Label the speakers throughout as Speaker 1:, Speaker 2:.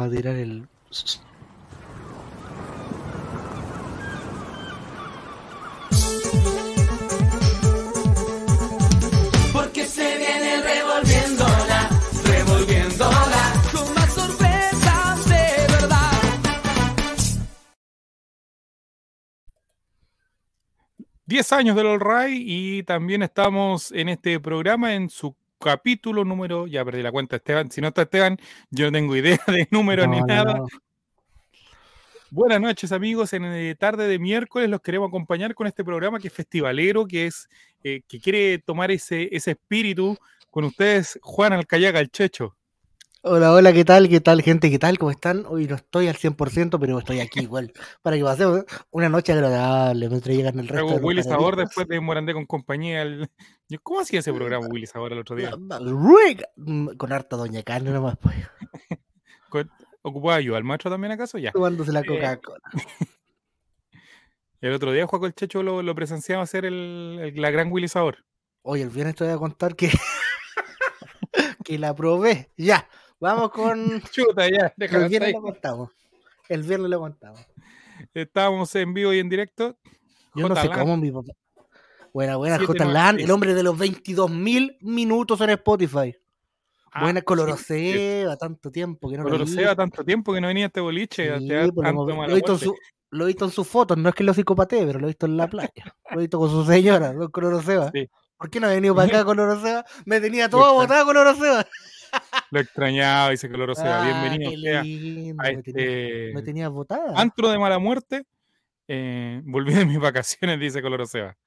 Speaker 1: va a tirar el...
Speaker 2: Porque se viene revolviéndola, revolviéndola. Con más sorpresas de verdad.
Speaker 3: Diez años del All Right y también estamos en este programa en su capítulo número, ya perdí la cuenta Esteban, si no está Esteban, yo no tengo idea de número
Speaker 1: No,
Speaker 3: ni
Speaker 1: no,
Speaker 3: nada.
Speaker 1: no.
Speaker 3: Buenas noches amigos, en eh, tarde de miércoles los queremos acompañar con este programa que es festivalero, que es eh, que quiere tomar ese, ese espíritu con ustedes, Juan Alcayaga, el Checho.
Speaker 1: Hola, hola, ¿qué tal? ¿Qué tal, gente? ¿Qué tal? ¿Cómo están? Hoy no estoy al 100%, pero estoy aquí igual para que pasemos una noche agradable mientras llegan el resto
Speaker 3: Luego
Speaker 1: los
Speaker 3: Willy Sabor
Speaker 1: panelistas.
Speaker 3: después de Morandé con compañía. el- Yo, ¿Cómo hacía ese programa Willy Sabor el otro día?
Speaker 1: Rick, mm, Con harta doña carne nomás, pues,
Speaker 3: ¿Ocupaba yo al maestro también acaso? Ya.
Speaker 1: tomándose la
Speaker 3: Eh,
Speaker 1: Coca-Cola.
Speaker 3: El otro día Juaco el Checho lo, lo presenciaba hacer el, el- la gran Willy Sabor.
Speaker 1: Oye, el viernes te voy a contar que, que la probé. Ya, vamos con...
Speaker 3: Chuta, ya, déjalo
Speaker 1: El
Speaker 3: hasta
Speaker 1: viernes
Speaker 3: ahí.
Speaker 1: lo contamos. El viernes lo contamos.
Speaker 3: Estábamos en vivo y en directo.
Speaker 1: Yo no
Speaker 3: J.
Speaker 1: sé
Speaker 3: Lan.
Speaker 1: cómo mi papá. Buena, buena,
Speaker 3: Siete,
Speaker 1: J.
Speaker 3: nueve,
Speaker 1: Lan,
Speaker 3: seis.
Speaker 1: el hombre de los 22 mil minutos en Spotify.
Speaker 3: Ah,
Speaker 1: buena,
Speaker 3: sí, sí.
Speaker 1: Coloroseba, tanto tiempo que no lo
Speaker 3: Coloroseba,
Speaker 1: veía.
Speaker 3: tanto tiempo que no venía este boliche. a
Speaker 1: Sí,
Speaker 3: te da
Speaker 1: pues,
Speaker 3: tanto
Speaker 1: lo, hemos-
Speaker 3: mala
Speaker 1: lo he visto en
Speaker 3: muerte.
Speaker 1: su- lo he visto en sus fotos, no es que lo psicopatee, pero lo he visto en la playa. Lo he visto con su señora, don Coloroseba.
Speaker 3: Sí.
Speaker 1: ¿Por qué no ha venido para acá Coloroseba? Me tenía todo
Speaker 3: Está-
Speaker 1: botado Coloroseba.
Speaker 3: Lo extrañaba, dice Coloroseba.
Speaker 1: Ah,
Speaker 3: Bienvenido
Speaker 1: qué
Speaker 3: sea
Speaker 1: lindo,
Speaker 3: a
Speaker 1: me, tenía,
Speaker 3: este
Speaker 1: me tenía botada.
Speaker 3: antro de mala muerte. Eh, volví de mis vacaciones, dice Coloroseba.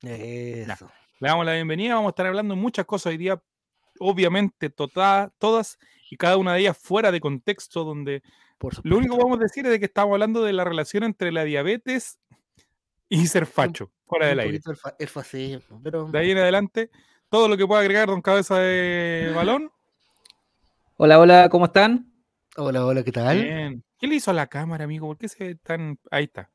Speaker 1: Eso.
Speaker 3: Le damos la bienvenida. Vamos a estar hablando muchas cosas hoy día, obviamente, tota- todas y cada una de ellas fuera de contexto, donde
Speaker 1: Por
Speaker 3: lo
Speaker 1: supuesto.
Speaker 3: único que vamos a decir es de que estamos hablando de la relación entre la diabetes y ser facho, fuera del
Speaker 1: Un
Speaker 3: aire.
Speaker 1: poquito el, fa- el fascismo, pero
Speaker 3: De ahí en adelante, todo lo que pueda agregar Don Cabeza de Balón.
Speaker 4: Hola, hola, ¿cómo están?
Speaker 1: hola, hola, ¿qué tal?
Speaker 3: Bien. ¿Qué le hizo a la cámara, amigo? ¿Por qué se ve tan.? Ahí está.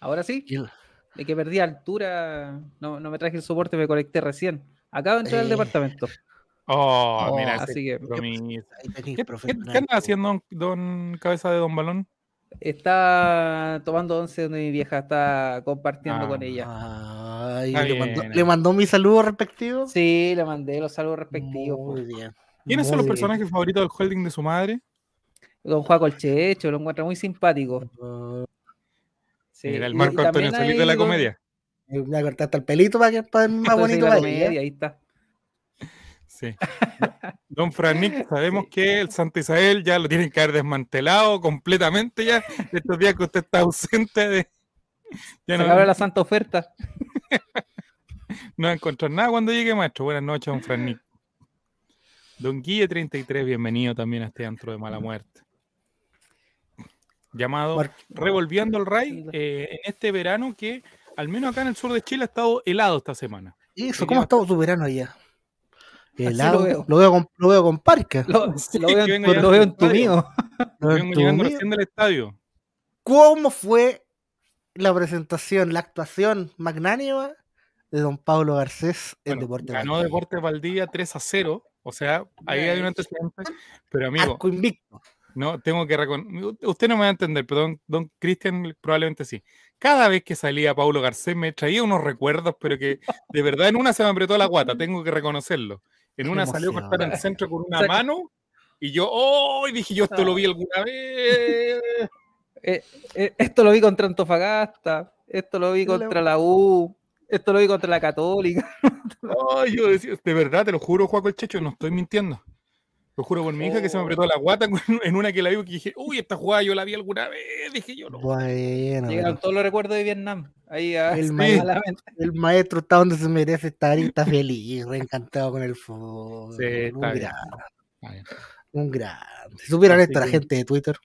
Speaker 4: Ahora sí,
Speaker 1: ¿Quién-
Speaker 4: de que perdí altura, no, no me traje el soporte, me conecté recién. Acabo de entrar al
Speaker 1: Eh,
Speaker 4: departamento,
Speaker 3: Oh,
Speaker 1: Oh,
Speaker 3: mira,
Speaker 4: así
Speaker 3: se
Speaker 4: que
Speaker 3: bromi-
Speaker 1: Ahí tenéis,
Speaker 3: ¿Qué, qué,
Speaker 1: profesional,
Speaker 3: qué anda
Speaker 1: po.
Speaker 3: haciendo don, don Cabeza de Don Balón?
Speaker 4: está tomando once donde mi vieja está compartiendo
Speaker 3: Ah,
Speaker 4: con ella.
Speaker 1: Ay,
Speaker 3: Está
Speaker 1: le, mandó,
Speaker 3: bien, eh.
Speaker 1: le
Speaker 3: ahí.
Speaker 1: mandó mi saludo respectivo.
Speaker 4: Sí, le mandé los saludos respectivos.
Speaker 1: Muy
Speaker 4: pues.
Speaker 1: bien.
Speaker 3: ¿Quiénes son los
Speaker 1: muy
Speaker 3: personajes favoritos del holding de su madre?
Speaker 4: Don Juan Colchecho, lo encuentro muy simpático. Sí,
Speaker 3: Era el
Speaker 4: y- y
Speaker 3: Marco
Speaker 4: también
Speaker 3: Antonio Solís de
Speaker 4: ahí
Speaker 3: la
Speaker 4: don-
Speaker 3: comedia.
Speaker 1: bien. eh, Me voy a cortar hasta el pelito para que para más
Speaker 4: Entonces,
Speaker 1: bonito
Speaker 4: la
Speaker 1: para
Speaker 4: comedia,
Speaker 1: ella.
Speaker 4: ahí está.
Speaker 3: Sí. Don Franick, sabemos que el Santa Isabel ya lo tienen que haber desmantelado completamente ya. Estos días que usted está ausente de. Ya
Speaker 4: Se
Speaker 3: no,
Speaker 4: acaba la santa oferta.
Speaker 3: no va a encontrar nada cuando llegue, maestro. Buenas noches, don Franick. Don Guille33, bienvenido también a este antro de mala muerte. Llamado
Speaker 1: Mar-
Speaker 3: Revolviendo el Ray eh, en este verano que, al menos acá en el sur de Chile, ha estado helado esta semana.
Speaker 1: Eso, ¿cómo ha estado tu verano allá? Helado.
Speaker 4: lo veo.
Speaker 1: Lo veo con, lo veo con parca.
Speaker 4: Lo,
Speaker 3: Sí,
Speaker 4: lo
Speaker 3: que
Speaker 4: veo, en,
Speaker 3: vengo ya
Speaker 4: lo
Speaker 3: al
Speaker 4: veo en tu
Speaker 3: estadio.
Speaker 4: mío.
Speaker 1: Lo veo
Speaker 3: Vengo
Speaker 1: tú,
Speaker 3: llegando
Speaker 1: mío.
Speaker 3: recién del estadio.
Speaker 1: ¿Cómo fue la presentación, la actuación magnánima de don Pablo Garcés en
Speaker 3: Bueno,
Speaker 1: Deporte
Speaker 3: ganó
Speaker 1: Valdivia?
Speaker 3: Deportes Valdivia 3 a 0. O sea, ahí
Speaker 4: Ya,
Speaker 3: hay un
Speaker 4: eh.
Speaker 3: antecedente. Pero amigo,
Speaker 1: Arco invicto.
Speaker 3: no tengo que reconocer. Usted no me va a entender, pero don, don Cristian probablemente sí. Cada vez que salía Pablo Garcés me traía unos recuerdos, pero que de verdad en una se me apretó la guata, tengo que reconocerlo. En
Speaker 1: Qué
Speaker 3: una salió a
Speaker 1: emoción.
Speaker 3: cortar al centro con una
Speaker 4: Saca-
Speaker 3: mano y yo, ¡oh! y dije, yo esto lo vi alguna vez.
Speaker 4: Eh, eh, esto lo vi contra Antofagasta, esto lo vi
Speaker 1: La-
Speaker 4: contra la U, esto lo vi contra la Católica.
Speaker 3: Ay, yo decía, de verdad, te lo juro, Juaco el Checho, no estoy mintiendo. Lo juro por mi hija que se me
Speaker 4: Oh.
Speaker 3: apretó la guata con- en una que la vi que dije, uy, esta jugada yo la vi alguna vez. Eh, Dije yo, no.
Speaker 1: Bueno,
Speaker 4: Llegaron
Speaker 1: pero
Speaker 4: todos los recuerdos de Vietnam. Ahí a,
Speaker 1: El
Speaker 4: a
Speaker 1: maíz.
Speaker 4: la mente.
Speaker 1: el maestro está donde se merece estar y está feliz, reencantado con el fútbol.
Speaker 3: Sí,
Speaker 1: un,
Speaker 3: está bien,
Speaker 1: gran,
Speaker 3: está bien.
Speaker 1: un gran. Si supieran
Speaker 3: Así
Speaker 1: esto la
Speaker 3: que-
Speaker 1: gente de Twitter.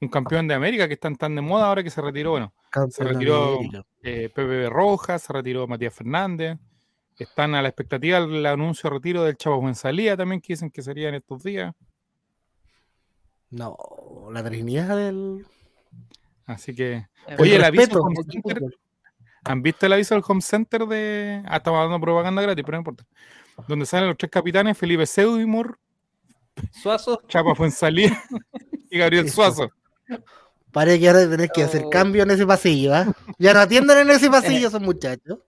Speaker 3: Un campeón de América que están tan de moda ahora que se retiró, bueno,
Speaker 1: campeón de
Speaker 3: retiró-
Speaker 1: América.
Speaker 3: eh, Pepe Rojas, se retiró Matías Fernández. Están a la expectativa el anuncio de retiro del Chavo Buensalía también, que dicen que sería en estos días.
Speaker 1: No, la trinidad del.
Speaker 3: Así que,
Speaker 1: del
Speaker 4: Eh,
Speaker 3: oye, el aviso
Speaker 1: respeto
Speaker 3: del Home
Speaker 1: al equipo,
Speaker 3: Center, ¿han visto el aviso del Home Center de. Ah, estamos dando propaganda gratis, pero no importa. Donde salen los tres capitanes, Felipe Seudimor,
Speaker 4: Suazo,
Speaker 3: Chapa Fuensalida y Gabriel
Speaker 1: Eso.
Speaker 3: Suazo.
Speaker 1: Parece que ahora tenés que hacer
Speaker 4: Oh.
Speaker 1: cambio en ese pasillo, ¿ah? Ya no atienden en ese
Speaker 3: Eh.
Speaker 1: pasillo esos muchachos.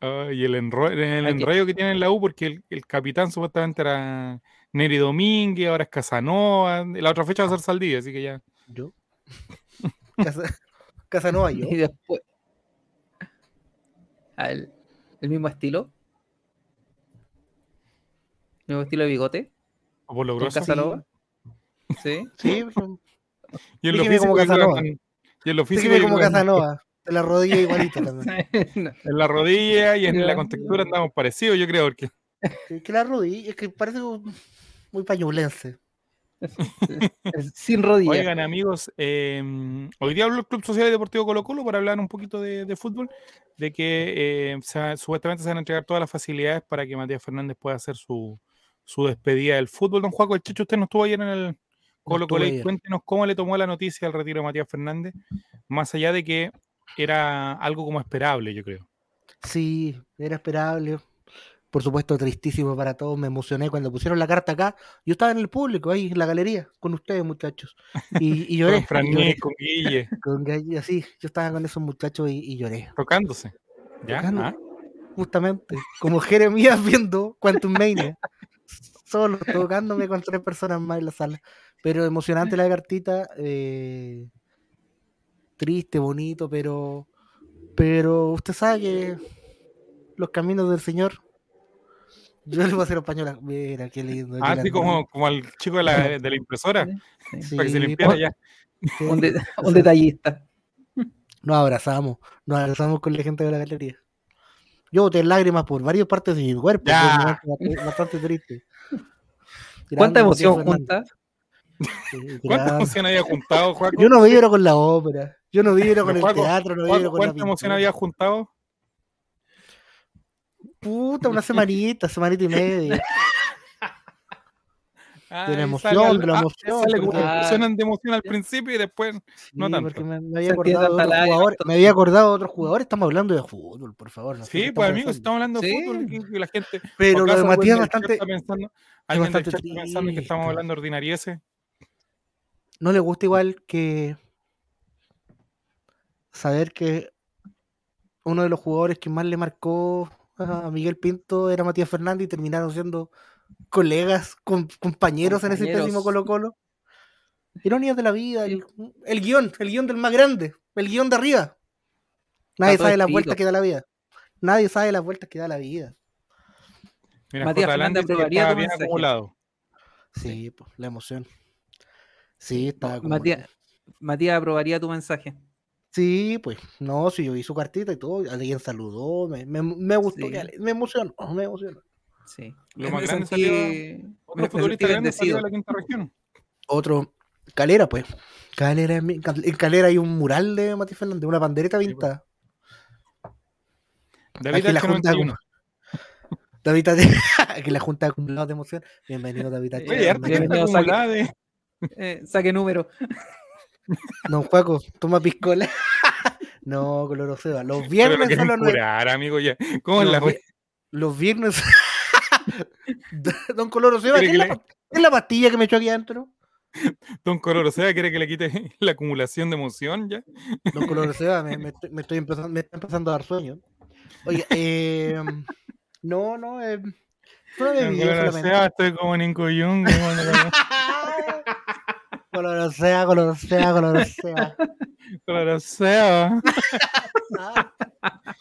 Speaker 3: Ah, y el, enro- el
Speaker 4: Aquí.
Speaker 3: enrollo que tiene en la U, porque el, el capitán supuestamente era Neri Domínguez, ahora es Casanova. La otra fecha va a ser Saldivia, así que ya.
Speaker 1: Yo. Casa- Casanova, yo.
Speaker 4: y después. Ah, el, el mismo estilo. El mismo estilo de bigote.
Speaker 3: O por lo
Speaker 4: con
Speaker 3: grosso.
Speaker 4: Casanova. Sí.
Speaker 1: Sí, pero-
Speaker 3: Y en lo
Speaker 1: Sígueme
Speaker 3: físico.
Speaker 1: como
Speaker 3: yo creo que
Speaker 1: Casanova.
Speaker 3: andan- Y en lo físico.
Speaker 1: sígueme
Speaker 3: yo
Speaker 1: como
Speaker 3: creo que andan-
Speaker 1: Casanova. Te la rodilla igualita también.
Speaker 4: No,
Speaker 3: En la rodilla y en
Speaker 4: Ya.
Speaker 3: la contextura andamos parecidos, yo creo, porque
Speaker 1: Es que la rodilla, es que parece un- muy pañulense.
Speaker 4: es Sin rodilla.
Speaker 3: Oigan, amigos, eh, hoy día habló el Club Social y Deportivo Colo Colo para hablar un poquito de, de fútbol, de que eh, se va- supuestamente se van a entregar todas las facilidades para que Matías Fernández pueda hacer su, su despedida del fútbol. Don Juaco, el Chicho, usted no estuvo ayer en el Colo
Speaker 1: estuve
Speaker 3: Colo, y
Speaker 1: ayer.
Speaker 3: cuéntenos cómo le tomó la noticia al retiro de Matías Fernández, más allá de que era algo como esperable, yo creo.
Speaker 1: Sí, era esperable. Por supuesto, tristísimo para todos. Me emocioné cuando pusieron la carta acá. Yo estaba en el público, ahí en la galería, con ustedes, muchachos. Y, y lloré.
Speaker 3: Con Fran
Speaker 1: y lloré
Speaker 3: Nies, con Guille,
Speaker 1: con Galle- así, yo estaba con esos muchachos y, y lloré.
Speaker 3: tocándose. ¿Ya?
Speaker 1: Tocando.
Speaker 3: ah,
Speaker 1: Justamente. Como Jeremías viendo Quantum Mania. Solo, tocándome con tres personas más en la sala. Pero emocionante la cartita. eh, triste, bonito, pero. Pero usted sabe que los caminos del Señor. Yo le voy a hacer española. Mira, qué lindo.
Speaker 3: Ah,
Speaker 1: Yolanda.
Speaker 3: así como, como al chico de la, de la impresora, para que se
Speaker 1: Sí,
Speaker 3: limpiara
Speaker 1: po-
Speaker 3: ya.
Speaker 1: sí.
Speaker 4: oh, Un, de- un detallista.
Speaker 1: Nos abrazamos, nos abrazamos con la gente de la galería. Yo boté lágrimas por varias partes de mi cuerpo, fue un
Speaker 3: Ya.
Speaker 1: momento bast- bastante triste.
Speaker 4: ¿Cuánta
Speaker 1: Grande Matías
Speaker 4: emoción
Speaker 1: Fernández,
Speaker 4: junta?
Speaker 1: sí,
Speaker 3: ¿Cuánta
Speaker 1: grande.
Speaker 3: emoción había juntado, Juaco?
Speaker 1: Yo no vibro con la ópera, yo no vibro con
Speaker 3: Pero
Speaker 1: el
Speaker 3: Juaco,
Speaker 1: teatro, no
Speaker 3: ¿Cuánta,
Speaker 1: vibro con la
Speaker 3: cuánta emoción
Speaker 1: pintura.
Speaker 3: había juntado?
Speaker 1: Puta, una semanita, semanita y media.
Speaker 3: Ah,
Speaker 1: De la
Speaker 3: ahí
Speaker 1: emoción,
Speaker 3: sale al-
Speaker 1: de la
Speaker 3: ah,
Speaker 1: emoción,
Speaker 3: sale como que
Speaker 4: porque-
Speaker 3: suenan de emoción al principio y después. No
Speaker 1: Sí,
Speaker 3: tanto.
Speaker 1: porque me, me había
Speaker 4: Sentía
Speaker 1: acordado de
Speaker 4: tanta
Speaker 1: otros
Speaker 4: lágrima,
Speaker 1: jugadores, me había acordado de otros jugadores, estamos hablando de fútbol, por favor. no sé qué
Speaker 3: Sí,
Speaker 1: estamos
Speaker 3: pues amigos,
Speaker 1: pensando.
Speaker 3: estamos hablando de
Speaker 4: Sí.
Speaker 3: fútbol y que la gente.
Speaker 1: Pero
Speaker 3: ¿o
Speaker 1: lo de
Speaker 3: acaso
Speaker 1: Matías
Speaker 3: alguien del chat
Speaker 1: bastante,
Speaker 3: está pensando, alguien del
Speaker 1: bastante
Speaker 3: chat está pensando que estamos
Speaker 1: triste.
Speaker 3: hablando de ordinarieces.
Speaker 1: no le gusta igual que saber que uno de los jugadores que más le marcó a Miguel Pinto era Matías Fernández y terminaron siendo colegas, com- compañeros en ese
Speaker 4: Compañeros.
Speaker 1: pésimo Colo Colo. Ironías de la vida, el, el guión, el guión del más grande, el guión de arriba. Nadie
Speaker 4: todo
Speaker 1: sabe las
Speaker 4: escrito.
Speaker 1: vueltas que da la vida. Nadie sabe las vueltas que da la vida.
Speaker 3: Mira,
Speaker 4: Matías
Speaker 3: Jota Landa
Speaker 4: Fernández
Speaker 3: dice que
Speaker 4: aprobaría
Speaker 3: estaba
Speaker 4: tu
Speaker 3: bien
Speaker 4: mensaje.
Speaker 3: acumulado.
Speaker 1: Sí, pues, la emoción. Sí, estaba como-
Speaker 4: Matías, Matías aprobaría tu mensaje.
Speaker 1: Sí, pues, no, si yo vi su cartita y todo, alguien saludó, me, me, me gustó,
Speaker 4: Sí.
Speaker 1: que- me emocionó, oh, me emocionó.
Speaker 4: Sí.
Speaker 3: Lo más
Speaker 4: Me
Speaker 3: grande
Speaker 4: sentí-
Speaker 3: salió- Otro
Speaker 4: me- me sentí
Speaker 3: futbolista grande salió
Speaker 4: bendecido.
Speaker 3: de la quinta región.
Speaker 1: Otro, Calera, pues, Calera, es mi- en, Cal- en Calera hay un mural de Matías Fernández, una pandereta
Speaker 3: pues.
Speaker 1: pintada.
Speaker 3: David
Speaker 1: Aquí la
Speaker 3: H.
Speaker 1: junta
Speaker 3: 91.
Speaker 1: David, Ate- que la junta de acumulados de emoción, bienvenido David. Ate-
Speaker 3: Oye,
Speaker 1: bienvenido.
Speaker 3: harta gente
Speaker 4: eh, Bienvenido, saque.
Speaker 3: acumulada de.
Speaker 4: Eh, saque número.
Speaker 1: Don Juaco, toma piscola. no, Coloroseba, los
Speaker 3: Pero lo
Speaker 1: viernes son
Speaker 3: quieren
Speaker 1: los nueve.
Speaker 3: curar, amigo, ya. ¿Cómo es
Speaker 1: Los
Speaker 3: la
Speaker 1: vi- Los viernes. Don Coloroseba, ¿qué es
Speaker 3: ¿Quiere que
Speaker 1: la
Speaker 3: le-
Speaker 1: pa- qué es la pastilla que me echó aquí adentro?
Speaker 3: Don Color, o sea, quiere que le quite la acumulación de emoción ya.
Speaker 1: Don Color Seba, me, me estoy- me estoy empezando, me está empezando a dar sueño. Oye, eh, no, no, eh, fue una
Speaker 3: Don
Speaker 1: bebida
Speaker 3: Color, o
Speaker 1: solamente.
Speaker 3: sea, estoy como en Incoyunga.
Speaker 1: Color Seba, Color Seba, Color Seba.
Speaker 3: Claro, o sea,
Speaker 1: Ah,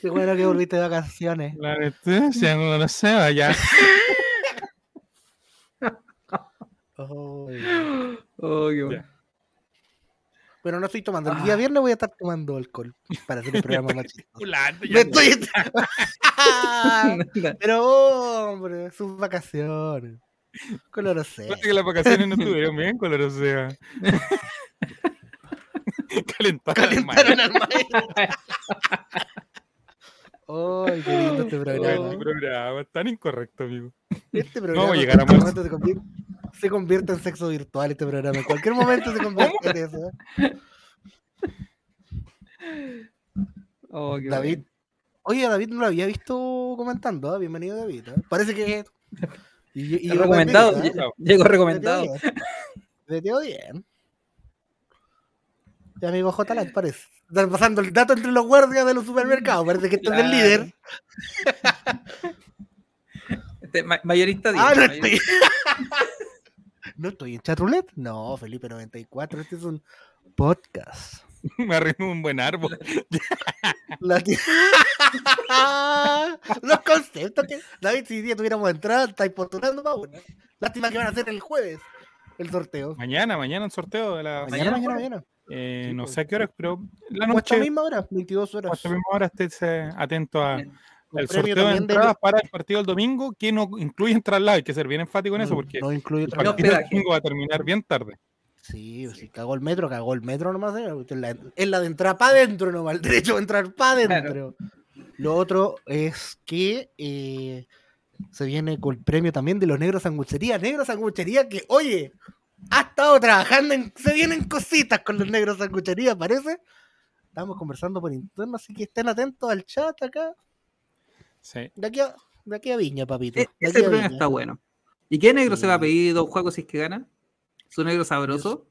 Speaker 1: Qué bueno que volviste de vacaciones.
Speaker 3: la anestesia, claro, o sea, ya.
Speaker 1: Ay.
Speaker 4: Oh, qué bueno. Ah.
Speaker 1: Bueno, no estoy tomando. El día viernes voy a estar tomando alcohol para hacer el programa más chistoso.
Speaker 3: Culante, ya.
Speaker 1: Me estoy... Pero, hombre, sus vacaciones. Color Seba.
Speaker 3: Parece que las vacaciones no estuvieron bien, color, o sea. Calentaron,
Speaker 1: Calentaron al maestro. Ay, qué lindo este
Speaker 3: mal.
Speaker 1: programa.
Speaker 3: Bueno, programa, tan incorrecto, amigo.
Speaker 1: Este programa
Speaker 3: Vamos a
Speaker 1: en
Speaker 3: llegar a
Speaker 1: cualquier
Speaker 3: marzo.
Speaker 1: momento se convierte, se convierte en sexo virtual este programa. En cualquier momento se convierte en eso.
Speaker 4: Oh, qué
Speaker 1: David.
Speaker 4: bueno. Oh,
Speaker 1: Oye, a David no lo había visto estuvo comentando. ¿eh? Bienvenido, David. ¿eh? Parece que. Y, y
Speaker 4: Es recomendado.
Speaker 1: bienvenido, ¿eh?
Speaker 4: lle- Llegó recomendado.
Speaker 1: Veteo bien. Y amigo J. Lat, parece. Están pasando el dato entre los guardias de los supermercados. Parece que este es el
Speaker 4: Claro.
Speaker 1: líder.
Speaker 4: Este, ma- mayorista 10.
Speaker 1: Ah, no
Speaker 4: mayorista.
Speaker 1: estoy. no estoy en chatroulette. No, Felipe 94. Este es un podcast.
Speaker 3: Me arruinó un buen árbol.
Speaker 1: La ti- Los conceptos que. David, si hoy día tuviéramos entrada, está postulando para una. Lástima que van a hacer el jueves el sorteo.
Speaker 3: Mañana, mañana el sorteo de la.
Speaker 1: Mañana,
Speaker 4: ¿Mañana
Speaker 1: mañana,
Speaker 4: jueves?
Speaker 1: mañana.
Speaker 3: eh,
Speaker 1: Sí,
Speaker 3: no
Speaker 1: pues.
Speaker 3: sé a qué hora, pero la
Speaker 1: O esta
Speaker 3: noche.
Speaker 1: misma hora, 22 horas.
Speaker 3: hasta misma hora estés eh, atento a-
Speaker 4: Bien.
Speaker 3: al
Speaker 1: Premio
Speaker 3: sorteo de
Speaker 1: también de-
Speaker 3: entradas para el partido del domingo, que no incluyen traslado. Hay que ser bien enfático en eso,
Speaker 1: No-
Speaker 3: porque
Speaker 1: No incluye
Speaker 3: el
Speaker 1: otra-
Speaker 4: traslado.
Speaker 3: partido del
Speaker 4: hospedaje.
Speaker 3: domingo va a terminar bien tarde.
Speaker 1: Sí, si cagó el metro, cagó el metro nomás. eh, porque Es la, es la de entrar para adentro nomás, el derecho a entrar para adentro. Lo otro es que eh, se viene con el premio también de los negros sanguchería. Negros sanguchería que, oye, ha estado trabajando en. Se vienen cositas con los negros sanguchería, parece. Estamos conversando por interno, así que estén atentos al chat acá.
Speaker 3: Sí.
Speaker 1: De aquí a, de aquí a Viña, papito.
Speaker 4: E-
Speaker 1: de aquí
Speaker 4: Ese
Speaker 1: a
Speaker 4: premio
Speaker 1: Viña.
Speaker 4: está bueno. ¿Y qué negro se va a
Speaker 1: Sí.
Speaker 4: pedir Don Juaco si es que gana? ¿Su negro sabroso?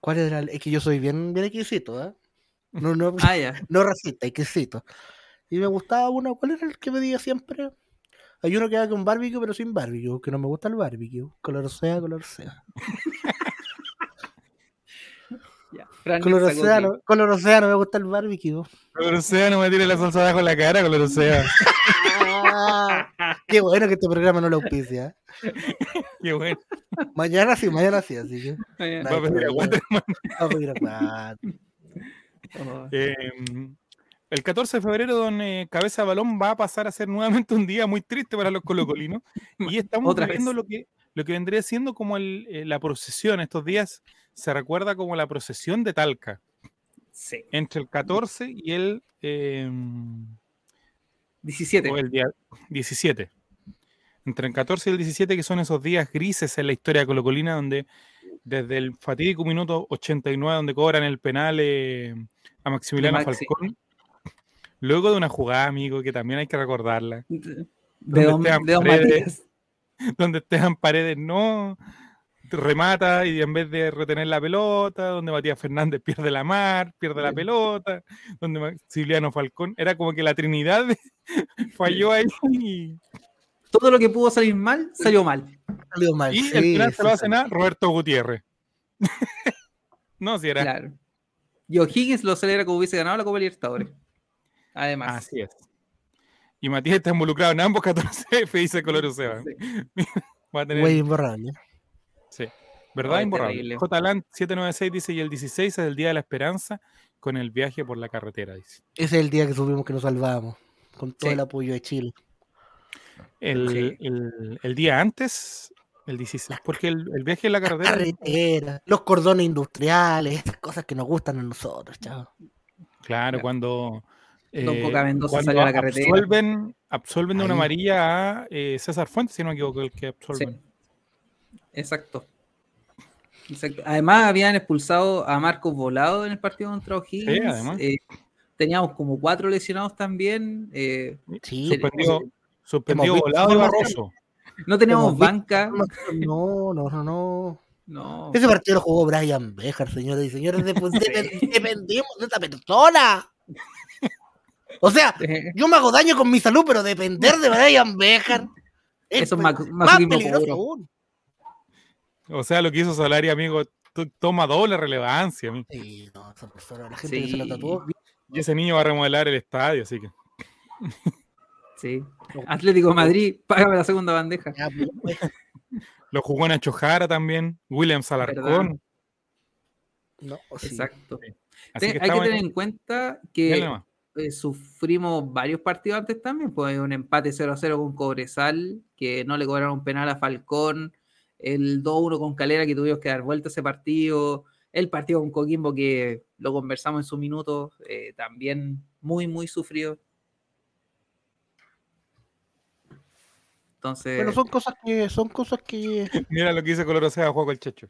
Speaker 1: ¿Cuál era el- Es que yo soy bien, bien exquisito, ¿eh? No, no,
Speaker 4: Ah, ya.
Speaker 1: No racista, y quesito. Y me gustaba uno, ¿cuál era el que pedía siempre? Hay uno que va con barbecue, pero sin barbecue, que no me gusta el barbecue. Color sea, color sea.
Speaker 4: ya. Fran
Speaker 1: Color
Speaker 4: sacó
Speaker 1: sea,
Speaker 4: clip.
Speaker 1: no, color sea, no me gusta el barbecue.
Speaker 3: Color Sea, no me tire la salsa abajo en la cara, Color Sea.
Speaker 1: Ah, Qué bueno que este programa no lo auspicia.
Speaker 3: Qué bueno.
Speaker 1: Mañana sí, mañana sí, así que.
Speaker 4: Ah, ya.
Speaker 1: Nah.
Speaker 3: Va a pedir a Waterman.
Speaker 1: Va a pedir a cuatro.
Speaker 4: Oh.
Speaker 3: Eh, el 14 de febrero, don eh, Cabeza de Balón va a pasar a ser nuevamente un día muy triste para los colocolinos. Y estamos
Speaker 4: Otra
Speaker 3: viviendo
Speaker 4: vez.
Speaker 3: lo que, lo que vendría siendo como el, eh, la procesión. Estos días se recuerda como la procesión de Talca,
Speaker 4: Sí.
Speaker 3: entre el 14 y el, eh,
Speaker 4: 17.
Speaker 3: o el día 17. Entre el 14 y el 17, que son esos días grises en la historia colocolina, donde desde el fatídico minuto 89, donde cobran el penal eh, a Maximiliano
Speaker 4: De Maxi.
Speaker 3: Falcón, luego de una jugada, amigo, que también hay que recordarla,
Speaker 4: De
Speaker 3: ¿Dónde
Speaker 4: Don,
Speaker 3: Esteban
Speaker 4: de don
Speaker 3: Paredes?
Speaker 4: Matías.
Speaker 3: donde Esteban Paredes no remata y en vez de retener la pelota, donde Matías Fernández pierde la mar, pierde la
Speaker 4: Sí.
Speaker 3: pelota, donde Maximiliano Falcón, era como que la Trinidad falló ahí y...
Speaker 4: Todo lo que pudo salir mal, salió mal.
Speaker 1: Salió mal.
Speaker 3: Y
Speaker 1: sí,
Speaker 3: el final
Speaker 1: sí,
Speaker 3: se lo
Speaker 1: sí.
Speaker 3: hacen a Roberto Gutiérrez. no, si era.
Speaker 4: Claro. Y O'Higgins lo celebra como hubiese ganado la Copa Libertadores. Además.
Speaker 3: Así es. Y Matías está involucrado en ambos 14 F, dice Color Uceba.
Speaker 4: Sí.
Speaker 3: Va a tener.
Speaker 1: Güey, imborrable.
Speaker 3: ¿Verdad?
Speaker 4: Ay,
Speaker 3: Imborrable.
Speaker 4: terrible.
Speaker 3: JLand 796 dice: Y el 16 es el día de la esperanza con el viaje por la carretera. Dice.
Speaker 1: Ese es el día que supimos que nos salvábamos. Con todo
Speaker 4: Sí.
Speaker 1: el apoyo de Chile.
Speaker 3: El,
Speaker 4: Sí.
Speaker 3: el- el día antes, el 16, porque el, el viaje en
Speaker 4: Ah,
Speaker 3: la carretera.
Speaker 1: Carretera, los cordones industriales, estas cosas que nos gustan a nosotros, chao.
Speaker 3: Claro,
Speaker 4: Claro.
Speaker 3: cuando.
Speaker 4: Don
Speaker 3: eh,
Speaker 4: Coca Mendoza
Speaker 3: cuando
Speaker 4: salió a la carretera.
Speaker 3: Absuelven, absuelven de una
Speaker 1: Ahí.
Speaker 3: amarilla a eh, César Fuentes, si no me equivoco, el que
Speaker 4: Sí.
Speaker 3: absuelven.
Speaker 4: Exacto. Exacto. Además, habían expulsado a Marcos Volado en el partido contra O'Higgins.
Speaker 3: Sí, además.
Speaker 4: Eh, teníamos como cuatro lesionados también. eh,
Speaker 1: Sí,
Speaker 4: Se-
Speaker 3: Suspendido, suspendido
Speaker 1: visto
Speaker 3: volado y
Speaker 1: formas-
Speaker 3: barroso.
Speaker 4: no teníamos
Speaker 1: Hemos visto
Speaker 4: banca.
Speaker 1: No, no, no, no.
Speaker 4: No.
Speaker 1: Ese partido lo jugó Brian Bejar, señores y señores. de- pues, depe- dependimos de esta persona. O sea,
Speaker 4: Eh,
Speaker 1: yo me hago daño con mi salud, pero depender de Brian Bejar es
Speaker 4: Eso es
Speaker 1: pe-
Speaker 4: ma-
Speaker 1: más
Speaker 4: masoquismo
Speaker 1: peligroso
Speaker 4: puro.
Speaker 1: aún.
Speaker 3: O sea, lo que hizo Solari, amigo, to- toma doble relevancia. amigo.
Speaker 1: Sí, no, esa persona, la gente que se lo
Speaker 4: Sí.
Speaker 1: tatuó.
Speaker 3: Y ese niño va a remodelar el estadio, así que.
Speaker 4: sí. Atlético de Madrid, págame la segunda bandeja.
Speaker 1: ya, pues,
Speaker 3: Lo jugó Nacho Jara también, Williams Alarcón.
Speaker 1: no, sí.
Speaker 4: Exacto.
Speaker 3: Así
Speaker 4: Ten-
Speaker 3: que
Speaker 4: hay que
Speaker 3: estaba
Speaker 4: tener
Speaker 3: en-
Speaker 4: en cuenta
Speaker 3: Dale
Speaker 4: que
Speaker 3: nomás.
Speaker 4: eh, sufrimos varios partidos antes también, pues un empate 0-0 con Cobresal, que no le cobraron penal a Falcón, el 2-1 con Calera, que tuvimos que dar vuelta ese partido, el partido con Coquimbo, que lo conversamos en su minuto, eh, también muy, muy sufrido. Entonces,
Speaker 1: Pero son cosas que son cosas que
Speaker 3: Mira lo que dice Color Osea, juego el Checho.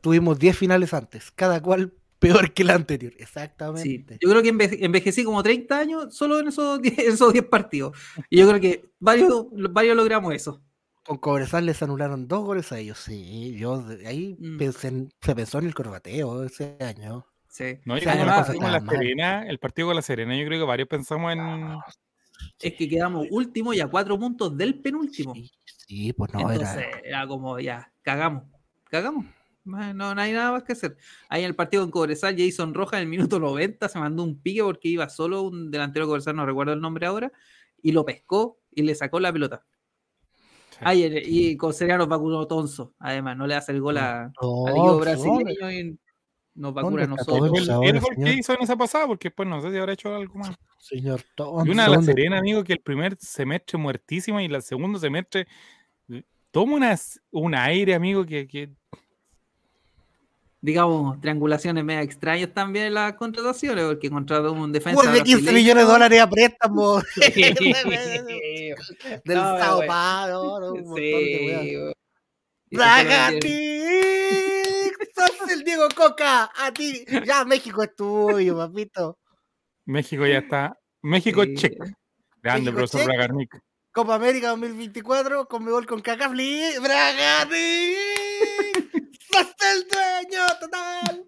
Speaker 1: tuvimos 10 finales antes, cada cual peor que la anterior.
Speaker 4: Sí,
Speaker 1: Exactamente.
Speaker 4: yo creo que enveje- envejecí como 30 años solo en esos 10, esos 10 partidos. Y yo creo que varios, varios logramos eso.
Speaker 1: Con Cobresal les anularon dos goles a ellos. Sí, yo de- ahí
Speaker 4: Mm.
Speaker 1: pensé en- se pensó en el corbateo ese año.
Speaker 4: Sí.
Speaker 3: No,
Speaker 1: O
Speaker 3: yo
Speaker 1: sea, pues,
Speaker 3: creo que
Speaker 1: además-
Speaker 3: el partido con la
Speaker 1: además-
Speaker 3: Serena, el partido con la Serena, yo creo que varios pensamos en.
Speaker 4: Es que quedamos último y a cuatro puntos del penúltimo.
Speaker 1: Sí, sí, pues no
Speaker 4: Entonces
Speaker 1: era.
Speaker 4: era... como ya, cagamos, cagamos. No, no hay nada más que hacer. Ahí en el partido con Cobresal, Jason Roja en el minuto 90 se mandó un pique porque iba solo un delantero de Cobresal, no recuerdo el nombre ahora, y lo pescó y le sacó la pelota.
Speaker 3: Sí.
Speaker 4: Ay, el- y con Seriano nos vacunó Tonso, además, no le hace el gol a,
Speaker 1: No,
Speaker 4: al equipo
Speaker 1: pues, no,
Speaker 4: brasileño y nos vacuna a
Speaker 1: ¿Dónde está
Speaker 4: nosotros.
Speaker 3: Fue
Speaker 1: Pues
Speaker 3: el,
Speaker 1: ahora,
Speaker 3: el gol que
Speaker 1: señor.
Speaker 3: hizo en esa pasada, porque después no sé si habrá hecho algo más.
Speaker 1: señor
Speaker 3: Y una de la
Speaker 1: Thompson,
Speaker 3: Serena, amigo, que el primer semestre muertísima y el segundo semestre eh, toma unas, un aire, amigo, que, que
Speaker 4: Digamos, triangulaciones media extrañas también en las contrataciones, porque contrató un defensa.
Speaker 1: Pues de 15
Speaker 4: brasileño.
Speaker 1: millones de dólares a préstamo del
Speaker 4: No, pero
Speaker 1: Sao
Speaker 4: bueno.
Speaker 1: Paulo, un montón de weas.
Speaker 4: Sí, weón. Y se fueron bien.
Speaker 1: ¡Bragati! ¡Sos el Diego Coca! ¡A ti! ¡Ya México es tuyo, papito!
Speaker 3: México ya está. México,
Speaker 4: Sí.
Speaker 3: check. Grande,
Speaker 1: México,
Speaker 3: profesor
Speaker 1: check.
Speaker 3: Bragarnik.
Speaker 1: Copa América 2024, con mi gol con Cacafli. ¡Bragati! ¡Sos el dueño total!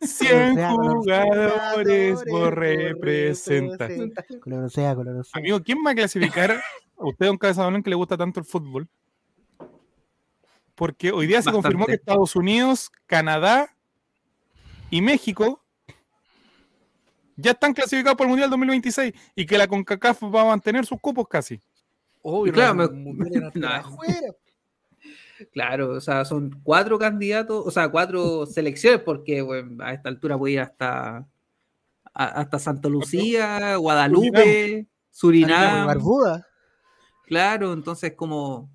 Speaker 3: 100
Speaker 1: Sean
Speaker 3: jugadores por
Speaker 1: por
Speaker 3: representar.
Speaker 1: representar. Colorosea, colorosea.
Speaker 3: Amigo, ¿quién va a clasificar a usted, don Cabezabalón, que le gusta tanto el fútbol? Porque hoy día se confirmó que
Speaker 4: Bastante.
Speaker 3: Estados Unidos, Canadá y México ya están clasificados para el Mundial 2026 y que la CONCACAF va a mantener sus cupos casi.
Speaker 1: Obvio,
Speaker 4: Y claro,
Speaker 1: los
Speaker 4: me-
Speaker 1: mundiales hasta
Speaker 4: nah.
Speaker 1: afuera.
Speaker 4: Claro, o sea, son cuatro candidatos, o sea, cuatro selecciones, porque bueno, a esta altura puede ir hasta, a- hasta Santa Lucía, Guadalupe,
Speaker 1: Antes de
Speaker 4: Surinam.
Speaker 1: Barbuda.
Speaker 4: Claro, entonces como,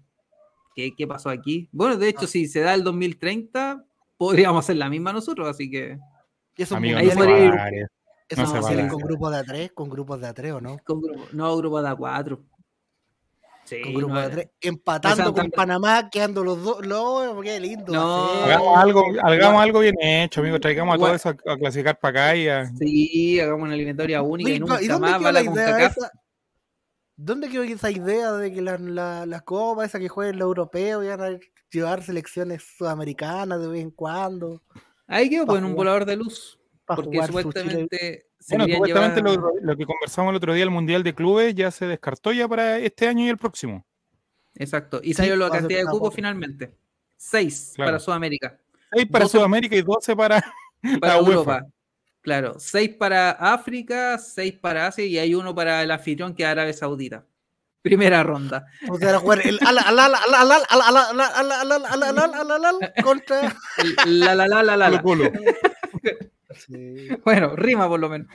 Speaker 4: ¿qué, qué pasó aquí? Bueno, de hecho, si se da el 2030, podríamos hacer la misma nosotros, así que
Speaker 1: Y esos
Speaker 3: Amigo,
Speaker 4: ahí
Speaker 1: mundiales-
Speaker 3: no se
Speaker 4: puede
Speaker 3: va a
Speaker 4: ir.
Speaker 3: dar eso.
Speaker 1: esos
Speaker 3: no se va a
Speaker 1: mundiales
Speaker 3: dar.
Speaker 1: con grupos de A3, con grupos de A3 o no?
Speaker 4: con grupo, no, grupo de A4. Sí,
Speaker 1: con grupo
Speaker 4: no,
Speaker 1: de tres, empatando
Speaker 4: no sean
Speaker 1: con
Speaker 4: tan-
Speaker 1: Panamá, quedando los dos. No, qué lindo.
Speaker 4: No.
Speaker 1: va a ser.
Speaker 3: Hagamos algo, hagamos algo bien hecho, amigo. Traigamos a todo eso a, a clasificar para acá y a,
Speaker 4: Sí, hagamos una eliminatoria única
Speaker 1: Oye,
Speaker 4: y nunca
Speaker 1: ¿y dónde
Speaker 4: más
Speaker 1: quedó
Speaker 4: va
Speaker 1: la
Speaker 4: la
Speaker 1: idea
Speaker 4: CONCACAF.
Speaker 1: esa? ¿Dónde quedó esa idea de que las la, las copas, esa que juegan los europeos, iban a llevar selecciones sudamericanas de vez en cuando?
Speaker 4: Ahí quedó,
Speaker 1: Pa'
Speaker 4: pues, en un
Speaker 1: jugar.
Speaker 4: volador de luz.
Speaker 1: Para
Speaker 4: Porque
Speaker 1: jugar su Chile.
Speaker 4: supuestamente se
Speaker 3: Bueno,
Speaker 4: querían
Speaker 3: supuestamente
Speaker 4: llevar-
Speaker 3: lo, lo que conversamos el otro día, el Mundial de Clubes, ya se descartó ya para este año y el próximo.
Speaker 4: Exacto. Y salió
Speaker 1: va
Speaker 4: la
Speaker 1: a ser
Speaker 4: cantidad de
Speaker 1: una
Speaker 4: cupos
Speaker 1: poca.
Speaker 4: finalmente. Seis
Speaker 3: Claro.
Speaker 4: para Sudamérica.
Speaker 3: 6 para
Speaker 4: Doce-
Speaker 3: Sudamérica y 12 para,
Speaker 4: Para
Speaker 3: la UEFA.
Speaker 4: Europa. Claro. Seis para África, seis para Asia y hay uno para el anfitrión que es Arabia Saudita. Primera ronda.
Speaker 1: O sea, era jugar el ala, ala, ala, ala, ala, ala, ala, ala, ala, ala, ala, ala, ala, ala, ala, contra.
Speaker 4: El- La la la la la. la.
Speaker 3: Colo-Colo.
Speaker 4: Bueno, rima por lo menos.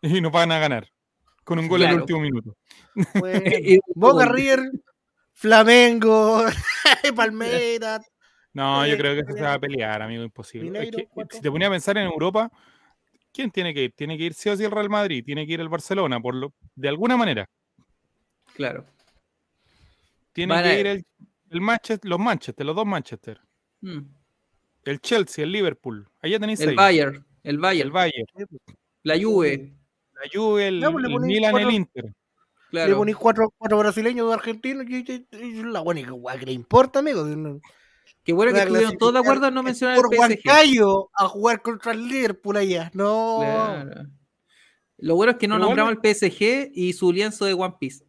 Speaker 3: Y nos van a ganar. Con un gol en el
Speaker 4: Claro.
Speaker 3: último minuto.
Speaker 1: Bueno,
Speaker 4: Y-
Speaker 1: Boca River, Flamengo, Palmeiras.
Speaker 3: No,
Speaker 1: Oye,
Speaker 3: yo creo que eso se
Speaker 1: Mineiro-
Speaker 3: va a pelear, amigo, imposible. Es
Speaker 1: Mineiro,
Speaker 3: que,
Speaker 1: cuatro.
Speaker 3: si te ponía a pensar en Europa, ¿quién tiene que ir? Tiene que ir sí o sí el Real Madrid, tiene que ir el Barcelona, por lo, de alguna manera.
Speaker 4: Claro.
Speaker 3: Tiene
Speaker 4: Van a-
Speaker 3: que ir el, el Manchester, los Manchester, los dos Manchester.
Speaker 4: Mm.
Speaker 3: El Chelsea, el Liverpool. Allá tenéis
Speaker 4: El
Speaker 3: seis.
Speaker 4: Bayern, el
Speaker 3: El
Speaker 4: Bayern,
Speaker 3: Bayern,
Speaker 4: la Juve,
Speaker 3: la Juve, el,
Speaker 1: No, pues le
Speaker 3: el
Speaker 1: ponéis
Speaker 3: Milan, el
Speaker 1: cuatro-
Speaker 3: Inter.
Speaker 1: Le
Speaker 4: claro.
Speaker 1: ponís cuatro, cuatro brasileños, dos argentinos, y, y- y- y la buena que guay, que le importa, amigo. si no-
Speaker 4: Qué bueno que
Speaker 1: va a
Speaker 4: estuvieron todos de
Speaker 1: clasificar
Speaker 4: acuerdo en no
Speaker 1: el
Speaker 4: mencionar el
Speaker 1: Por
Speaker 4: PSG.
Speaker 1: Huancayo a jugar contra el Liverpool allá. No.
Speaker 4: Claro. Lo bueno es que no
Speaker 3: Lo bueno-
Speaker 4: nombramos el PSG y su lienzo de One Piece.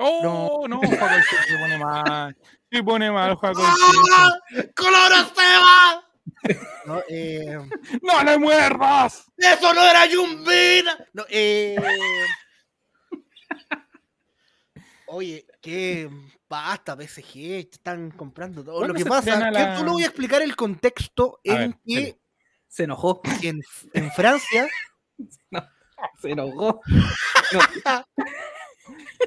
Speaker 3: Oh, no, Juan Colchín se pone mal. Se pone mal, Juan
Speaker 1: ¡Ah! ¡Color Seba! No, eh,
Speaker 3: Colchín. ¡No le muerdas!
Speaker 1: ¡Eso no era Jumbina! No, eh, Oye, que basta, PSG, te están comprando todo.
Speaker 3: ¿Cuándo
Speaker 1: Lo que
Speaker 3: se
Speaker 1: pasa,
Speaker 3: estrena
Speaker 1: que
Speaker 3: la-
Speaker 1: solo voy a explicar el contexto
Speaker 3: A
Speaker 1: en
Speaker 3: ver,
Speaker 1: que
Speaker 4: Se enojó,
Speaker 1: en, en Francia
Speaker 4: se enojó.
Speaker 1: Yo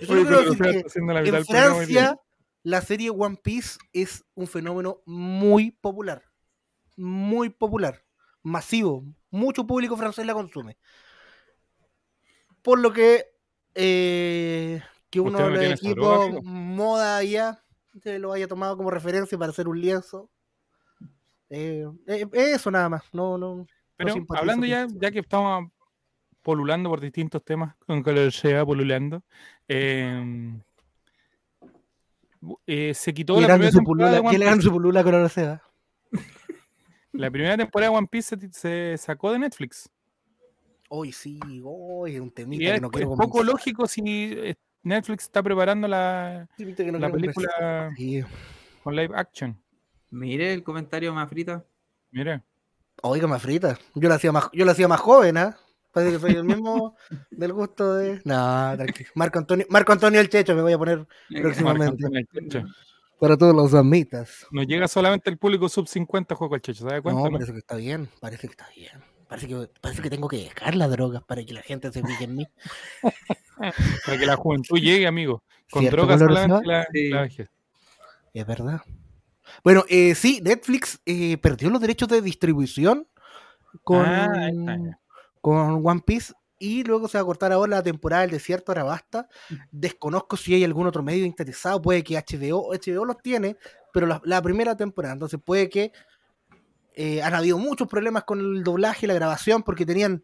Speaker 1: solo quiero
Speaker 3: Oye, pero
Speaker 1: decir
Speaker 3: Fran
Speaker 1: que
Speaker 3: está haciendo la
Speaker 1: en
Speaker 3: mitad del programa hoy día.
Speaker 1: Francia la serie One Piece es un fenómeno muy popular. Muy popular. Masivo. Mucho público francés la consume. Por lo que, eh, que uno
Speaker 3: Usted no
Speaker 1: de los
Speaker 3: tiene saludo, amigo.
Speaker 1: equipos moda allá se lo haya tomado como referencia para hacer un lienzo. Eh, eh, eso nada más. No, no.
Speaker 3: Pero
Speaker 1: simpatizo
Speaker 3: hablando ya,
Speaker 1: con-
Speaker 3: ya que estamos polulando por distintos temas, con que sea polulando, eh, eh, se quitó
Speaker 1: ¿Qué
Speaker 3: la
Speaker 1: le dan
Speaker 3: primera,
Speaker 1: de su
Speaker 3: temporada de
Speaker 1: pulula?
Speaker 3: One
Speaker 1: ¿Qué le dan
Speaker 3: Piece.
Speaker 1: su pulula con la seda?
Speaker 3: La primera temporada de One Piece se, se sacó de Netflix.
Speaker 1: Hoy sí, hoy un
Speaker 3: Y
Speaker 1: temita
Speaker 3: es,
Speaker 1: que no quiero
Speaker 3: es poco
Speaker 1: conversar,
Speaker 3: lógico si eh, Netflix está preparando la,
Speaker 1: un temita que no
Speaker 3: la
Speaker 1: quiero conversar.
Speaker 3: película
Speaker 1: Sí.
Speaker 3: con live action.
Speaker 4: Mire el comentario más frita.
Speaker 3: Mira,
Speaker 1: Oiga, más frita. Yo la hacía más, yo la hacía más joven, ¿ah? Parece que soy el mismo del gusto de. No, tranquilo. Marco Antonio, Marco Antonio el Checho me voy a poner
Speaker 3: Marco
Speaker 1: próximamente.
Speaker 3: Antonio el Checho.
Speaker 1: Para todos los amitas.
Speaker 3: nos llega solamente el público sub 50 juego al checho, ¿sabes cuánto?
Speaker 1: No, parece que está bien, parece que está bien. Parece que, parece que tengo que dejar las drogas para que la gente se fije en mí.
Speaker 3: Para que la juventud llegue, amigo. Con
Speaker 1: ¿Cierto,
Speaker 3: drogas
Speaker 1: Color
Speaker 3: solamente la,
Speaker 4: Sí.
Speaker 3: la vejez.
Speaker 1: Es verdad. Bueno, eh, sí, Netflix eh, perdió los derechos de distribución con,
Speaker 3: Ah, ahí está, ya.
Speaker 1: con One Piece y luego se va a cortar ahora la temporada del desierto, ahora basta.
Speaker 3: Mm.
Speaker 1: Desconozco si hay algún otro medio interesado, puede que HBO, HBO los tiene, pero la, la primera temporada, entonces puede que eh, han habido muchos problemas con el doblaje y la grabación porque tenían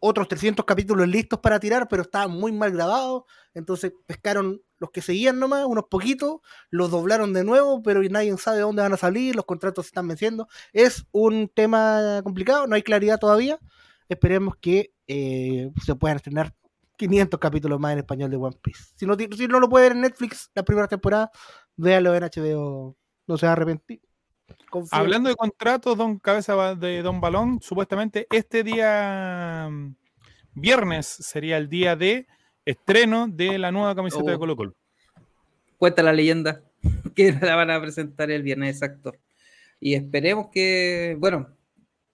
Speaker 1: otros 300 capítulos listos para tirar, pero estaban muy mal grabados, entonces pescaron los que seguían nomás, unos poquitos, los doblaron de nuevo, pero nadie sabe dónde van a salir, los contratos se están venciendo. Es un tema complicado, no hay claridad todavía. Esperemos que eh, se puedan estrenar 500 capítulos más en español de One Piece. Si no, ti- si no lo puede ver en Netflix la primera temporada, véalo en HBO, no se va a arrepentir. Confío.
Speaker 3: Hablando de contratos, don Cabeza Ba- de Don Balón, supuestamente este día mm, viernes sería el día de estreno de la nueva camiseta de
Speaker 4: Oh.
Speaker 3: Colo Colo.
Speaker 4: Cuenta la leyenda que la van a presentar el viernes exacto. Y esperemos que, bueno,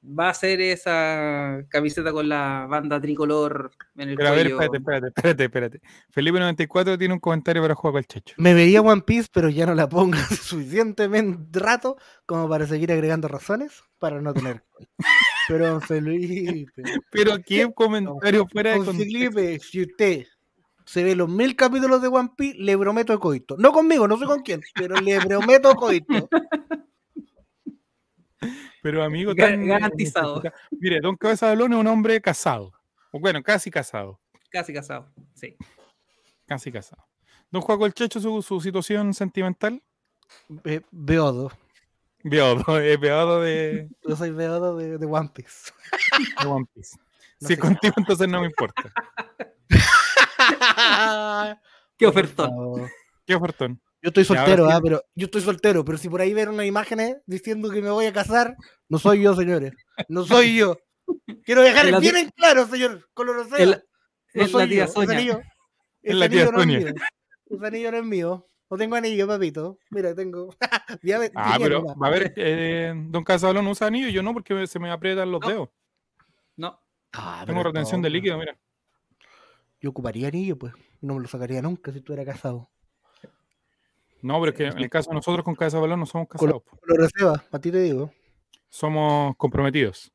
Speaker 4: va a ser esa camiseta con la banda tricolor en el
Speaker 3: Pero a ver,
Speaker 4: cuello.
Speaker 3: espérate, espérate, espérate, espérate. Felipe94 tiene un comentario para jugar al Checho.
Speaker 1: Me vería One Piece, pero ya no la pongo suficientemente rato como para seguir agregando razones para no tener. Pero Felipe.
Speaker 3: Pero qué comentario fuera de
Speaker 1: Don
Speaker 3: contexto.
Speaker 1: Felipe, si usted se ve los mil capítulos de One Piece, le prometo coito. No conmigo, no sé con quién, pero le prometo coito.
Speaker 3: Pero amigo,
Speaker 4: Ga-
Speaker 3: tan-
Speaker 4: garantizado.
Speaker 3: Mire, Don Cabeza de Balón es un hombre casado. O Bueno, casi casado.
Speaker 4: Casi casado. Sí.
Speaker 3: Casi casado. Don Juan Colchecho, su, su situación sentimental.
Speaker 1: Ve- Eh, Beodo.
Speaker 3: Beodo, es Beodo de,
Speaker 1: Yo soy Beodo de, de One Piece.
Speaker 3: de One Piece.
Speaker 1: No
Speaker 3: si
Speaker 1: sé.
Speaker 3: contigo, entonces no me importa.
Speaker 1: Ah,
Speaker 4: Qué
Speaker 1: Por
Speaker 4: ofertón.
Speaker 1: favor.
Speaker 3: Qué ofertón.
Speaker 1: Yo estoy
Speaker 3: ahora
Speaker 1: soltero,
Speaker 3: sí.
Speaker 1: ah, pero yo estoy soltero, pero si por ahí ven unas imágenes diciendo que me voy a casar, no soy yo, señores. No soy yo. Quiero dejar
Speaker 4: Es la
Speaker 1: bien
Speaker 4: tía-
Speaker 1: en claro, señor Colorosea.
Speaker 4: Es la-
Speaker 1: No
Speaker 4: es la
Speaker 1: soy yo,
Speaker 4: tía
Speaker 1: ese
Speaker 4: Sonia.
Speaker 1: anillo- ese
Speaker 3: la tía
Speaker 1: anillo no es
Speaker 3: Sonia.
Speaker 1: mío. Ese anillo no es mío. No tengo anillo, papito. Mira, tengo. Ya ve-
Speaker 3: Ah,
Speaker 1: tenía
Speaker 3: pero
Speaker 1: nomás.
Speaker 3: va a ver, eh, Don Casabalón usa anillo, yo no, porque se me aprietan los
Speaker 4: No,
Speaker 3: dedos.
Speaker 4: No.
Speaker 1: Ah,
Speaker 3: Tengo
Speaker 1: pero
Speaker 3: retención
Speaker 1: no,
Speaker 3: de líquido, mira.
Speaker 1: Yo ocuparía anillo, pues. No me lo sacaría nunca si estuviera casado.
Speaker 3: No, pero es que en el caso de nosotros con Casabalón no somos casados. po.
Speaker 1: Colorosea, a ti te digo.
Speaker 3: Somos comprometidos.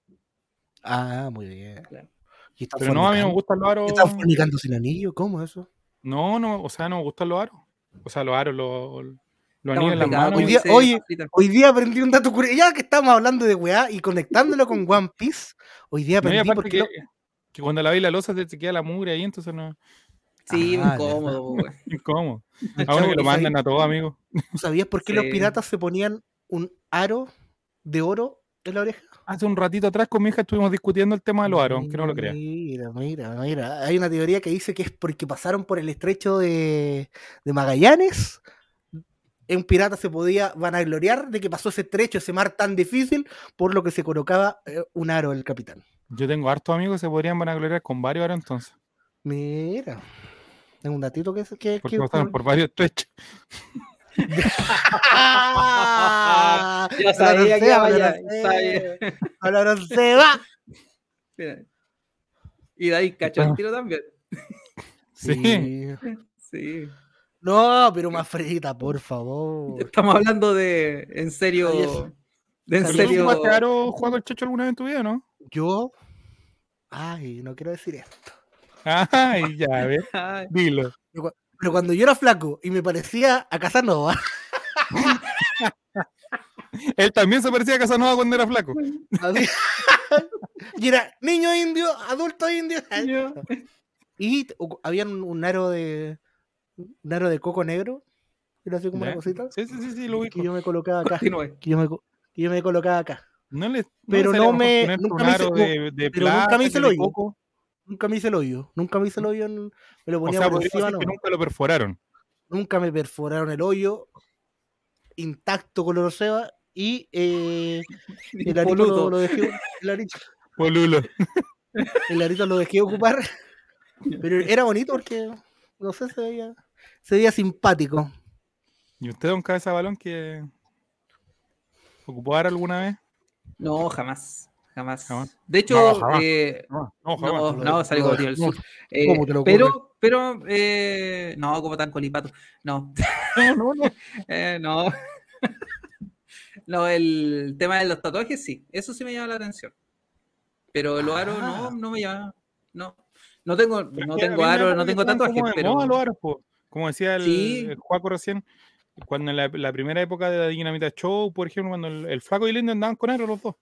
Speaker 1: Ah, muy bien.
Speaker 4: Claro.
Speaker 1: Y están
Speaker 3: Pero no, a mí no
Speaker 1: fornicando.
Speaker 3: me gustan los aros.
Speaker 1: ¿Están fornicando sin anillo? ¿Cómo es eso?
Speaker 3: No, no, o sea, no me gustan los aros. O sea, los aros, los, los
Speaker 4: Estamos
Speaker 3: anillos en las
Speaker 4: pegados,
Speaker 3: manos.
Speaker 1: Hoy
Speaker 4: como
Speaker 1: día-
Speaker 4: dice
Speaker 1: oye,
Speaker 4: Pastrita.
Speaker 1: Hoy día aprendí un dato curioso. Ya que estamos hablando de weá y conectándolo con One Piece, hoy día
Speaker 3: No, y
Speaker 1: aprendí
Speaker 3: aparte
Speaker 1: porque
Speaker 3: que, que cuando la vi la losa se te queda la mugre ahí, entonces no
Speaker 4: Sí,
Speaker 1: Ah,
Speaker 4: incómodo. po, weón.
Speaker 3: incómodo. Ahora Ah, que lo mandan a todos, amigo.
Speaker 1: ¿Sabías por qué los
Speaker 4: Sí.
Speaker 1: piratas se ponían un aro de oro en la oreja?
Speaker 3: Hace un ratito atrás con mi hija estuvimos discutiendo el tema de los aros, aunque no lo creas.
Speaker 1: Mira, mira, mira. Hay una teoría que dice que es porque pasaron por el estrecho de, de Magallanes. Un pirata se podía vanagloriar de que pasó ese estrecho, ese mar tan difícil, por lo que se colocaba eh, un aro el capitán.
Speaker 3: Yo tengo hartos amigos que se podrían vanagloriar con varios aros entonces.
Speaker 1: Mira. Es un datito que... que,
Speaker 3: Porque
Speaker 1: que-
Speaker 3: pasaron por varios estrechos.
Speaker 1: ¡Ah!
Speaker 4: Ya
Speaker 1: Hablaron
Speaker 4: sabía que
Speaker 1: se,
Speaker 4: iba a
Speaker 1: hablaron
Speaker 4: llegar,
Speaker 1: se,
Speaker 4: sabía.
Speaker 1: hablaron se va.
Speaker 4: Mira. Y David cachó el tiro también.
Speaker 3: Sí.
Speaker 4: Sí.
Speaker 1: No, pero más frita, por favor.
Speaker 4: Estamos hablando de, en serio,
Speaker 1: Oye,
Speaker 4: de en
Speaker 1: ¿pero ¿En
Speaker 3: ¿Pero ¿Tú
Speaker 1: serio?
Speaker 3: jugaste
Speaker 4: serio,
Speaker 3: aro jugando el checho alguna vez en tu vida, no?
Speaker 1: Yo. Ay, no quiero decir eso.
Speaker 3: Ay, ya, ves.
Speaker 4: ay,
Speaker 3: Dilo.
Speaker 1: Pero cuando yo era flaco y me parecía a Casanova,
Speaker 3: Él también se parecía a Casanova cuando era flaco.
Speaker 1: Así- y era niño indio, adulto indio. Y t- u- había un, un aro de un aro de coco negro. Era así como
Speaker 3: Ya.
Speaker 1: una cosita.
Speaker 3: Sí, sí, sí, sí, lo ubico.
Speaker 1: que yo me colocaba acá.
Speaker 4: Continúe.
Speaker 1: Que yo me, co- que yo me colocaba acá.
Speaker 3: No le, no
Speaker 1: Pero
Speaker 3: le
Speaker 1: no
Speaker 3: salíamos
Speaker 1: me-
Speaker 3: con poner
Speaker 1: nunca
Speaker 3: un
Speaker 1: me hice-
Speaker 3: aro de, de
Speaker 1: pero nunca me hice
Speaker 3: plátano,
Speaker 1: el
Speaker 3: de
Speaker 1: hoyo.
Speaker 3: coco.
Speaker 1: Nunca me hice el hoyo. Nunca me hice el hoyo. en- me lo
Speaker 3: O
Speaker 1: ponía
Speaker 3: sea,
Speaker 1: por
Speaker 3: podríamos
Speaker 1: encima.
Speaker 3: decir que
Speaker 1: nomás.
Speaker 3: nunca lo perforaron.
Speaker 1: Nunca me perforaron el hoyo. Intacto color ceba. Y eh, el arito lo,
Speaker 4: Impoluto.
Speaker 1: lo dejé. El arito,
Speaker 3: Polulo.
Speaker 1: el arito lo dejé ocupar. Pero era bonito porque, no sé, se veía, se veía simpático.
Speaker 3: ¿Y usted, don Cabeza Balón, que ocupó aro alguna vez?
Speaker 4: No, jamás. Jamás.
Speaker 3: Jamás.
Speaker 4: De hecho,
Speaker 3: No, jamás.
Speaker 4: eh,
Speaker 3: No, no, jamás.
Speaker 4: No,
Speaker 1: lo
Speaker 4: no,
Speaker 1: de-
Speaker 4: salió
Speaker 1: lo
Speaker 4: como
Speaker 1: de-
Speaker 4: tío del
Speaker 1: no,
Speaker 4: sur. Eh,
Speaker 1: ¿cómo te lo
Speaker 4: pero, pero, eh, no, como tan colipato. No. No, no, no. no. No, el tema de los tatuajes sí, eso sí me llama la atención. Pero los aros
Speaker 1: Ah.
Speaker 4: no, no me llama. No, no tengo,
Speaker 3: Pero
Speaker 4: no
Speaker 3: es que
Speaker 4: tengo
Speaker 3: a mí me da
Speaker 4: aros,
Speaker 3: rabia
Speaker 4: no
Speaker 3: que
Speaker 4: tengo
Speaker 3: estaban
Speaker 4: tatuajes,
Speaker 3: como de
Speaker 4: pero.
Speaker 3: moda los aros, po. Como decía el,
Speaker 4: Sí.
Speaker 3: el Juaco recién, cuando en la, la primera época de la Dinamita Show, por ejemplo, cuando el, el Flaco y el Indio andaban con aros los dos.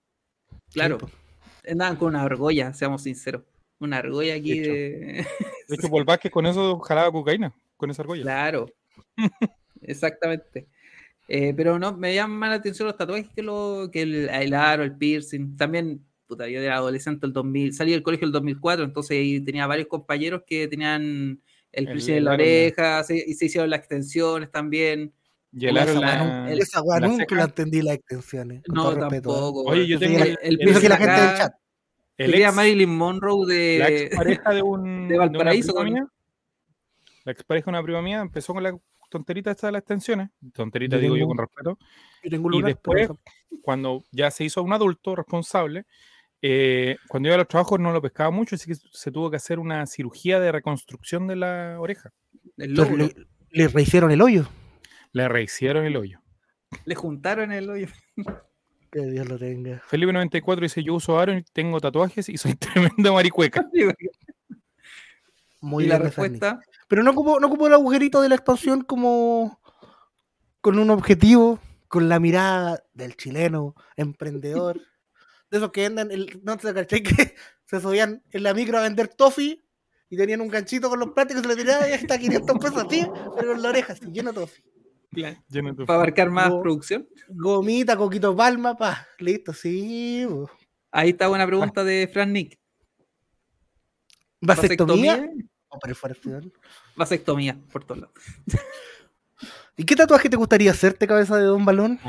Speaker 4: Claro,
Speaker 1: Sí, po.
Speaker 4: andaban con una argolla, seamos sinceros. Una argolla aquí
Speaker 1: hecho.
Speaker 4: de.
Speaker 3: De hecho, Paul Vázquez con eso jalaba cocaína, con esa argolla.
Speaker 4: Claro, exactamente. Eh, pero no, me llaman más la atención los tatuajes que, lo, que el, el aro, el piercing. También, puta, yo era adolescente el 2000, salí del colegio el 2004, entonces ahí tenía varios compañeros que tenían el
Speaker 3: El-
Speaker 4: piercing en
Speaker 3: el
Speaker 4: la
Speaker 3: aro en la-
Speaker 4: oreja, se- y se hicieron las extensiones también.
Speaker 3: Y el
Speaker 4: Como
Speaker 3: aro en
Speaker 4: esa
Speaker 3: la-
Speaker 4: mano, el-
Speaker 1: Esa weá
Speaker 3: la
Speaker 1: nunca
Speaker 3: ceja.
Speaker 1: la entendí las extensiones. con
Speaker 4: No,
Speaker 1: todo respeto, ¿eh?
Speaker 4: tampoco.
Speaker 3: Oye, yo
Speaker 1: Pensé
Speaker 3: tengo
Speaker 1: que
Speaker 3: el-
Speaker 4: el, el
Speaker 3: el-
Speaker 1: Pienso que
Speaker 4: piercing
Speaker 1: la gente del
Speaker 4: acá
Speaker 1: chat.
Speaker 3: el
Speaker 4: sería
Speaker 3: ex-
Speaker 4: Marilyn Monroe
Speaker 3: la
Speaker 4: de...
Speaker 3: expareja de un
Speaker 4: de
Speaker 3: una
Speaker 4: Valparaíso,
Speaker 3: prima
Speaker 4: con-
Speaker 3: mía, La expareja de una prima mía empezó con la tonterita esta de las extensiones, tonterita
Speaker 1: Yo
Speaker 3: digo yo
Speaker 1: tengo-
Speaker 3: con respeto,
Speaker 1: Yo tengo un
Speaker 3: Y
Speaker 1: lunar,
Speaker 3: después-
Speaker 1: pero-
Speaker 3: cuando ya se hizo un adulto responsable, eh, cuando iba a los trabajos no lo pescaba mucho, así que se tuvo que hacer una cirugía de reconstrucción de la oreja.
Speaker 4: el
Speaker 1: Entonces,
Speaker 4: lóbulo.
Speaker 1: le, le rehicieron el hoyo.
Speaker 3: Le rehicieron el hoyo.
Speaker 4: Le juntaron el hoyo.
Speaker 1: Que Dios lo tenga.
Speaker 3: Felipe 94 dice, yo uso aro, y tengo tatuajes y soy tremenda maricueca.
Speaker 1: Muy
Speaker 4: Y la
Speaker 1: bien, Sandy.
Speaker 4: respuesta...
Speaker 1: Pero no ocupó, no ocupó el agujerito de la expansión como con un objetivo, con la mirada del chileno, emprendedor. De esos que andan, el, no te caché que se subían en la micro a vender toffee y tenían un ganchito con los plásticos y se le tiraban y hasta 500 pesos a ti, pero en la oreja, así, lleno de toffee.
Speaker 3: Yo no te-
Speaker 4: para abarcar más
Speaker 1: Go-
Speaker 4: producción.
Speaker 1: Gomita, coquito palma, pa, listo, sí. bo.
Speaker 4: Ahí está una pregunta de Fran Nick.
Speaker 1: ¿Vasectomía? o perforación?
Speaker 4: Vasectomía, por todos lados.
Speaker 1: ¿Y qué tatuaje te gustaría hacerte, cabeza de don balón?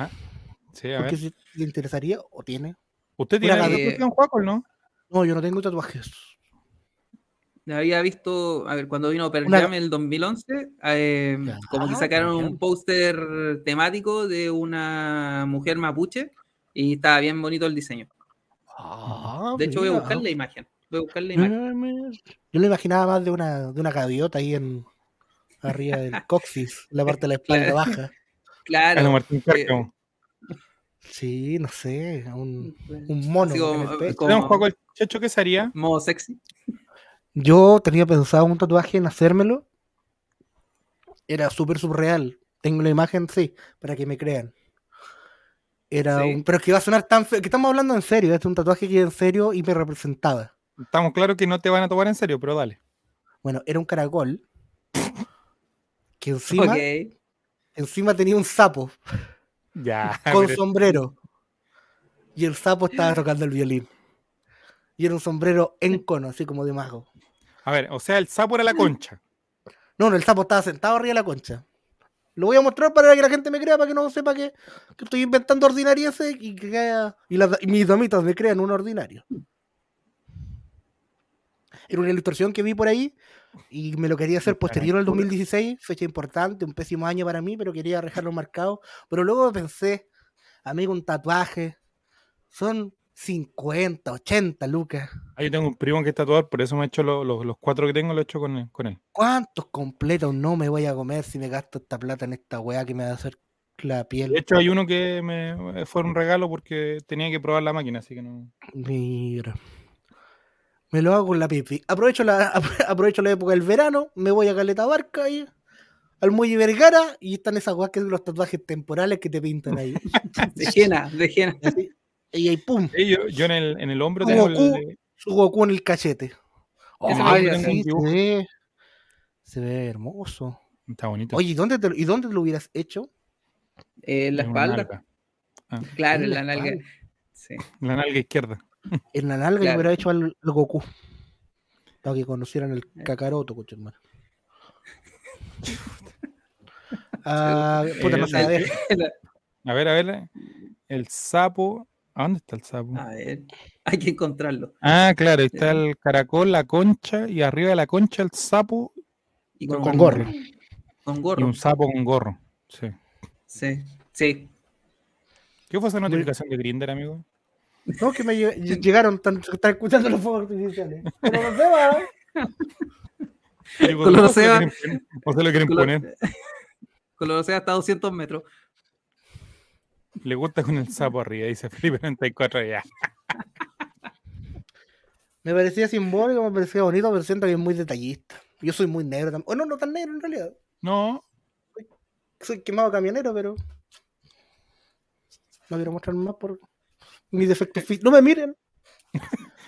Speaker 3: Sí, a
Speaker 1: Porque
Speaker 3: ver.
Speaker 1: si te interesaría o tiene.
Speaker 3: ¿Usted
Speaker 1: Una
Speaker 3: tiene algo
Speaker 4: gaveta.
Speaker 3: que don Juaco, no?
Speaker 1: No, yo no tengo tatuajes.
Speaker 4: Eh, Había visto, a ver, cuando vino Pearl
Speaker 1: Una-
Speaker 4: Jam en el 2011, eh,
Speaker 1: Ya,
Speaker 4: como que sacaron un póster temático de una mujer mapuche y estaba bien bonito el diseño.
Speaker 1: Ah,
Speaker 4: De hecho, voy a
Speaker 1: mira. Mm.
Speaker 4: buscar la imagen. Voy a buscar la imagen.
Speaker 1: Mira, mira. Yo lo imaginaba más de una, de una gaviota ahí en arriba del coxis, la parte de la espalda
Speaker 4: Claro.
Speaker 1: baja.
Speaker 4: Claro. eh,
Speaker 3: Carlos Martín Cárcamo.
Speaker 1: Sí, no sé, un,
Speaker 4: eh,
Speaker 1: un mono.
Speaker 4: Así como-
Speaker 1: en el pecho.
Speaker 4: como-
Speaker 3: Don Juaco, el checho, ¿qué sería?
Speaker 4: Modo sexy.
Speaker 1: Yo tenía pensado un tatuaje en hacérmelo. Era súper surreal. Tengo la imagen, sí, para que me crean. Era
Speaker 4: Sí.
Speaker 1: un, pero es que iba a sonar tan feo, que estamos hablando en serio, este es un tatuaje que en serio y me representaba.
Speaker 3: Estamos claros que no te van a tomar en serio, pero dale.
Speaker 1: Bueno, era un caracol que encima,
Speaker 4: Ok.
Speaker 1: encima tenía un sapo.
Speaker 3: Ya.
Speaker 1: con
Speaker 3: Ah, pero-
Speaker 1: sombrero. Y el sapo estaba tocando el violín. Y era un sombrero en cono, así como de mago.
Speaker 3: A ver, o sea, el sapo era la concha.
Speaker 1: No, no, el sapo estaba sentado arriba de la concha. Lo voy a mostrar para que la gente me crea, para que no sepa que, que estoy inventando ordinarieces y que crea- y, las- y mis domitas me crean un ordinario. Era una ilustración que vi por ahí y me lo quería hacer posterior al 2016, fecha importante, un pésimo año para mí, pero quería dejarlo marcado. Pero luego pensé, amigo, un tatuaje, son 50, 80 lucas.
Speaker 3: Ah, yo tengo un primo que es tatuador, por eso me he hecho lo- lo- los cuatro que tengo, lo he hecho con él. Con él.
Speaker 1: ¿Cuántos completos no me voy a comer si me gasto esta plata en esta weá que me va a hacer la piel?
Speaker 3: De hecho, hay uno que me fue un regalo porque tenía que probar la máquina, así que no.
Speaker 1: Mira. Me lo hago con la pipi. Aprovecho la, aprovecho la época del verano, me voy a Caleta Barca y al Muelle Vergara y están esas weas que son los tatuajes temporales que te pintan ahí.
Speaker 4: De Jena, de Jena.
Speaker 1: Así, y ahí pum,
Speaker 3: Sí, yo, yo en, el, en el hombro
Speaker 1: Como
Speaker 3: tengo el,
Speaker 1: Goku.
Speaker 3: de-
Speaker 1: su Goku en el cachete.
Speaker 4: Ese
Speaker 1: Ay,
Speaker 4: lo
Speaker 1: sí,
Speaker 3: tengo un
Speaker 1: se,
Speaker 3: dibujo.
Speaker 1: ve, se ve hermoso.
Speaker 3: Está bonito.
Speaker 1: Oye, ¿y dónde te, lo- ¿y dónde te lo hubieras hecho?
Speaker 4: En Eh, la
Speaker 3: En una
Speaker 4: espalda.
Speaker 3: nalga. Ah.
Speaker 4: Claro,
Speaker 1: En
Speaker 4: en
Speaker 1: la
Speaker 4: la nalga.
Speaker 1: espalda.
Speaker 4: Sí.
Speaker 3: La nalga izquierda.
Speaker 1: En la nalga yo
Speaker 4: Claro.
Speaker 1: hubiera hecho al, al Goku. Para que conocieran el
Speaker 4: Eh.
Speaker 1: cacaroto, coche hermano.
Speaker 4: pues.
Speaker 1: Ah,
Speaker 4: Eh,
Speaker 1: puta, no se la deja.
Speaker 3: A ver, a ver. El sapo. ¿A dónde está el sapo?
Speaker 4: A ver, hay que encontrarlo.
Speaker 3: Ah, claro, ahí está el caracol, la concha y arriba de la concha el sapo
Speaker 4: Y con,
Speaker 1: Con
Speaker 4: un-
Speaker 1: gorro.
Speaker 4: Con
Speaker 3: y
Speaker 4: gorro.
Speaker 3: un sapo con gorro. Sí.
Speaker 4: Sí, sí.
Speaker 3: ¿Qué fue esa notificación de Grinder, amigo?
Speaker 1: No, que me lle- lle- llegaron, tan- están, escuchando los fuegos artificiales. Pero no se va.
Speaker 3: Digo,
Speaker 4: Con lo
Speaker 3: no,
Speaker 4: que
Speaker 3: se
Speaker 4: sea-
Speaker 3: quieren poner- no se lo quieren
Speaker 4: Colo-
Speaker 3: poner.
Speaker 4: Colorado sea hasta 200 metros.
Speaker 3: Le gusta con el sapo arriba, dice Felipe 94 ya.
Speaker 1: Me parecía simbólico, me parecía bonito, pero siento que es muy detallista. Yo soy muy negro también. O no, no tan negro en realidad.
Speaker 3: No,
Speaker 1: Soy quemado camionero, pero. No quiero mostrar más por mi defecto físico. No me miren.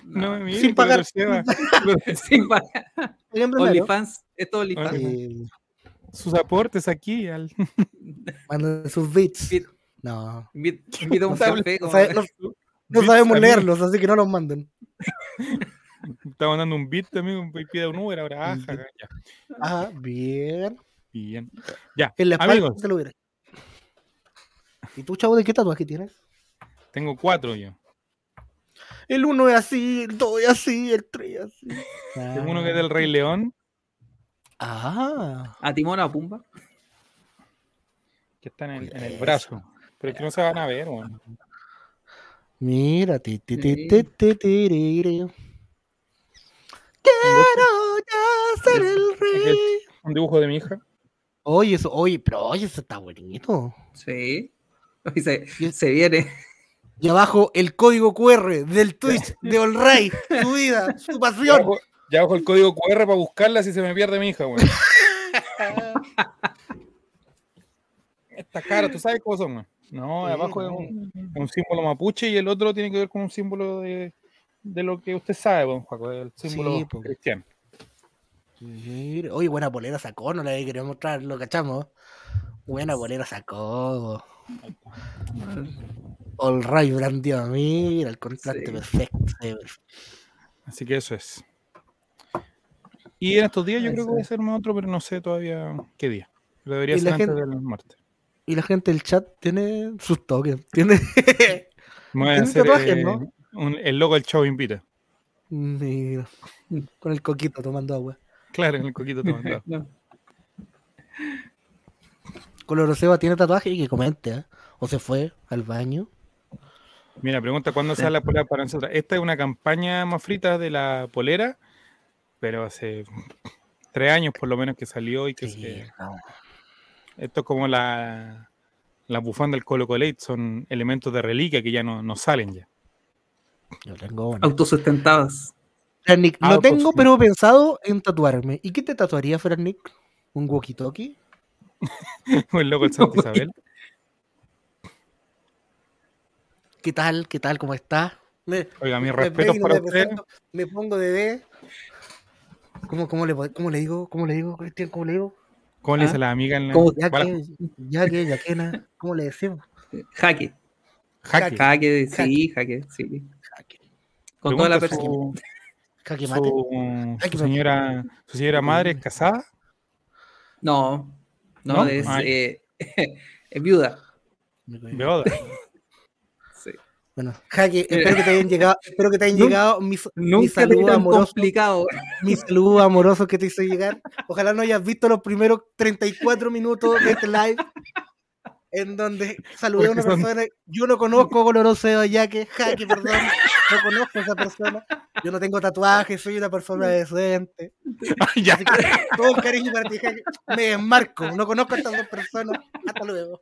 Speaker 3: no me mires.
Speaker 1: Sin pagar.
Speaker 4: Sin pagar.
Speaker 1: soy empresario.
Speaker 4: OnlyFans, esto es OnlyFans.
Speaker 1: Eh,
Speaker 3: Sus aportes aquí al.
Speaker 1: Manden sus bits.
Speaker 4: Bit.
Speaker 1: No.
Speaker 4: Invi- Invita a un
Speaker 3: Contable.
Speaker 4: café.
Speaker 1: No,
Speaker 4: como-
Speaker 1: sabe- no- no
Speaker 3: Bits,
Speaker 1: sabemos
Speaker 3: amigo.
Speaker 1: leerlos, así que no los manden.
Speaker 3: Estaba dando un beat también, pide un Uber ahora.
Speaker 1: Un
Speaker 3: ajá,
Speaker 1: beat.
Speaker 3: ya,
Speaker 1: Ah, bien.
Speaker 3: bien. Ya.
Speaker 1: En la espalda
Speaker 3: Amigos,
Speaker 1: te lo hubiera. ¿Y tú, chavo, de qué tatuaje tienes?
Speaker 3: tengo cuatro yo.
Speaker 1: El uno es así, el dos es así, el tres es así.
Speaker 3: Tengo uno que es del Rey León,
Speaker 1: Ah.
Speaker 4: A Timón a Pumba.
Speaker 3: que está en el, en el brazo. Pero es que no se van a ver, weón.
Speaker 1: Mira, ti, ti, ti,
Speaker 4: Sí.
Speaker 1: ti, ti, ti, ri, ri. Quiero ya ser el rey.
Speaker 3: Un dibujo de mi hija.
Speaker 1: Oye, eso, oye, pero oye, eso está bonito.
Speaker 4: Sí. Y se,
Speaker 1: Yo-
Speaker 4: se viene.
Speaker 1: Y abajo el código QR del Twitch de All Rey, su vida, su
Speaker 3: Ya
Speaker 1: pasión.
Speaker 3: bajo, ya bajo el código QR para buscarla si se me pierde mi hija, weón. Esta cara, ¿tú sabes cómo son, weón? No,
Speaker 1: Sí,
Speaker 3: abajo es
Speaker 1: no.
Speaker 3: un, un símbolo mapuche y el otro tiene que ver con un símbolo de, de lo que usted sabe, weón, Juaco, el símbolo
Speaker 1: Sí, po.
Speaker 3: cristiano.
Speaker 1: Mira, Oye, buena polera sacó, no la quería mostrar, lo cachamos. Buena polera sacó. All Rey brandeado, mira, el contraste
Speaker 4: Sí.
Speaker 1: perfecto. se ve
Speaker 3: Así que eso es. Y en estos días yo
Speaker 4: Ahí
Speaker 3: creo que
Speaker 4: se
Speaker 3: voy a
Speaker 4: ve.
Speaker 3: hacerme otro, pero no sé todavía qué día. Lo debería
Speaker 1: Y
Speaker 3: ser
Speaker 1: la
Speaker 3: antes
Speaker 1: gente-
Speaker 3: del martes.
Speaker 1: Y la gente del chat tiene sus toques. Tiene.
Speaker 3: Me voy a
Speaker 1: Tiene
Speaker 3: hacer
Speaker 1: tatuajes,
Speaker 3: eh,
Speaker 1: ¿no?
Speaker 3: un- el logo del show invita.
Speaker 1: Mira, Con el coquito tomando agua.
Speaker 3: Claro, en el coquito te mandaba.
Speaker 4: No.
Speaker 1: Coloroseba tiene tatuaje y que comente, ¿eh? O se fue al baño.
Speaker 3: Mira, pregunta cuándo sale la polera para nosotros. Esta es una campaña más frita de la polera, pero hace tres años por lo menos que salió y que
Speaker 1: Sí, ah.
Speaker 3: se-
Speaker 1: no.
Speaker 3: esto es como la, la bufanda del Colo Colate, son elementos de reliquia que ya no, no salen ya.
Speaker 1: Yo tengo una.
Speaker 4: Autosustentadas.
Speaker 1: Fran Nick, no
Speaker 3: autos-
Speaker 1: tengo, pero he pensado en tatuarme. ¿Y qué te tatuaría, Fran Nick? ¿Un walkie-talkie?
Speaker 3: El loco de Santa
Speaker 4: No,
Speaker 3: Isabel.
Speaker 1: ¿Qué tal? ¿Qué tal? ¿Cómo estás? Me-
Speaker 3: Oiga, mis
Speaker 1: me
Speaker 3: respetos
Speaker 1: peino,
Speaker 3: para
Speaker 1: me
Speaker 3: usted.
Speaker 1: presento, Me pongo de D. ¿Cómo, cómo le, pod- ¿Cómo le digo? ¿Cómo le digo, Cristian? ¿Cómo le digo?
Speaker 3: ¿Cómo le
Speaker 4: ¿Ah?
Speaker 3: dice la amiga en la
Speaker 4: ¿Cómo?
Speaker 1: Ya
Speaker 3: para-
Speaker 1: que, ya que, ya que, na- ¿cómo le decimos?
Speaker 4: Jaque.
Speaker 3: Jaque.
Speaker 4: Jaque, sí,
Speaker 1: Jaque.
Speaker 4: jaque, sí.
Speaker 1: Jaque.
Speaker 4: Con toda la
Speaker 3: Pregunta
Speaker 4: persona.
Speaker 3: su-
Speaker 1: Jaque mate.
Speaker 3: su,
Speaker 1: Jaque
Speaker 3: su
Speaker 1: mate.
Speaker 3: señora, su señora madre es casada.
Speaker 4: No, no,
Speaker 3: ¿No?
Speaker 4: Es,
Speaker 3: Ay.
Speaker 4: eh, es viuda.
Speaker 3: Beoda.
Speaker 4: Sí.
Speaker 1: Bueno, Jaque, espero que te hayan llegado, espero que te hayan
Speaker 4: Nun-
Speaker 1: llegado mis, mi
Speaker 4: Nunca te
Speaker 1: saludo
Speaker 4: tan
Speaker 1: amoroso,
Speaker 4: complicado.
Speaker 1: mi saludo amoroso que te hizo llegar. Ojalá no hayas visto los primeros 34 minutos de este live en donde saludé a una
Speaker 3: Porque son-
Speaker 1: persona, yo no conozco a Coloroseo Jaque, Jaque, perdón, no conozco a esa persona, yo no tengo tatuajes, soy una persona decente,
Speaker 4: Ah,
Speaker 3: ya.
Speaker 1: así que todo el cariño para ti, Jaque, me desmarco, no conozco a estas dos personas, hasta luego.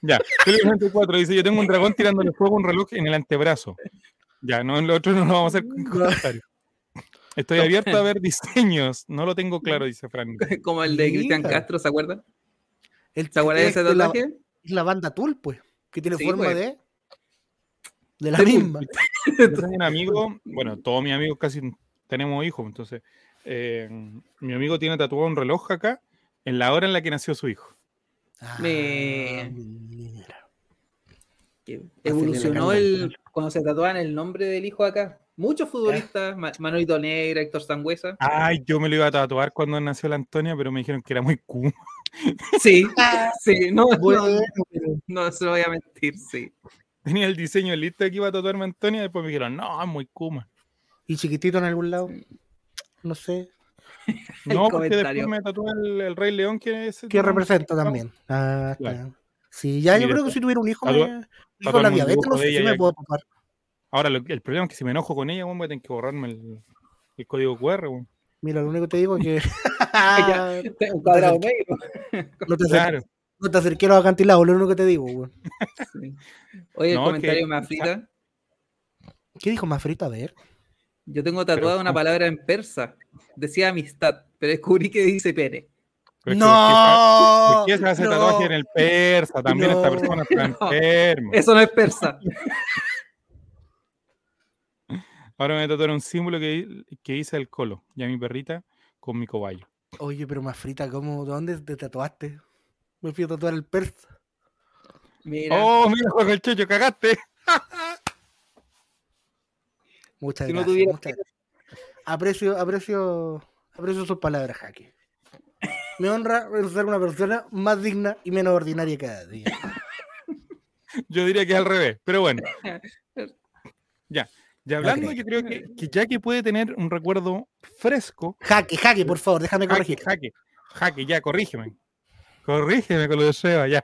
Speaker 3: Ya, Felipe 94 dice, yo tengo un dragón tirándole fuego a un reloj en el antebrazo. Ya, no, en lo otro no lo vamos a hacer con
Speaker 1: No.
Speaker 3: comentario. Estoy abierto a ver diseños. No lo tengo claro, dice Fran.
Speaker 4: Como el de Cristian
Speaker 1: Mira.
Speaker 4: Castro, ¿se acuerdan?
Speaker 1: El
Speaker 4: ¿Se acuerdan de ese
Speaker 1: de la,
Speaker 4: tatuaje?
Speaker 1: es la banda Tool, pues, que tiene
Speaker 4: Sí,
Speaker 1: forma
Speaker 4: pues.
Speaker 1: de. De la
Speaker 4: Sí, pues.
Speaker 1: misma.
Speaker 3: Yo tengo un amigo, bueno, todos mis amigos casi tenemos hijos, entonces eh, mi amigo tiene tatuado un reloj acá en la hora en la que nació su hijo.
Speaker 1: Ah,
Speaker 4: Me-
Speaker 1: mira.
Speaker 4: Eh, que
Speaker 1: Ah,
Speaker 4: evolucionó
Speaker 1: Hacerle la
Speaker 4: el, cuando se tatuaban el nombre del hijo acá. Muchos futbolistas, Ma- Manolito Negra, Héctor Sangüesa.
Speaker 1: Ah,
Speaker 3: Ay, yo me lo iba a tatuar cuando nació la Antonia, pero me dijeron que era muy cool.
Speaker 4: Sí, sí, no,
Speaker 1: Bueno,
Speaker 4: no,
Speaker 1: pero
Speaker 4: no se lo voy a mentir, sí.
Speaker 3: Tenía el diseño listo aquí para tatuarme a Antonia, después me dijeron, no, es muy Kuma.
Speaker 1: ¿Y chiquitito en algún lado? No sé.
Speaker 3: No, porque después
Speaker 4: comentario.
Speaker 3: me tatué el, el Rey León, que es.
Speaker 1: ¿Qué representa también? Ah,
Speaker 3: Claro.
Speaker 1: está. Sí, ya yo
Speaker 3: Mira,
Speaker 1: creo que si tuviera un hijo, me,
Speaker 3: tatua-
Speaker 1: un hijo
Speaker 3: tatuarme
Speaker 1: con la
Speaker 3: un
Speaker 1: diabetes,
Speaker 3: dibujo
Speaker 1: no
Speaker 3: de
Speaker 1: sé
Speaker 3: ella
Speaker 1: si me
Speaker 3: ya-
Speaker 1: puedo papar.
Speaker 3: Ahora, lo- el problema es que si me enojo con ella, weón, voy a tener que borrarme el, el código QR, weón.
Speaker 1: Mira, lo único que te digo es que.
Speaker 4: Ya, un cuadrado negro.
Speaker 1: no, te acer-
Speaker 3: Claro.
Speaker 1: no te acerques a los acantilados, lo único que te digo, weón.
Speaker 4: Sí. Oye, el
Speaker 3: No, que-
Speaker 4: comentario me afrita.
Speaker 1: ¿Qué dijo Mafrita? A ver.
Speaker 4: Yo tengo tatuada una palabra en persa. Decía amistad, pero descubrí que dice pene.
Speaker 3: Pero es que
Speaker 1: ¡No!
Speaker 3: ¿por qué se hace
Speaker 1: ¡No!
Speaker 3: tatuaje en el persa? También esta
Speaker 1: No.
Speaker 3: persona está
Speaker 4: No.
Speaker 3: enferma.
Speaker 4: Eso no es persa.
Speaker 3: Ahora me voy a tatuar un símbolo que, que hice el colo y a mi perrita con mi cobayo.
Speaker 1: Oye, pero Mafrita, ¿cómo? ¿Dónde te tatuaste? Me fui a tatuar el persa.
Speaker 4: Mira,
Speaker 3: ¡Oh, mira, Juan el Checho, cagaste!
Speaker 1: Muchas
Speaker 4: Si no
Speaker 1: gracias.
Speaker 4: tuviera-
Speaker 1: muchas gracias. Aprecio, aprecio, aprecio sus palabras, Jaque. Me honra ser una persona más digna y menos ordinaria cada día.
Speaker 3: Yo diría que es al revés, pero bueno. Ya. Y hablando,
Speaker 1: creo.
Speaker 3: yo creo que, que ya que puede tener un recuerdo fresco,
Speaker 1: Jaque, Jaque, por favor, déjame
Speaker 3: jaque,
Speaker 1: corregir.
Speaker 3: jaque, jaque, ya, corrígeme. Corrígeme con lo de Seba, ya.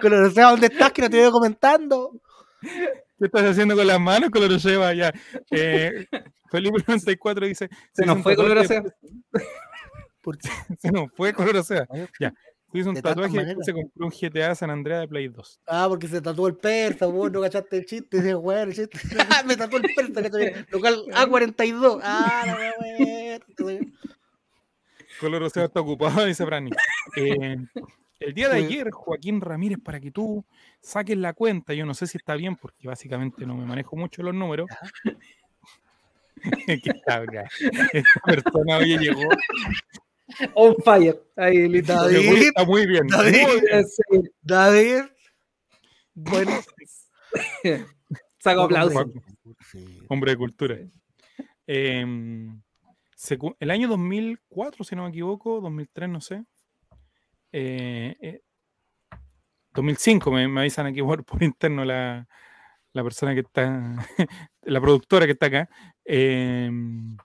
Speaker 1: Colorosea, ¿dónde estás? Que no te veo comentando.
Speaker 3: ¿Qué estás haciendo con las manos, Color Seba? Ya. Eh, Felipe 94 dice...
Speaker 4: se nos fue color
Speaker 3: Coloroseba.
Speaker 4: aseo.
Speaker 1: ¿Por qué?
Speaker 3: Se nos fue color osea. Ya. Se hizo un
Speaker 1: De tantas
Speaker 3: tatuaje y después
Speaker 1: maneras.
Speaker 3: se compró un GTA San Andrea de Play 2.
Speaker 1: Ah, porque se tatuó el persa, vos no cachaste el chiste, ese weón, el chiste. Me tatuó el persa, ¿cachai? Local A42. Ah, la wea, weón.
Speaker 3: Color osea está ocupado, dice Brani. Eh, el día de
Speaker 1: Oye.
Speaker 3: ayer, Joaquín Ramírez, para que tú saques la cuenta, yo no sé si está bien, porque básicamente no me manejo mucho los números. Qué cabra. Esta persona hoy llegó.
Speaker 4: On fire. Ahí, listo.
Speaker 1: David.
Speaker 3: llegó y está muy bien.
Speaker 1: David.
Speaker 3: muy bien.
Speaker 4: Sí.
Speaker 1: David. Bueno.
Speaker 4: Saco aplausos.
Speaker 3: Juan-
Speaker 1: Sí.
Speaker 3: Hombre de cultura. Em, se cu- el año 2004, si no me equivoco, 2003, no sé. Eh, eh, 2005, me, me avisan aquí por, por interno la, la persona que está, la productora que está acá, em,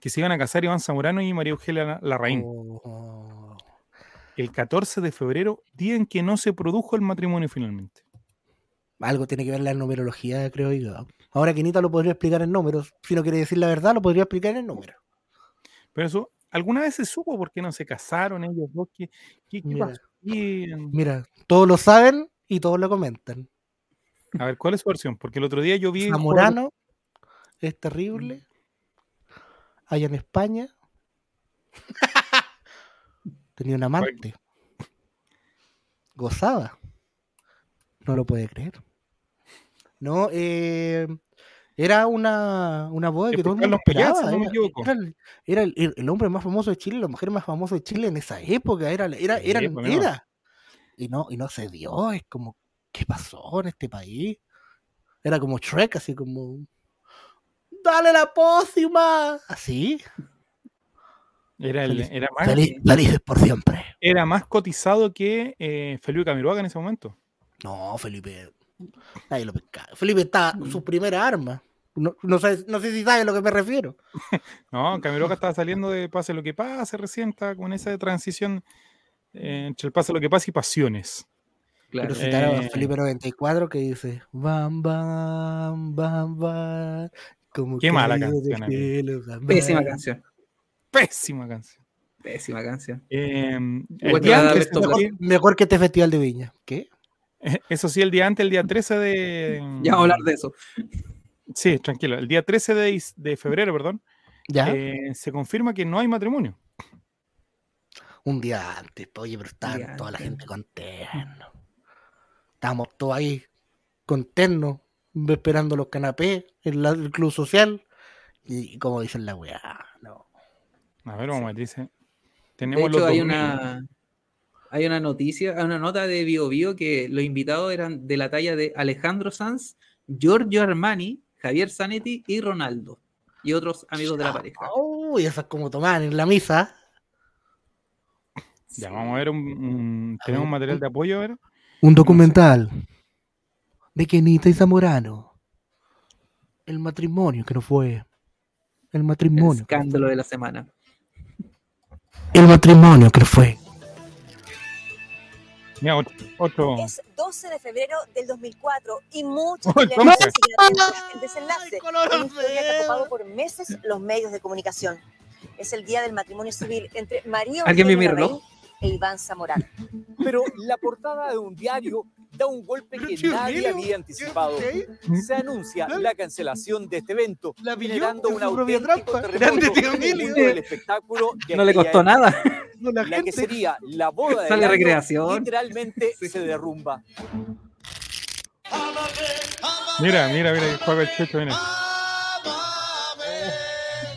Speaker 3: que se iban a casar Iván Zamorano y María Eugenia La- Larraín.
Speaker 1: Oh.
Speaker 3: El 14 de febrero, día en que no se produjo el matrimonio finalmente.
Speaker 1: Algo tiene que ver la numerología, creo yo. Ahora Quinita lo podría explicar en números. Si no quiere decir la verdad, lo podría explicar en números.
Speaker 3: Pero eso, ¿alguna vez se supo por qué no se casaron ellos dos? ¿Qué, qué, qué
Speaker 1: Mira.
Speaker 3: pasó ahí?
Speaker 1: Mira, todos lo saben y todos lo comentan.
Speaker 3: A ver, ¿cuál es su versión? Porque el otro día yo vi. en Juego-
Speaker 1: Zamorano es terrible. Allá en España. Tenía un amante. Gozaba. No lo puede creer. No, eh, era una, una boda
Speaker 3: Es
Speaker 1: que todo
Speaker 3: por
Speaker 1: el mundo
Speaker 3: Carlos Peña, si
Speaker 1: esperaba,
Speaker 3: no me
Speaker 1: era-
Speaker 3: equivoco.
Speaker 1: Era, el, era el- el- el hombre más famoso de Chile, la mujer más famosa de Chile en esa época. Era, la- era,
Speaker 3: Sí,
Speaker 1: era,
Speaker 3: pues, mira.
Speaker 1: era. Y no, y no se dio. Es como, ¿qué pasó en este país? Era como Shrek, así como. ¡Dale la pócima! Así.
Speaker 3: Era, el- era, más,
Speaker 1: Feliz, felices por siempre.
Speaker 3: era más cotizado que eh, Felipe Camiroaga en ese momento.
Speaker 1: No, Felipe. Nadie lo pescaba. Felipe está
Speaker 3: Mm.
Speaker 1: su primera arma. No, no, sabes- no sé si sabes a lo que me refiero.
Speaker 3: No, Camiroaga estaba saliendo de Pase lo que pase, recién estaba con esa transición eh, entre el Pase lo que pase y Pasiones.
Speaker 4: Claro.
Speaker 1: Pero citaron a
Speaker 3: Eh.
Speaker 1: Felipe 94 que dice Bam, bam, bam, bam Como
Speaker 3: Qué mala
Speaker 1: caído del
Speaker 3: canción, amigo.
Speaker 1: cielo, bam,
Speaker 4: Pésima
Speaker 1: bam".
Speaker 4: canción.
Speaker 3: Pésima canción.
Speaker 4: Pésima canción.
Speaker 3: Eh, el
Speaker 4: Bueno,
Speaker 3: día
Speaker 4: nada,
Speaker 3: antes, Eh,
Speaker 4: esto
Speaker 3: eso
Speaker 1: Mejor,
Speaker 3: sí-
Speaker 1: mejor que este festival de viña. ¿Qué?
Speaker 3: eso sí, el día antes, el día 13 de. em,
Speaker 4: Ya vamos a hablar de eso.
Speaker 3: Sí, tranquilo. El día 13 de, dis- de febrero, perdón,
Speaker 1: Ya,
Speaker 3: eh, se confirma que no hay matrimonio.
Speaker 1: un día antes. po, Este, Oye, pero
Speaker 4: día
Speaker 1: estaba toda la
Speaker 4: antes.
Speaker 1: gente contenta. Estábamos todos ahí contentos, esperando los canapés, en la- el club social. Y, como dicen la weá, no.
Speaker 3: A ver, vamos a ver, dice.
Speaker 4: De
Speaker 3: Tenemos
Speaker 4: hecho,
Speaker 3: los
Speaker 4: hay
Speaker 3: 2000.
Speaker 4: una, hay una noticia, hay una nota de BioBio que los invitados eran de la talla de Alejandro Sanz, Giorgio Armani, Javier Zanetti y Ronaldo. Y otros amigos de la pareja.
Speaker 1: Uy, esas como tomaban en la misa.
Speaker 3: Ya, vamos a ver, un, un- tenemos
Speaker 1: ver,
Speaker 3: material
Speaker 1: un-
Speaker 3: de apoyo, a ver.
Speaker 1: Un documental de Kenita y Zamorano. El matrimonio que no fue. El
Speaker 4: El
Speaker 1: matrimonio. que no
Speaker 4: escándalo de la semana.
Speaker 1: fue. El matrimonio que no fue.
Speaker 3: Mira, otro. otro.
Speaker 5: Es 12 de febrero del 2004 y muchos
Speaker 3: Oh,
Speaker 5: chilenos
Speaker 3: entonces.
Speaker 5: siguen atentos al desenlace. Una historia que ha copado por meses los medios de comunicación. Es el día del matrimonio civil entre María
Speaker 4: ¿Alguien vio mi
Speaker 5: Eugenia
Speaker 4: reloj?
Speaker 5: Larraín e Iván Zamorano.
Speaker 6: pero la portada de un diario da un golpe que nadie había anticipado. Se anuncia la cancelación de este evento,
Speaker 1: La pilló
Speaker 6: generando
Speaker 1: en
Speaker 6: un
Speaker 1: su propia
Speaker 6: auténtico
Speaker 1: trampa.
Speaker 6: terremoto
Speaker 1: Grande
Speaker 6: en el
Speaker 1: Teodomilio.
Speaker 6: mundo del espectáculo. de
Speaker 4: No le
Speaker 6: aquella
Speaker 4: costó
Speaker 6: época.
Speaker 4: nada.
Speaker 1: La
Speaker 6: La que
Speaker 1: gente-
Speaker 6: sería la boda
Speaker 4: Sale
Speaker 6: de
Speaker 4: recreación.
Speaker 6: literalmente se derrumba.
Speaker 3: Mira, mira, mira, juega el checho, mira.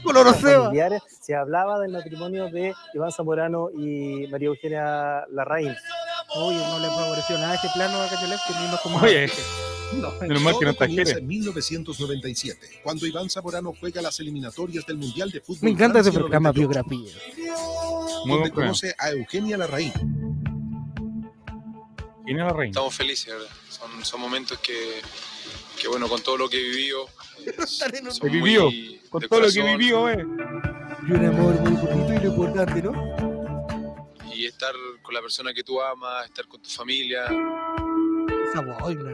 Speaker 1: Coloroseo.
Speaker 7: familiares, se hablaba del matrimonio de Iván Zamorano y María Eugenia Larraín.
Speaker 1: Oye, no le favoreció nada ese plano a Cachelet, que ni nos como-
Speaker 3: Oye,
Speaker 4: No.
Speaker 3: menos mal que no
Speaker 8: Todo
Speaker 3: está
Speaker 8: comienza
Speaker 3: Jerez.
Speaker 8: en 1997, cuando Iván Zamorano juega las eliminatorias del Mundial de Fútbol.
Speaker 1: Me encanta ese
Speaker 8: Francia
Speaker 1: programa
Speaker 8: 98,
Speaker 1: biografía.
Speaker 3: Muy
Speaker 8: Donde
Speaker 3: buen programa.
Speaker 8: conoce a Eugenia Larraín.
Speaker 3: Viene la reina.
Speaker 9: Estamos felices, ¿verdad? Son, son momentos que, que, bueno, con todo lo que he vivido. eh, son
Speaker 3: Que
Speaker 9: muy
Speaker 3: vivió,
Speaker 9: de
Speaker 3: Con todo lo que
Speaker 9: corazón
Speaker 3: vivió, eh.
Speaker 1: Y un amor muy bonito y lo importante, ¿no?
Speaker 9: Y estar con la persona que tú amas, estar con tu familia.
Speaker 1: Esa boina.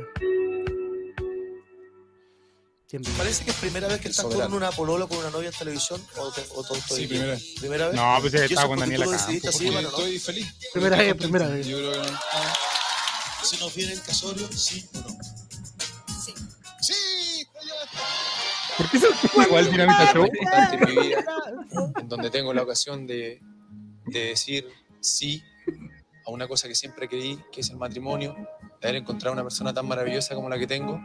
Speaker 1: Siempre.
Speaker 10: Parece que es primera vez que
Speaker 8: El
Speaker 10: estás tú
Speaker 8: soberano.
Speaker 10: en una polola con una novia en televisión o, te- o todo esto
Speaker 3: Sí,
Speaker 10: bien.
Speaker 3: primera.
Speaker 10: primera vez.
Speaker 3: No, pues
Speaker 10: ¿Y
Speaker 3: estaba
Speaker 10: eso
Speaker 3: con
Speaker 10: por qué tú
Speaker 3: Daniela pues.
Speaker 10: lo
Speaker 3: Campo.
Speaker 10: decidiste así,
Speaker 8: porque
Speaker 10: Manolo?
Speaker 8: estoy feliz.
Speaker 1: Primera
Speaker 8: estoy
Speaker 1: vez, primera
Speaker 8: contento.
Speaker 1: vez.
Speaker 8: Yo creo que no.
Speaker 10: ¿Se nos viene el casorio? Sí o no.
Speaker 8: ¡Sí!
Speaker 3: ¿Por qué se igual Dinamita Show?
Speaker 9: Muy importante en mi vida, en donde tengo la ocasión de, de decir sí a una cosa que siempre creí, que es el matrimonio, de haber encontrado una persona tan maravillosa como la que tengo.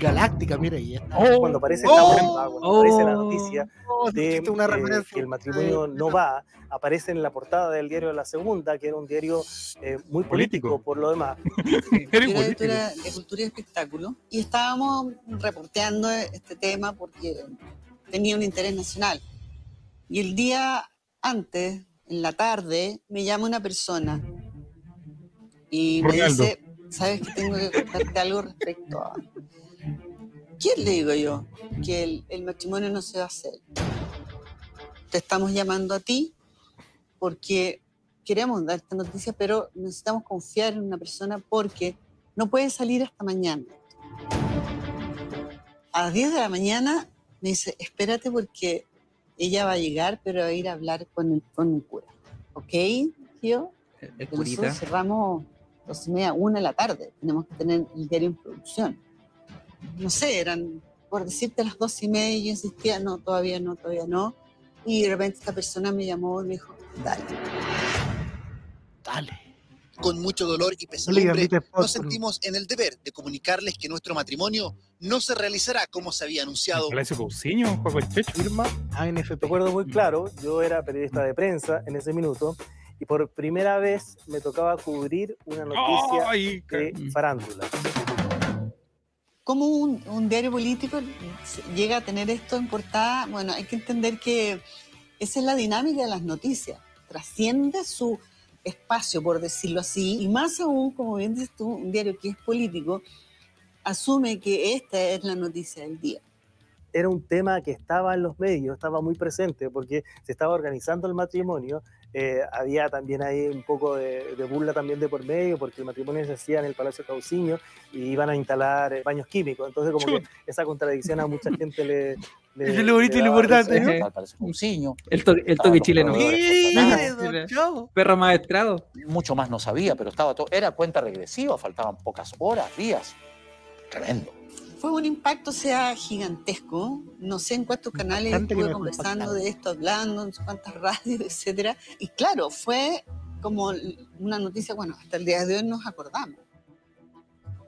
Speaker 1: Galáctica, mira, y esta.
Speaker 7: Cuando aparece,
Speaker 1: Oh.
Speaker 7: la, cuando aparece la
Speaker 4: Oh.
Speaker 7: noticia de
Speaker 1: Existe una
Speaker 7: eh,
Speaker 1: referencia.
Speaker 7: que el matrimonio no va, aparece en la portada del diario La Segunda, que era un diario eh, muy
Speaker 3: Político.
Speaker 7: político, por lo demás.
Speaker 3: Era
Speaker 11: Yo era
Speaker 3: igualito.
Speaker 11: editora de cultura y espectáculo y estábamos reporteando este tema porque tenía un interés nacional. Y el día antes, en la tarde, me llama una persona y me
Speaker 3: Ronaldo.
Speaker 11: dice, sabes que tengo que contarte algo respecto a... ¿Quién le digo yo? Que el, el matrimonio no se va a hacer. Te estamos llamando a ti porque queremos dar esta noticia, pero necesitamos confiar en una persona porque no puede salir hasta mañana. A las 10 de la mañana me dice, espérate porque ella va a llegar, pero va a ir a hablar con el, con el cura. ¿Ok? Yo,
Speaker 4: El curita.
Speaker 11: nosotros cerramos dos y media, una de la tarde. Tenemos que tener el diario en producción. No sé, eran, por decirte, las dos y media y yo insistía, no, todavía no, todavía no. Y de repente esta persona me llamó y me dijo, dale.
Speaker 1: Dale.
Speaker 10: Con mucho dolor y
Speaker 1: No le
Speaker 10: pesadumbre,
Speaker 1: grite
Speaker 10: nos
Speaker 1: fósforo.
Speaker 10: sentimos en el deber de comunicarles que nuestro matrimonio no se realizará como se había anunciado.
Speaker 3: Palacio Cousiño, juega el checho.
Speaker 1: Firma
Speaker 9: Ah,
Speaker 1: ANFP.
Speaker 7: Ah, Recuerdo muy claro, yo era periodista de prensa en ese minuto y por primera vez me tocaba cubrir una noticia
Speaker 3: Ay,
Speaker 7: de farándula.
Speaker 11: ¿Cómo un, un diario político se- llega a tener esto en portada? Bueno, hay que entender que esa es la dinámica de las noticias. Trasciende su espacio, por decirlo así, y más aún, como bien dices tú, un diario que es político, asume que esta es la noticia del día.
Speaker 7: Era un tema que estaba en los medios, estaba muy presente porque se estaba organizando el matrimonio. eh, había también ahí un poco de, de burla también de por medio porque el matrimonio se hacía en el Palacio Cauciño y iban a instalar eh, baños químicos. Entonces como que esa contradicción a mucha gente le...
Speaker 1: Es lo bonito y lo
Speaker 7: daba
Speaker 1: importante,
Speaker 7: risa.
Speaker 1: ¿no?
Speaker 6: Un ciño.
Speaker 4: El, to- el toque chileno.
Speaker 1: Mira eso,
Speaker 4: Mira.
Speaker 1: chavo.
Speaker 4: Perro maestrado.
Speaker 6: Mucho más no sabía, pero estaba todo. Era cuenta regresiva, faltaban pocas horas, días. Tremendo.
Speaker 11: fue un impacto, o sea, gigantesco. No sé en cuántos canales
Speaker 1: Bastante que
Speaker 11: estuve
Speaker 1: me dejó
Speaker 11: conversando
Speaker 1: impactado.
Speaker 11: de esto, hablando, en cuántas radios, etcétera. Y claro, fue como una noticia, bueno, hasta el día de hoy nos acordamos.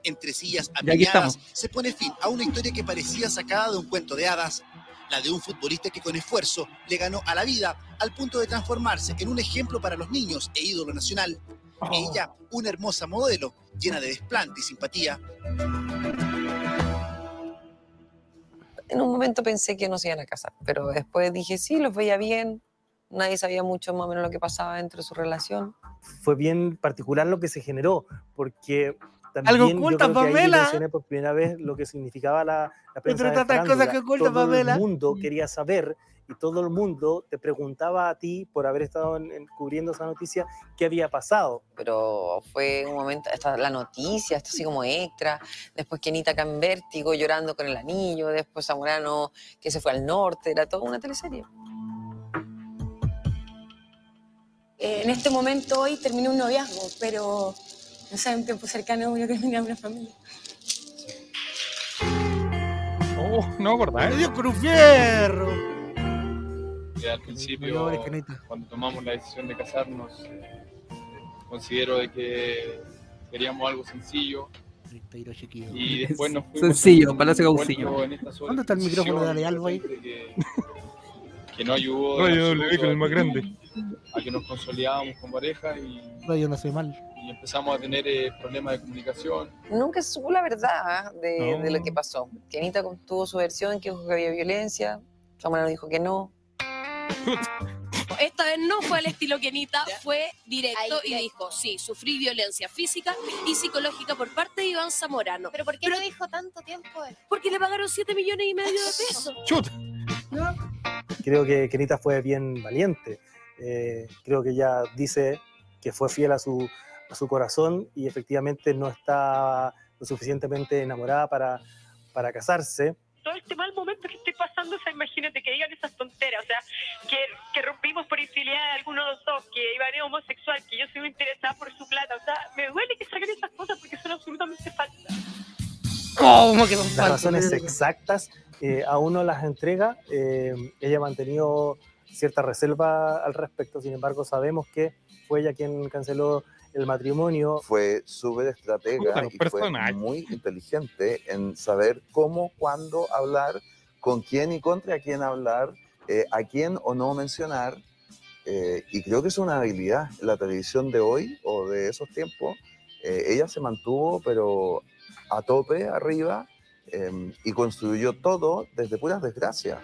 Speaker 10: entre sillas
Speaker 11: aquí
Speaker 10: apiñadas,
Speaker 11: estamos.
Speaker 10: se pone fin a una historia que parecía sacada de un cuento de hadas, la de un futbolista que con esfuerzo le ganó a la vida al punto de transformarse en un ejemplo para los niños e ídolo nacional.
Speaker 11: Oh.
Speaker 10: Ella, una hermosa modelo, llena de desplante y simpatía.
Speaker 12: En un momento pensé que no se iban a casar, pero después dije, sí, los veía bien, nadie sabía mucho más o menos lo que pasaba dentro de su relación.
Speaker 7: fue bien particular lo que se generó, porque también
Speaker 12: Algo
Speaker 7: yo
Speaker 12: oculta,
Speaker 7: creo que ahí yo
Speaker 12: Pamela.
Speaker 7: mencioné por primera vez lo que significaba la, la
Speaker 1: Pero
Speaker 7: prensa de
Speaker 1: tantas cosas
Speaker 7: farándula.
Speaker 1: que oculta,
Speaker 7: Todo
Speaker 1: Pamela. Mm.
Speaker 7: el mundo quería saber y todo el mundo te preguntaba a ti por haber estado en- en- cubriendo esa noticia qué había pasado.
Speaker 12: Pero fue un momento, hasta la noticia, hasta así como extra, después Kenita acá en vértigo llorando con el anillo, después Zamorano que se fue al norte, era toda una teleserie.
Speaker 13: Eh, en este momento hoy terminé un noviazgo, pero no sé, en tiempo cercano voy a terminar una familia.
Speaker 3: Oh, no acordás.
Speaker 1: ¡Me dio con un fierro!
Speaker 9: Eh, al principio,
Speaker 1: Colores, Canita.
Speaker 9: cuando tomamos la decisión de casarnos, eh, considero de que queríamos algo sencillo y después nos fuimos
Speaker 4: Sencillo,
Speaker 9: en-
Speaker 4: Palacio
Speaker 9: envueltos
Speaker 4: Gaucillo.
Speaker 9: en esta sola
Speaker 1: ¿Dónde está el micrófono de
Speaker 9: discusión
Speaker 1: Dale Albo ahí?
Speaker 9: que no ayudó en
Speaker 3: Radio W
Speaker 9: absoluto
Speaker 3: con el más grande.
Speaker 9: a que nos consolidábamos con pareja y,
Speaker 1: Radio Nacional.
Speaker 9: y empezamos a tener eh, problemas de comunicación
Speaker 12: Nunca se supo la verdad ¿ah? de, de lo que
Speaker 9: No.
Speaker 12: pasó. Kenita tuvo su versión, que dijo que había violencia, Zamorano dijo que no.
Speaker 14: Esta vez no fue al estilo Kenita, fue directo y dijo, sí, sufrí violencia física y psicológica por parte de Iván Zamorano. ¿Pero por qué no dijo tanto tiempo Porque le pagaron 7 millones y medio de pesos.
Speaker 7: Creo que Kenita fue bien valiente. Eh, creo que ella dice que fue fiel a su, a su corazón y efectivamente no está lo suficientemente enamorada para, para casarse.
Speaker 15: todo este mal momento que estoy pasando, o sea, imagínate que digan esas tonteras, o sea, que, que rompimos por infidelidad de alguno de los dos, que Iván es homosexual, que yo soy muy interesada por su plata, o sea, me duele que saquen esas cosas porque son absolutamente falsas.
Speaker 1: ¿Cómo que son
Speaker 7: Las
Speaker 1: falsos?
Speaker 7: razones exactas eh, aún no las entrega. eh, ella ha mantenido cierta reserva al respecto, sin embargo sabemos que fue ella quien canceló el matrimonio.
Speaker 16: Fue súper
Speaker 7: Puta,
Speaker 16: estratega
Speaker 7: los
Speaker 16: y fue
Speaker 7: personajes.
Speaker 16: muy inteligente en saber cómo, cuándo hablar, con quién y contra quién hablar, eh, a quién o no mencionar. eh, y creo que es una habilidad. en La televisión de hoy o de esos tiempos, eh, ella se mantuvo, pero a tope, arriba, eh, y construyó todo desde puras desgracias.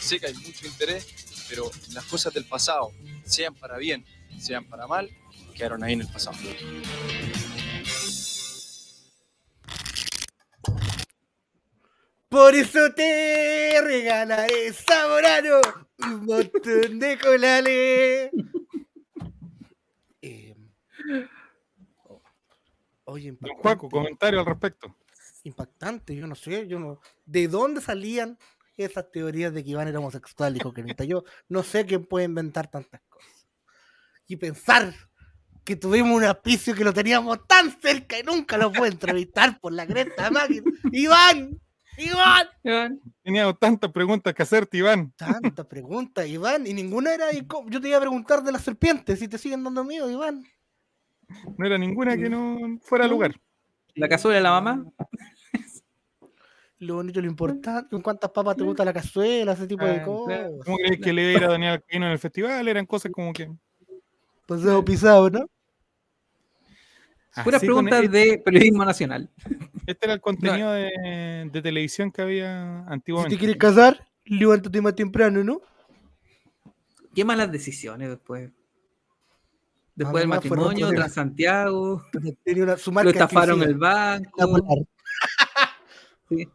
Speaker 9: sé que hay mucho interés, pero las cosas del pasado, sean para bien, sean para mal, quedaron ahí en el pasado.
Speaker 1: Por eso te regalaré, Zamorano, un montón de colales. Eh, o- oye, impactante.
Speaker 3: Juaco, comentario al respecto.
Speaker 1: Impactante, yo no sé, yo no. ¿De dónde salían esas teorías de que Iván era homosexual? Dijo Kenita. Yo no sé quién puede inventar tantas cosas. Y pensar que tuvimos un apicio que lo teníamos tan cerca y nunca lo pude entrevistar por la cresta máquina. ¡Iván! ¡Iván!
Speaker 3: Teníamos tantas preguntas que hacerte, Iván.
Speaker 1: Tantas preguntas, Iván, y ninguna era. incó- Yo te iba a preguntar de las serpientes, si te siguen dando miedo, Iván.
Speaker 3: No era ninguna que no fuera a lugar.
Speaker 4: La cazuela de la mamá.
Speaker 1: Lo bonito, lo importante, con cuántas papas te gusta la cazuela, ese tipo
Speaker 3: Ah,
Speaker 1: de cosas.
Speaker 3: ¿Cómo crees que le iba a ir a Daniel Alcaíno en el festival? Eran cosas como que.
Speaker 1: Pasado pisado, ¿no?
Speaker 4: Puras
Speaker 3: Así ah, con
Speaker 4: preguntas
Speaker 3: el-
Speaker 4: de periodismo nacional.
Speaker 3: Este era el contenido de, de televisión que había
Speaker 1: Si
Speaker 3: antiguamente.
Speaker 1: te quieres casar, levántate más temprano, ¿no?
Speaker 4: Qué malas decisiones después.
Speaker 1: Además,
Speaker 4: Después del
Speaker 1: fueron
Speaker 4: matrimonio,
Speaker 1: cosas-
Speaker 4: Santiago,
Speaker 1: Tenía una, su
Speaker 4: lo
Speaker 1: marca
Speaker 4: estafaron
Speaker 1: exclusiva.
Speaker 4: el banco. Sí.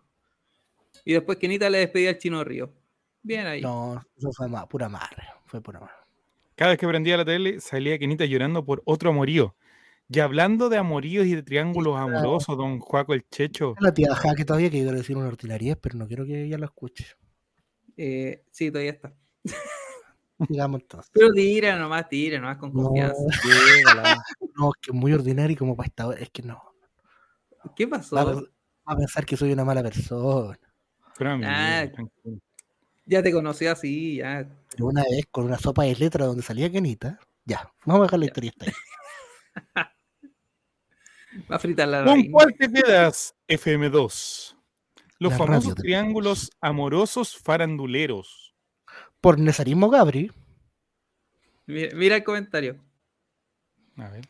Speaker 4: Y después Kenita le despedía al Chino Río. Bien ahí.
Speaker 1: No, eso fue ma- pura madre. Fue pura madre.
Speaker 3: Cada vez que prendía la tele salía Kenita llorando por otro amorío. Y hablando de amoríos y de triángulos amorosos, don Juaco el Checho.
Speaker 1: La tía Jaa, que todavía que iba a decir una ordinaria, pero no quiero que ella lo escuche.
Speaker 4: Eh, sí, todavía está.
Speaker 1: Digamos entonces.
Speaker 4: Pero tira nomás, tira nomás con
Speaker 1: No,
Speaker 4: confianza.
Speaker 1: no, es que es muy ordinario como para esta hora. Es que no.
Speaker 4: ¿Qué pasó?
Speaker 1: Va a, pas- va a pensar que soy una mala persona.
Speaker 4: Ah, ya te conocí así, ya.
Speaker 1: Pero Una vez con una sopa de letras donde salía Kenita. Ya, vamos a dejar la historia hasta ahí.
Speaker 4: Va a fritar la
Speaker 3: ¿Con
Speaker 4: raíz.
Speaker 3: cuál te quedas, FM2? Los
Speaker 1: La radio
Speaker 3: famosos
Speaker 1: de-
Speaker 3: triángulos amorosos faranduleros.
Speaker 1: Por Nezarismo Gabri,
Speaker 4: Mira, mira el comentario.
Speaker 3: A ver.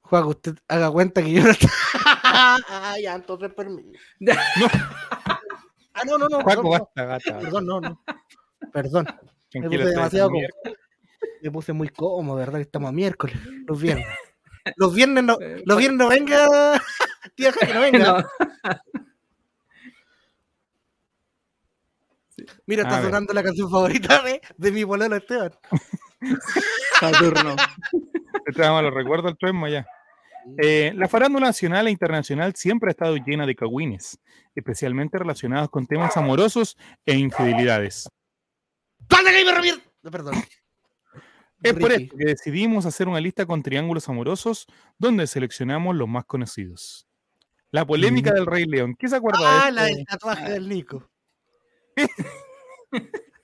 Speaker 1: Juan, usted haga cuenta que yo no ah, ya, entonces permiso. Ah, no, no, no.
Speaker 3: Juaco,
Speaker 1: perdón,
Speaker 3: basta,
Speaker 1: no.
Speaker 3: gata.
Speaker 1: Perdón, no, no. Perdón. Me
Speaker 3: Tranquila,
Speaker 1: puse
Speaker 3: está
Speaker 1: demasiado
Speaker 3: bien.
Speaker 1: cómodo. Me puse muy cómodo, ¿verdad? Que estamos a miércoles, los viernes. Los viernes no, los viernes no venga. Tía, que no venga. Mira,
Speaker 2: A
Speaker 1: está
Speaker 2: ver.
Speaker 1: sonando la canción favorita de, de mi bolero Esteban.
Speaker 4: Saturno.
Speaker 3: Te traemos los recuerdos del tren ya. Eh, la farándula nacional e internacional siempre ha estado llena de cagüines, especialmente relacionados con temas amorosos e infidelidades.
Speaker 1: ¡Panda que me revier- No, Perdón.
Speaker 3: Es por esto que decidimos hacer una lista con triángulos amorosos donde seleccionamos los más conocidos. La polémica del Rey León. ¿Qué se acuerda de
Speaker 1: Ah,
Speaker 3: esto?
Speaker 1: la del tatuaje del Nico.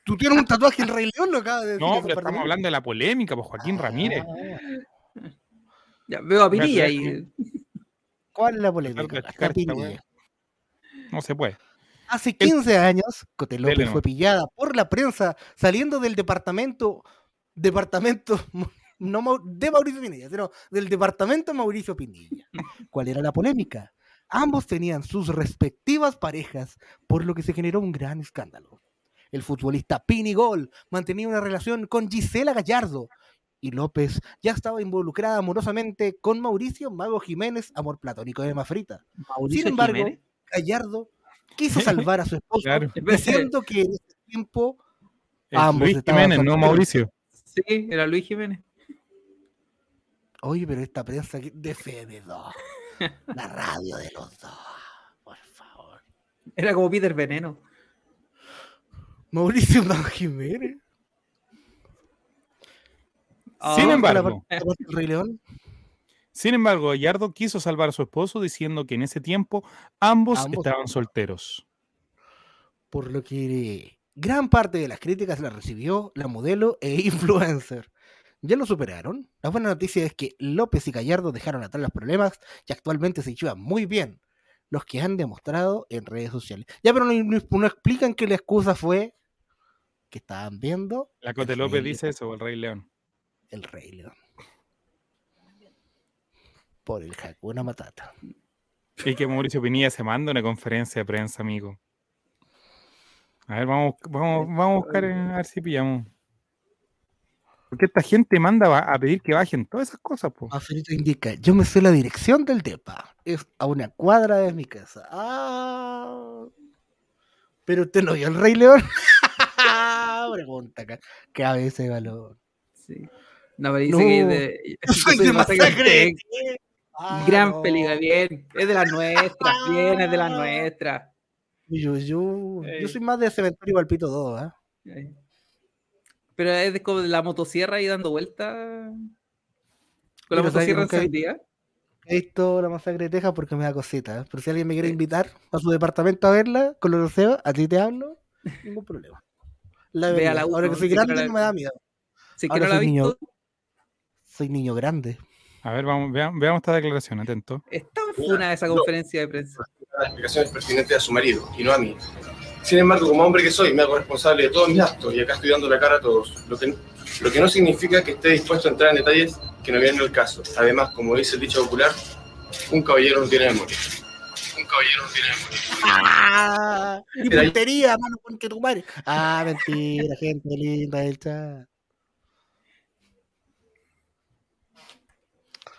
Speaker 1: ¿Tú tienes un tatuaje en Rey León? Lo acabas Ah, de Ah. decir.
Speaker 3: No,
Speaker 1: eso,
Speaker 3: pero estamos
Speaker 1: perdón.
Speaker 3: hablando de la polémica, pues Joaquín Ramírez.
Speaker 1: ah.
Speaker 4: Ya, veo a
Speaker 3: Me
Speaker 4: Pinilla ahí.
Speaker 1: ¿Cuál es la polémica?
Speaker 3: atascar
Speaker 1: La
Speaker 3: esta
Speaker 1: Pinilla.
Speaker 3: weá. No se puede.
Speaker 1: Hace 15 años, Cote
Speaker 3: Dele
Speaker 1: López
Speaker 3: nomás.
Speaker 1: fue pillada por la prensa saliendo del departamento, departamento mo- no Mau- de Mauricio Pinilla, sino del departamento Mauricio Pinilla. ¿Cuál era la polémica? Ambos tenían sus respectivas parejas, por lo que se generó un gran escándalo. El futbolista Pinigol mantenía una relación con Gisela Gallardo y López ya estaba involucrada amorosamente con Mauricio Mago Jiménez, amor platónico de Mafrita.
Speaker 4: Mauricio
Speaker 1: Sin embargo,
Speaker 4: Jiménez.
Speaker 1: Gallardo quiso salvar a su esposo
Speaker 3: Claro.
Speaker 1: diciendo que en ese tiempo
Speaker 3: Es
Speaker 1: Ambos
Speaker 3: Luis
Speaker 1: estaban
Speaker 3: Jiménez, no
Speaker 1: solteros.
Speaker 3: Mauricio.
Speaker 4: Sí, era Luis Jiménez.
Speaker 1: Oye, pero esta prensa que- de FM2. La radio de los dos.
Speaker 4: Era como Peter Veneno.
Speaker 1: Mauricio Mago Jiménez.
Speaker 3: Sin
Speaker 1: Con la
Speaker 3: embargo,
Speaker 1: partida contra el Rey León,
Speaker 3: sin embargo, Gallardo quiso salvar a su esposo diciendo que en ese tiempo ambos,
Speaker 1: Ambos.
Speaker 3: estaban solteros.
Speaker 1: por lo que gran parte de las críticas la recibió la modelo e influencer. Ya lo superaron. La buena noticia es que López y Gallardo dejaron atrás los problemas y actualmente se llevan muy bien los que han demostrado en redes sociales. Ya, pero no, no- no explican que la excusa fue que estaban viendo
Speaker 3: La Cote López dice eso, el Rey León.
Speaker 1: El Rey León. por el Hakuna Matata.
Speaker 3: Y que Mauricio Pinilla se manda una conferencia de prensa, amigo. A ver, vamos, vamos, vamos a buscar eh, a ver si pillamos. Porque esta gente manda va- a pedir que bajen todas esas cosas, po.
Speaker 1: Mafrita indica, yo me sé la dirección del DEPA. Es a una cuadra de mi casa. Ah. Pero usted no vio el Rey León. ah, Pregunta acá. Que a veces valor.
Speaker 4: No, pero dice que es de.
Speaker 1: soy de Masacre. Ah,
Speaker 4: Gran
Speaker 1: no.
Speaker 4: película, bien. Es de las nuestras, bien, es de las nuestras.
Speaker 1: Yo, yo,
Speaker 4: Ey.
Speaker 1: yo soy más de Cementerio Palpito 2, ¿ah?
Speaker 4: Ahí. Pero es de como de la motosierra ahí dando vuelta. Con la
Speaker 1: Mira, ¿sabes que
Speaker 4: motosierra
Speaker 1: nunca he-
Speaker 4: encendida.
Speaker 1: He visto la masacre de Texas porque me da cosita. ¿eh? Pero si alguien me quiere invitar a su departamento a verla, con los Seba, a ti te hablo, ningún problema. La
Speaker 4: Ve a la
Speaker 1: vería.
Speaker 4: uno,
Speaker 1: Ahora que soy
Speaker 4: si
Speaker 1: grande
Speaker 4: quiero la-
Speaker 1: no me da miedo.
Speaker 4: Si
Speaker 1: Ahora
Speaker 4: quiero la
Speaker 1: soy
Speaker 4: visto,
Speaker 1: niño- Soy niño grande.
Speaker 3: A ver, vamos, veam- veamos esta declaración, atento.
Speaker 4: es tan funa esa conferencia de prensa.
Speaker 17: las explicaciones pertinentes a su marido y no a mí. Sin embargo, como hombre que soy, me hago responsable de todos mis actos y acá estoy dando la cara a todos, lo que, lo que no significa que esté dispuesto a entrar en detalles que no vienen al caso. Además, como dice el dicho popular, un caballero no tiene memoria. Un caballero no tiene
Speaker 1: ¡Ah! ¡Y
Speaker 17: Mira, yo-
Speaker 1: puntería, mano, ponte tu madre! ¡Ah, mentira, gente linda del chat!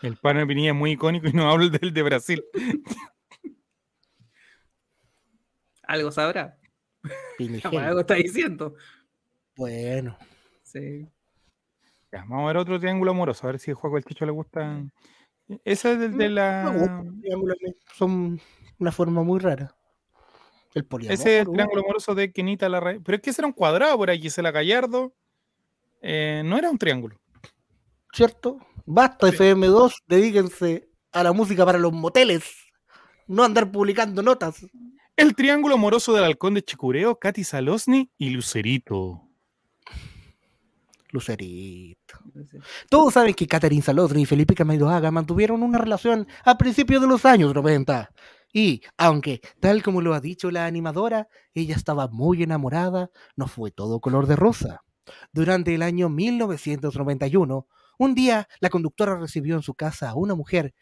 Speaker 3: El pan de Pinilla es muy icónico y no hablo del de Brasil.
Speaker 4: Algo sabrá.
Speaker 1: Pinigel.
Speaker 4: Algo está diciendo.
Speaker 1: Bueno.
Speaker 4: Sí.
Speaker 3: Ya, vamos a ver otro triángulo amoroso, a ver si a Juaco el Chicho le gusta. Ese es
Speaker 1: Mm,
Speaker 3: del de
Speaker 1: Me gusta
Speaker 3: la.
Speaker 1: el triángulo, me- son una forma muy rara. El poliamor.
Speaker 3: Ese es el
Speaker 1: uh.
Speaker 3: triángulo amoroso de Kenita la Pero es que ese era un cuadrado por ahí, Gisela Gallardo. Eh, no era un triángulo.
Speaker 1: ¿cierto? Basta FM2, dedíquense a la música para los moteles. no andar publicando notas.
Speaker 3: El triángulo amoroso del halcón de Chicureo, Katy Salosni y Lucerito.
Speaker 1: Lucerito. Todos saben que Catherine Salotri y Felipe Camaidoaga mantuvieron una relación a principios de los años 90. Y, aunque, tal como lo ha dicho la animadora, ella estaba muy enamorada, no fue todo color de rosa. Durante el año 1991, un día la conductora recibió en su casa a una mujer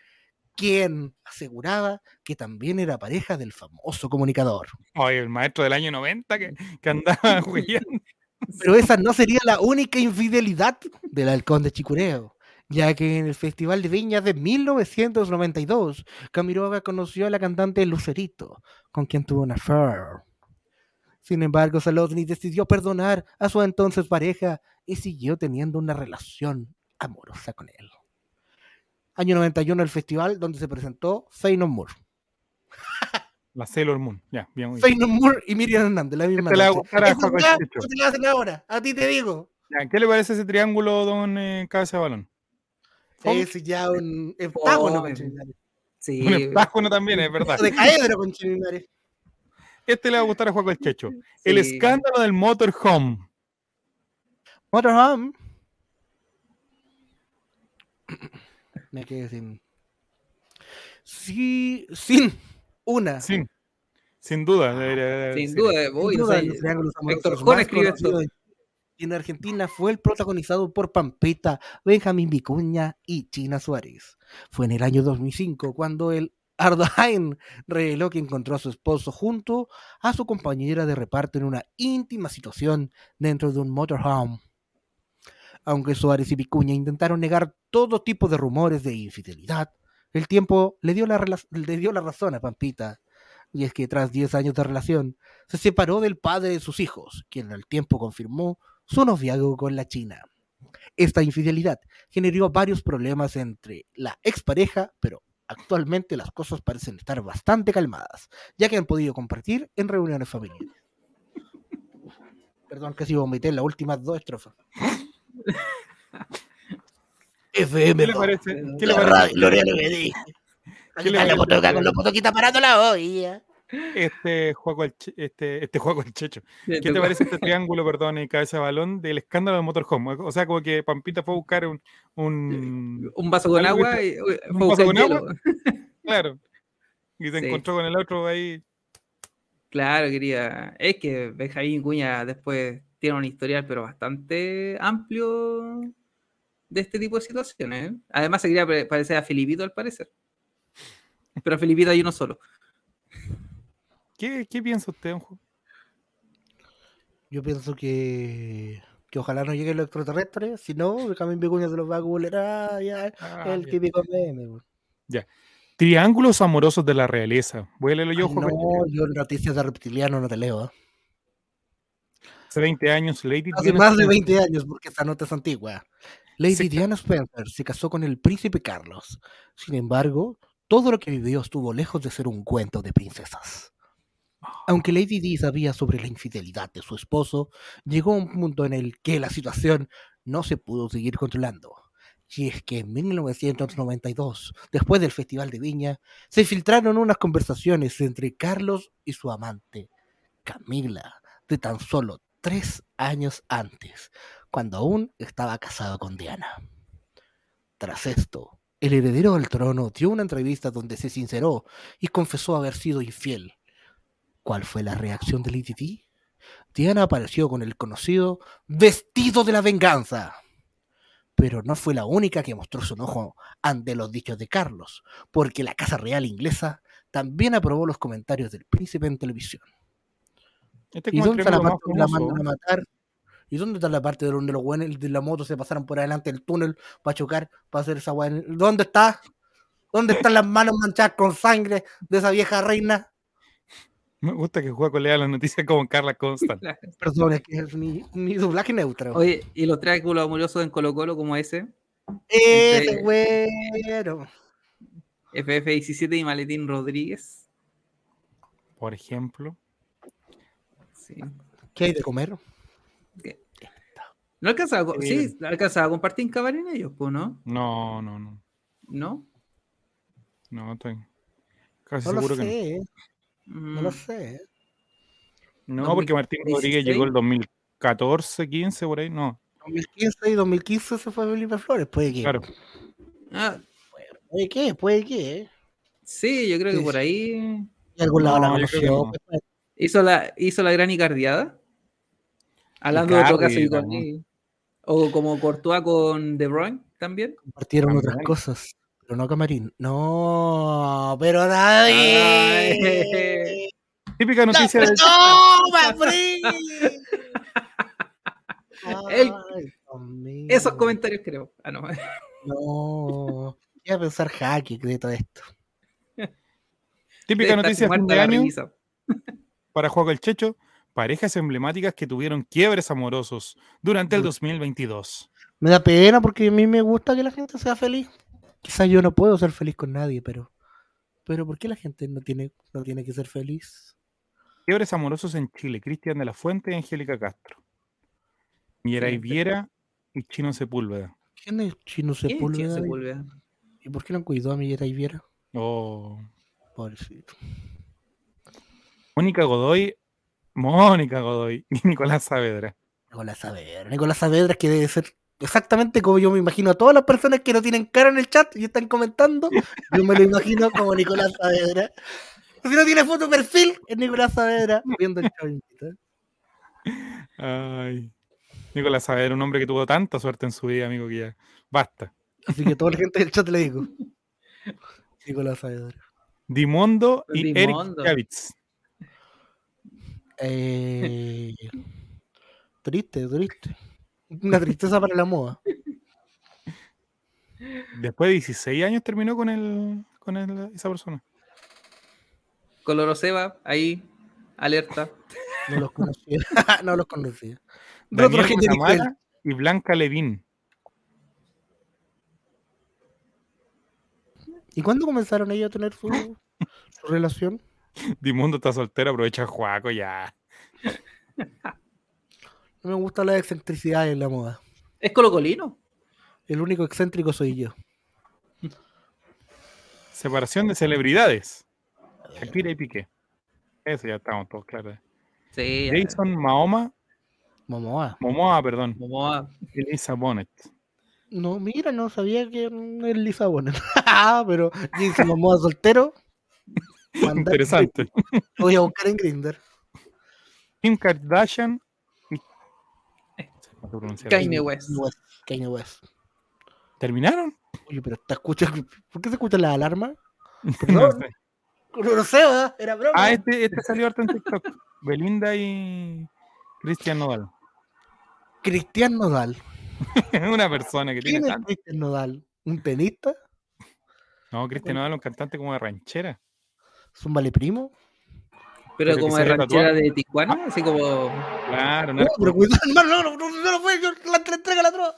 Speaker 1: quien aseguraba que también era pareja del famoso comunicador.
Speaker 3: Oye, el maestro del año 90 que, que andaba huyendo.
Speaker 1: Pero esa no sería la única infidelidad del halcón de Chicureo, ya que en el Festival de Viña de 1992, Camiroaga conoció a la cantante Lucerito, con quien tuvo una affair. Sin embargo, Salotni decidió perdonar a su entonces pareja y siguió teniendo una relación amorosa con él. Año 91, el festival donde se presentó Feynon Moore.
Speaker 3: La Sailor Moon, ya, bien. muy bien.
Speaker 1: Feynon Moore y Miriam Hernández, la misma.
Speaker 3: Te la
Speaker 1: noche.
Speaker 3: hago, carajo,
Speaker 1: Esa
Speaker 3: con
Speaker 1: weá,
Speaker 3: Chicho.
Speaker 1: no te la hacen ahora, a ti te digo.
Speaker 3: Ya, ¿Qué le parece ese triángulo, don eh, Cabeza de Balón? Fome.
Speaker 1: Es ya un heptágono,
Speaker 3: Fome.
Speaker 1: conchetumare.
Speaker 4: Sí.
Speaker 3: Un heptágono también, es verdad.
Speaker 1: De pues. caedro, conchetumare.
Speaker 3: Este le va a gustar a Juan Checho. El
Speaker 1: Sí.
Speaker 3: escándalo del Motorhome.
Speaker 1: Motorhome. Me quedé sin. Sí, sin una.
Speaker 3: Sin, sin duda. debería-
Speaker 4: Ah, Sin
Speaker 3: sí.
Speaker 4: duda, voy,
Speaker 1: Sin
Speaker 4: o
Speaker 1: duda,
Speaker 4: sea,
Speaker 1: los triángulos amorosos
Speaker 4: Héctor
Speaker 1: más
Speaker 4: Jona escribe esto.
Speaker 1: conocidos En Argentina fue el protagonizado por Pampeta, Benjamín Vicuña y China Suárez. Fue en el año 2005 cuando el Ardain reveló que encontró a su esposo junto a su compañera de reparto en una íntima situación dentro de un motorhome. Aunque Suárez y Vicuña intentaron negar todo tipo de rumores de infidelidad, el tiempo le dio la, rela- le dio la razón a Pampita. Y es que tras 10 años de relación, se separó del padre de sus hijos, quien al tiempo confirmó su noviazgo con la China. Esta infidelidad generó varios problemas entre la expareja, pero actualmente las cosas parecen estar bastante calmadas, ya que han podido compartir en reuniones familiares. Perdón que si vomité en las últimas dos estrofas. FM.
Speaker 3: ¿Qué le parece? ¿Qué le
Speaker 1: La
Speaker 3: parece?
Speaker 1: radio, Gloria Levedi.
Speaker 3: ¿Qué le
Speaker 1: Dale,
Speaker 3: parece?
Speaker 1: Botoca, con los botoquitas parándola hoy. ya.
Speaker 3: Este juego al che- este, este juego al checho.
Speaker 1: Sí,
Speaker 3: ¿Qué
Speaker 1: te-
Speaker 3: te parece este triángulo, perdón, y cabeza de balón del escándalo del motorhome? O sea, como que Pampita fue a buscar un un,
Speaker 4: Un vaso con
Speaker 3: algo que
Speaker 4: agua
Speaker 3: se-
Speaker 4: y uy, fue a
Speaker 3: un
Speaker 4: buscar
Speaker 3: vaso con
Speaker 4: hielo.
Speaker 3: agua. Claro. Y se
Speaker 4: Sí.
Speaker 3: encontró con el otro ahí.
Speaker 4: Claro, quería. Es que Benjamín Cuña después tiene un historial, pero bastante amplio de este tipo de situaciones. ¿eh? Además, se quería pare- parecer a Felipito, al parecer. Pero a Felipito hay uno solo.
Speaker 3: ¿Qué, qué piensa usted, don Ju-
Speaker 1: Yo pienso que, que ojalá no lleguen los extraterrestres, si no, Benjamín Vicuña se los va a googlear. Ah, ya, el
Speaker 3: bien.
Speaker 1: típico meme. güey.
Speaker 3: Ya. Triángulos amorosos de la realeza. Voy a leerlo yo,
Speaker 1: Ay,
Speaker 3: Juan
Speaker 1: no, yo noticias de reptiliano no te leo. ¿eh?
Speaker 3: Hace 20 años, Lady
Speaker 1: Hace
Speaker 3: Diana
Speaker 1: más de
Speaker 3: Spencer.
Speaker 1: 20 años, porque esa nota es antigua. Lady Diana Spencer se casó con el príncipe Carlos. Sin embargo, todo lo que vivió estuvo lejos de ser un cuento de princesas. Aunque Lady Di sabía sobre la infidelidad de su esposo, llegó un punto en el que la situación no se pudo seguir controlando. Y es que en 1992, después del Festival de Viña, se filtraron unas conversaciones entre Carlos y su amante, Camila, de tan solo tres años antes, cuando aún estaba casado con Diana. Tras esto, el heredero del trono dio una entrevista donde se sinceró y confesó haber sido infiel. ¿Cuál fue la reacción de Lady Di? Diana apareció con el conocido vestido de la venganza. Pero no fue la única que mostró su enojo ante los dichos de Carlos, porque la Casa Real inglesa también aprobó los comentarios del príncipe en televisión.
Speaker 3: Este es
Speaker 1: ¿Y
Speaker 3: como el
Speaker 1: dónde está la
Speaker 3: triángulo
Speaker 1: parte donde la
Speaker 3: más
Speaker 1: mandan a
Speaker 3: famoso.
Speaker 1: matar? ¿Y dónde está la parte de donde los buenos de la moto se pasaron por adelante del túnel para chocar, para hacer esa weá? ¿Dónde está? ¿Dónde están las manos manchadas con sangre de esa vieja reina?
Speaker 3: Me gusta que juega con lea las noticias como Carla Constant.
Speaker 1: Perdón, es que es mi, mi doblaje neutro.
Speaker 4: Oye, y los triángulos amorosos en Colo Colo, como ese,
Speaker 1: Ese
Speaker 4: entre-
Speaker 1: güero.
Speaker 4: FF17 y Maletín Rodríguez.
Speaker 3: Por ejemplo.
Speaker 1: ¿Qué hay de comer?
Speaker 4: No alcanzaba, a-
Speaker 3: Eh.
Speaker 4: sí, no alcanzaba a compartir en cabaret en ellos, pues, ¿no?
Speaker 3: No, no, no.
Speaker 4: ¿No?
Speaker 3: No, estoy. Casi
Speaker 1: no lo
Speaker 3: seguro
Speaker 1: sé.
Speaker 3: que
Speaker 1: eh. No
Speaker 4: Mm.
Speaker 1: lo sé.
Speaker 3: no. No, porque Martín
Speaker 1: 2016.
Speaker 3: Rodríguez llegó el 2014, 15, por ahí, no.
Speaker 1: 2015 y 2015 se fue Felipe Flores, puede que.
Speaker 3: Claro.
Speaker 4: Ah,
Speaker 1: Puede que, puede que. eh.
Speaker 4: Sí, yo creo que por ahí.
Speaker 1: De algún lado la
Speaker 4: yo creo que
Speaker 1: conoció, pues,
Speaker 4: no. ¿Hizo, la, ¿Hizo la gran icardiada? Hablando de otro
Speaker 1: Icardi,
Speaker 4: caso de
Speaker 1: ¿no?
Speaker 4: Icardi. O como Courtois con De Bruyne también.
Speaker 1: Partieron otras cosas, pero no Camarín. No, pero nadie.
Speaker 3: Típica noticia
Speaker 1: del-
Speaker 2: ¡No,
Speaker 4: El- esos comentarios creo. Ah, no.
Speaker 1: No. Voy a pensar jaque de todo esto.
Speaker 3: Típica
Speaker 4: Debe estar
Speaker 3: noticia de fin
Speaker 4: muerta
Speaker 3: de
Speaker 4: la
Speaker 3: año
Speaker 4: revisa.
Speaker 3: para Juego el Checho, parejas emblemáticas que tuvieron quiebres amorosos durante el 2022.
Speaker 1: Me da pena porque a mí me gusta que la gente sea feliz. Quizás yo no puedo ser feliz con nadie, pero. Pero ¿por qué la gente no tiene, no tiene que ser feliz?
Speaker 3: Quiebres amorosos en Chile, Cristian de la Fuente y Angélica Castro. Mieray Viera y Chino Sepúlveda.
Speaker 1: ¿Quién es Chino
Speaker 4: ¿Quién es Chino
Speaker 1: Sepúlveda?
Speaker 4: Sepúlveda?
Speaker 1: ¿Y por qué no cuidó a Miguel Viera?
Speaker 3: Oh.
Speaker 1: Pobrecito.
Speaker 3: Mónica Godoy, Mónica Godoy y Nicolás Saavedra.
Speaker 1: Nicolás Saavedra. Eh, Nicolás Saavedra que debe ser exactamente como yo me imagino a todas las personas que no tienen cara en el chat y están comentando. Yo me lo imagino como Nicolás Saavedra. Si no tiene foto de perfil, es Nicolás Saavedra viendo el show.
Speaker 3: Ay. Nicolás Saavedra, un hombre que tuvo tanta suerte en su vida, amigo, que ya basta.
Speaker 1: Así que a toda la gente del chat le digo. Nicolás Saavedra.
Speaker 3: Dimondo y
Speaker 1: Dimondo.
Speaker 3: Eric Kravitz.
Speaker 1: Eh, triste, triste. Una tristeza para la moda.
Speaker 3: Después de 16 años terminó con, el, con el- esa persona.
Speaker 4: Coloroseba, ahí, alerta.
Speaker 1: No los conocía. no los conocía. De otro
Speaker 3: Daniel
Speaker 1: gente
Speaker 3: Matamala y Blanca Levín.
Speaker 1: ¿Y cuándo comenzaron ellos a tener su, su relación?
Speaker 3: Dimundo está soltero, aprovecha Juaco ya.
Speaker 1: No me gusta la excentricidad en la moda.
Speaker 4: ¿Es colocolino?
Speaker 1: El único excéntrico soy yo.
Speaker 3: Separación de celebridades. Shakira y Piqué. Eso ya estamos todos claros.
Speaker 4: Sí, ya.
Speaker 3: Jason Mahoma.
Speaker 1: Momoa.
Speaker 3: Momoa, perdón.
Speaker 4: Momoa.
Speaker 3: Elisa Bonnet.
Speaker 1: No, mira, no sabía que mm, es Lisa Bonet. Ah, pero Jason Momoa soltero. Mandar-
Speaker 3: Interesante.
Speaker 1: Lo voy a buscar en Grindr.
Speaker 3: Kim Kardashian y
Speaker 1: Kanye West. Kanye West.
Speaker 3: ¿Terminaron?
Speaker 1: Oye, pero te escuchas. ¿Por qué se escucha la alarma?
Speaker 3: No sé.
Speaker 1: No lo sé, ¿verdad? Era broma.
Speaker 3: Ah, este, este salió harto en TikTok. Belinda y Cristian Nodal.
Speaker 1: Cristian Nodal.
Speaker 3: Una persona que
Speaker 1: ¿Quién
Speaker 3: tiene
Speaker 1: es
Speaker 3: tanto.
Speaker 1: Cristian Nodal? ¿Un tenista?
Speaker 3: No, Cristian Nodal, un cantante como de ranchera.
Speaker 1: ¿Es un vale primo?
Speaker 4: Pero
Speaker 3: que
Speaker 4: como
Speaker 3: se
Speaker 4: de
Speaker 3: haya
Speaker 4: ranchera
Speaker 3: tatuado.
Speaker 4: de Tijuana, así como.
Speaker 3: Claro,
Speaker 1: No,
Speaker 3: narco-
Speaker 1: Oh, pero cuidado, hermano, no, no, no, no lo fue, yo la la entrega la droga.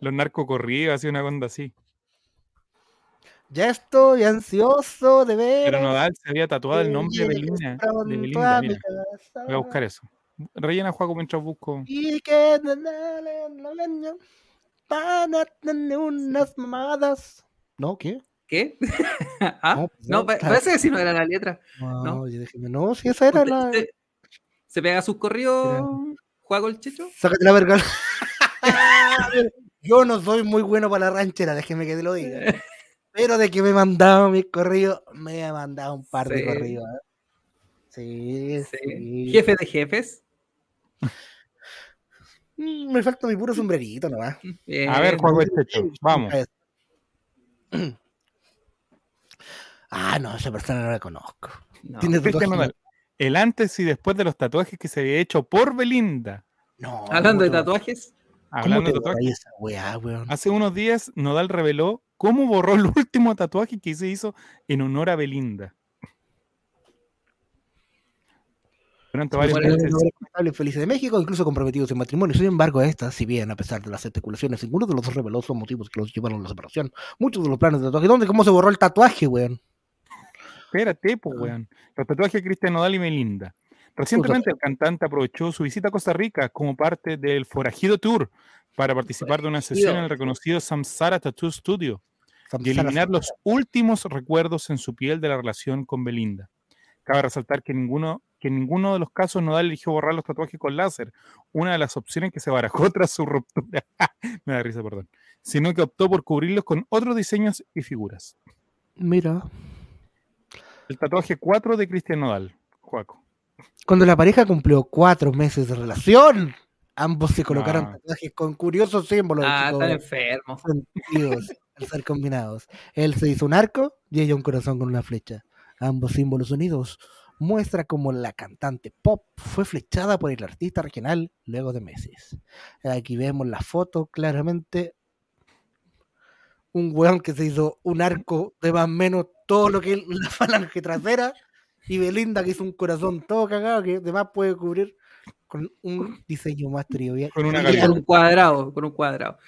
Speaker 3: los narcocorridos, así una onda así.
Speaker 1: Ya estoy ansioso de ver.
Speaker 3: Pero Nodal se había tatuado el nombre de
Speaker 1: Quiere que
Speaker 3: Belinda.
Speaker 1: pronto
Speaker 3: de
Speaker 1: a
Speaker 3: Belinda,
Speaker 1: mi
Speaker 3: mira. Voy a buscar eso. Rellena Juaco mientras busco.
Speaker 1: Y que na- na- na- na- na- na- van a tener unas mamadas. ¿No? ¿Qué?
Speaker 4: ¿Qué? Ah,
Speaker 1: No,
Speaker 4: no, pa-
Speaker 1: claro.
Speaker 4: parece que si no era la letra.
Speaker 1: No,
Speaker 4: No.
Speaker 1: yo déjeme- no, si esa era
Speaker 4: Usted-
Speaker 1: la.
Speaker 4: usted- ¿Se pega sus corridos, Juaco el Checho?
Speaker 1: Sácate la verga. yo no soy muy bueno para la ranchera, déjeme que te lo diga. Pero de que me he mandado mis corridos, me he mandado un par
Speaker 4: Sí.
Speaker 1: de corridos. ¿eh? Sí, sí.
Speaker 4: Jefe de jefes.
Speaker 1: Mm, Me falta mi puro sombrerito nomás.
Speaker 4: Eh,
Speaker 3: A ver, Juaco el Checho. Vamos.
Speaker 1: Ah, no, esa persona no la conozco.
Speaker 4: No.
Speaker 1: Tiene
Speaker 3: Cristian
Speaker 1: tatuajes.
Speaker 3: Nodal, El antes y después de los tatuajes que se había hecho por Belinda.
Speaker 1: No.
Speaker 4: Hablando de tatuajes.
Speaker 3: Hablando
Speaker 1: te
Speaker 3: de
Speaker 1: borráis
Speaker 3: tatuajes.
Speaker 1: esa weá, weón?
Speaker 3: Hace unos días, Nodal reveló cómo borró el último tatuaje que se hizo en honor a Belinda. Durante varios
Speaker 1: Bueno,
Speaker 3: meses,
Speaker 1: los responsables felices de México, incluso comprometidos en matrimonio. Sin embargo, estas, si bien a pesar de las especulaciones, ninguno de los dos reveló los motivos que los llevaron a la separación. Muchos de los planes de tatuaje. ¿Dónde? ¿Cómo se borró el tatuaje, weón?
Speaker 3: Espérate, pues, weón. Los tatuajes de Cristian Nodal y Melinda. Recientemente el cantante aprovechó su visita a Costa Rica como parte del Forajido Tour para participar de una sesión en el reconocido Samsara Tattoo Studio. y eliminar los últimos recuerdos en su piel de la relación con Belinda. Cabe resaltar que ninguno que en ninguno de los casos Nodal eligió borrar los tatuajes con láser, una de las opciones que se barajó tras su ruptura. Me da risa, perdón. Sino que optó por cubrirlos con otros diseños y figuras.
Speaker 1: Mira.
Speaker 3: El tatuaje 4 de Cristian Nodal, Juaco.
Speaker 1: Cuando la pareja cumplió cuatro meses de relación, ambos se colocaron
Speaker 3: Ah.
Speaker 1: tatuajes con curiosos símbolos.
Speaker 4: Ah,
Speaker 1: chicos,
Speaker 4: están enfermos.
Speaker 1: sentidos al ser combinados. Él se hizo un arco y ella un corazón con una flecha. Ambos símbolos unidos muestra cómo la cantante pop fue flechada por el artista regional luego de meses. Aquí vemos la foto claramente. Un weón que se hizo un arco de más o menos todo lo que es la falange trasera y Belinda que hizo un corazón todo cagado que además puede cubrir con un diseño más trivial.
Speaker 3: Con una
Speaker 4: Con un cuadrado, con un cuadrado.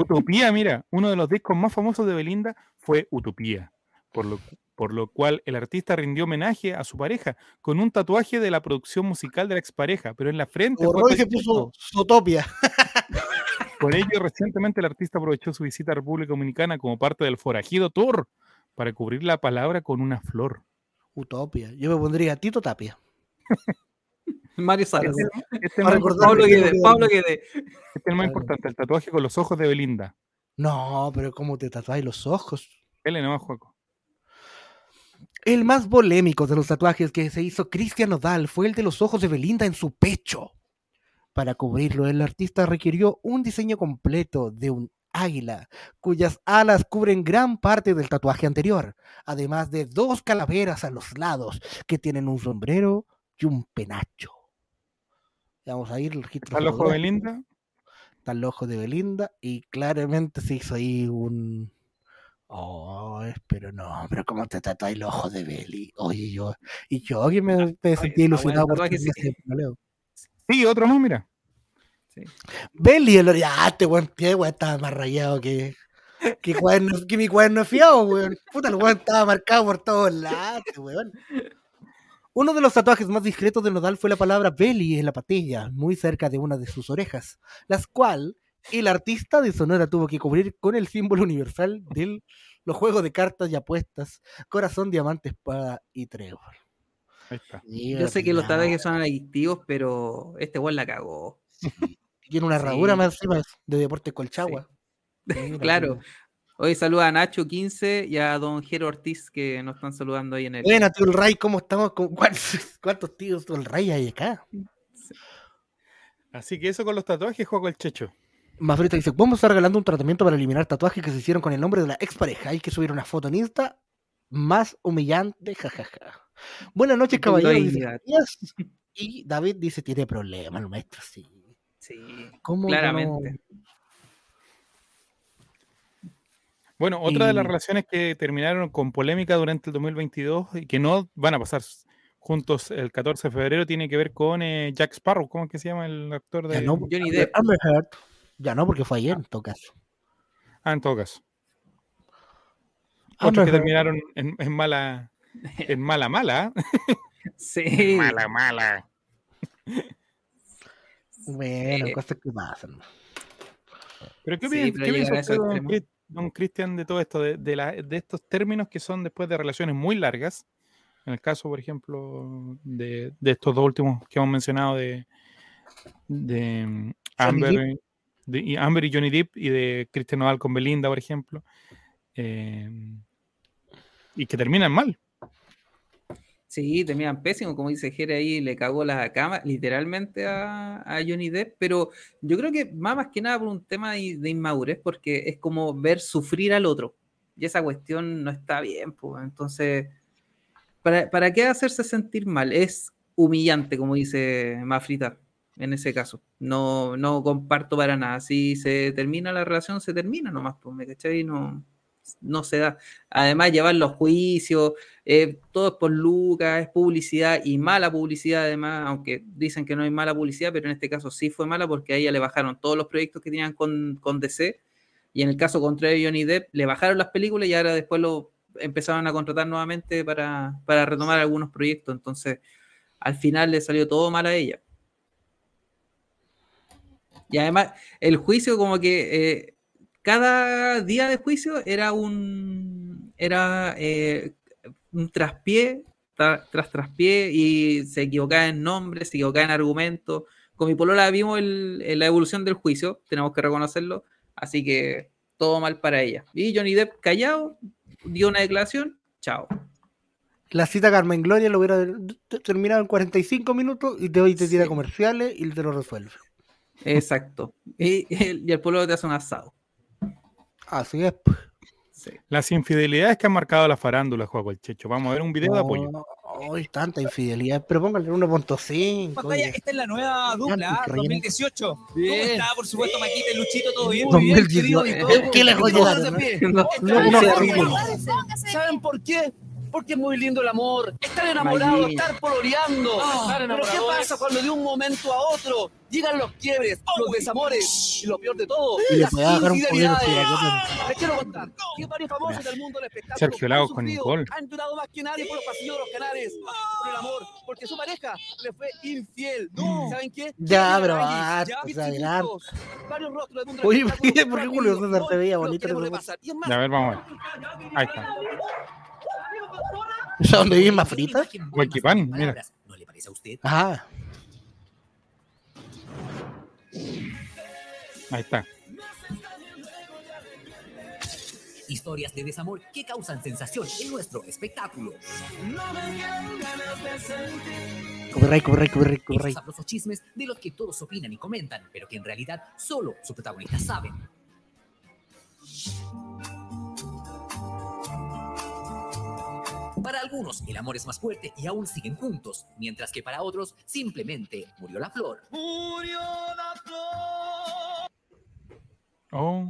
Speaker 3: Utopía, mira, uno de los discos más famosos de Belinda fue Utopía, por lo, por lo cual el artista rindió homenaje a su pareja con un tatuaje de la producción musical de la expareja, pero en la frente.
Speaker 1: Borró
Speaker 3: fue
Speaker 1: y se
Speaker 3: precioso.
Speaker 1: puso Zootopia.
Speaker 3: Por ello, recientemente el artista aprovechó su visita a República Dominicana como parte del Forajido Tour para cubrir la palabra con una flor.
Speaker 1: Utopia. Yo me pondría Tito Tapia.
Speaker 4: Mario Salas.
Speaker 3: Este,
Speaker 1: Para recordar
Speaker 4: Pablo
Speaker 1: que-
Speaker 4: Guede, Pablo
Speaker 3: Este es el más importante, el tatuaje con los ojos de Belinda.
Speaker 1: No, pero cómo te tatuáis los ojos.
Speaker 3: Dele nomás, Juaco.
Speaker 1: El más polémico de los tatuajes que se hizo Cristian Nodal fue el de los ojos de Belinda en su pecho. Para cubrirlo, el artista requirió un diseño completo de un águila, cuyas alas cubren gran parte del tatuaje anterior, además de dos calaveras a los lados que tienen un sombrero y un penacho. Vamos a ir al registro
Speaker 3: ¿Está el ojo de
Speaker 1: fotográfico.
Speaker 3: Belinda?
Speaker 1: Está el ojo de Belinda y claramente se hizo ahí un... Oh, pero no, pero ¿cómo te tatuáis el ojo de Beli? Oye, yo... Y yo que me, me sentí ilusionado
Speaker 4: bueno,
Speaker 1: por
Speaker 4: tatuaje, sí.
Speaker 3: Sí, otro más, mira.
Speaker 1: Beli, el ya, este buen pie, weón, estaba más rayado que, que, cuaderno- que mi cuaderno fiado, weón. Puta, el weón estaba marcado por todos lados, este weón. Uno de los tatuajes más discretos de Nodal fue la palabra Belly en la patilla, muy cerca de una de sus orejas, las cual el artista de Sonora tuvo que cubrir con el símbolo universal de los juegos de cartas y apuestas, corazón, diamante, espada y trébol.
Speaker 3: Ahí está.
Speaker 4: Yo sé que los tatuajes son adictivos, pero este weón la cagó.
Speaker 1: Tiene una
Speaker 4: Sí.
Speaker 1: herradura más encima de Deporte Colchagua. Mira,
Speaker 4: Claro. Hoy saluda a Nacho15 y a don Jero Ortiz que nos están saludando ahí en el.
Speaker 1: Buena, tío el Ray, ¿cómo estamos? ¿Con ¿Cuántos, cuántos tíos del Ray hay acá?
Speaker 3: Así que eso con los tatuajes, Juaco el Checho.
Speaker 1: Mafrita dice, vamos a estar regalando un tratamiento para eliminar tatuajes que se hicieron con el nombre de la expareja. Hay que subir una foto en Insta más humillante, jajaja. Buenas noches,
Speaker 4: Qué lindo
Speaker 1: caballero.
Speaker 4: ahí,
Speaker 1: dice
Speaker 4: gato.
Speaker 1: Matías. y David dice, tiene problemas, el maestro, sí.
Speaker 4: Sí,
Speaker 1: ¿Cómo
Speaker 4: claramente.
Speaker 3: Bueno, otra de las
Speaker 4: Y-
Speaker 3: relaciones que terminaron con polémica durante el 2022 y que no van a pasar s- juntos el 14 de febrero tiene que ver con eh, Jack Sparrow, ¿cómo es que se llama el actor
Speaker 4: Ah,
Speaker 1: Ya
Speaker 3: de
Speaker 1: no, Amber- Amber Heard. Ya no, porque fue ayer, en todo caso.
Speaker 3: Ah, en todo caso.
Speaker 1: Ah,
Speaker 3: Otros que
Speaker 1: mejor.
Speaker 3: terminaron en, en mala, en mala mala.
Speaker 4: Sí.
Speaker 3: Mala mala.
Speaker 1: Bueno, cosas que pasan.
Speaker 3: Pero qué
Speaker 1: Sí,
Speaker 3: piensa
Speaker 1: pero
Speaker 3: qué
Speaker 1: llegar
Speaker 3: piensa
Speaker 1: a
Speaker 3: usted,
Speaker 1: esos
Speaker 3: don
Speaker 1: extremos.
Speaker 3: Crist- don Cristian, de todo esto, de, de la- de estos términos que son después de relaciones muy largas? En el caso, por ejemplo, de, de estos dos últimos que hemos mencionado de, de mm, Amber,
Speaker 1: Depp.
Speaker 3: de- y Amber y Johnny Depp y de Cristian Nodal con Belinda, por ejemplo. eh, y que terminan mal.
Speaker 4: Sí, terminan pésimo, como dice Jere ahí, le cagó la cama literalmente a, a Johnny Depp, pero yo creo que más, más que nada por un tema de, de inmadurez, porque es como ver sufrir al otro, y esa cuestión no está bien, pues, entonces, ¿para, ¿para qué hacerse sentir mal? Es humillante, como dice Mafrita, en ese caso, no, no comparto para nada, si se termina la relación, se termina nomás, pues, ¿me cachai? No, no se da. Además, llevar los juicios, eh, todo es por lucas, es publicidad y mala publicidad además, aunque dicen que no hay mala publicidad, pero en este caso sí fue mala porque a ella le bajaron todos los proyectos que tenían con, con DC y en el caso contrario de Johnny Depp le bajaron las películas y ahora después lo empezaron a contratar nuevamente para, para retomar algunos proyectos, entonces al final le salió todo mal a ella. Y además el juicio como que eh, cada día de juicio era un, era, eh, un traspié tra- tras traspié y se equivocaba en nombres, se equivocaba en argumentos. Con mi polola vimos el- el- la evolución del juicio, tenemos que reconocerlo, así que todo mal para ella. Y Johnny Depp callado, dio una declaración, chao.
Speaker 1: La cita Carmen Gloria lo hubiera t- terminado en 45 minutos y te, y te tira comerciales y te lo resuelve.
Speaker 4: Exacto. Y, y el pueblo te hace un asado.
Speaker 1: Así es.
Speaker 3: Las infidelidades que han marcado la farándula, Juaco el Checho. Vamos a ver un video de apoyo.
Speaker 1: No, Ay, tanta infidelidad. Pero póngale 1.5.
Speaker 18: Pantalla, este
Speaker 1: oye.
Speaker 18: esta es la nueva dupla ah,
Speaker 1: Antes,
Speaker 18: 2018. ¿Cómo
Speaker 1: Bien.
Speaker 18: está? Por supuesto, Maquita y Luchito, todo bien. Muy bien,
Speaker 1: 2018.
Speaker 18: querido, y todo.
Speaker 1: ¿Qué les voy a
Speaker 18: Todos
Speaker 1: dar,
Speaker 18: de
Speaker 1: no?
Speaker 18: pie.
Speaker 1: No,
Speaker 18: Esta
Speaker 1: no,
Speaker 18: es
Speaker 1: no,
Speaker 18: la
Speaker 1: no,
Speaker 18: nueva
Speaker 1: no.
Speaker 18: dupla. ¿Saben por qué? Porque es muy lindo el amor. Estar enamorado,
Speaker 6: Maquita.
Speaker 18: estar pololeando.
Speaker 6: Ah, estar
Speaker 18: Pero ¿qué
Speaker 6: enamorado
Speaker 18: pasa
Speaker 6: es-
Speaker 18: cuando de un momento a otro llegan los quiebres, los desamores y lo peor de todo,
Speaker 1: Y le
Speaker 18: las
Speaker 1: puede dar un poquito
Speaker 18: infidelidades? Ah,
Speaker 1: de cosa.
Speaker 18: Les quiero contar que varios famosos del mundo del espectáculo
Speaker 3: Sergio Lagos con Nicole.
Speaker 18: han durado más que nadie por los pasillos de los canales por el amor, porque su pareja le fue infiel. No. ¿Saben qué?
Speaker 1: Ya,
Speaker 18: Liliana
Speaker 1: pero
Speaker 18: Baggi,
Speaker 1: basta,
Speaker 18: Pizzi
Speaker 1: se adelante.
Speaker 18: Bustos, Varios rostros del mundo del
Speaker 1: Oye,
Speaker 18: espectáculo
Speaker 1: ¿por qué Julio César se veía bonito? en ese momento?
Speaker 18: repasar. Y es más,
Speaker 3: A ver, vamos a ver. Ahí está.
Speaker 1: ¿Esa donde viven más fritas?
Speaker 3: Huelquipán, mira.
Speaker 18: ¿no le parece a usted?
Speaker 1: Ajá.
Speaker 3: Ahí está.
Speaker 18: Historias de desamor que causan sensación en nuestro espectáculo.
Speaker 1: Copyright, copyright, copyright, copyright.
Speaker 18: Esos sabrosos chismes de los que todos opinan y comentan, pero que en realidad solo su protagonista sabe. Para algunos, el amor es más fuerte y aún siguen juntos, mientras que para otros, simplemente murió la flor. ¡Murió la flor!
Speaker 3: Oh.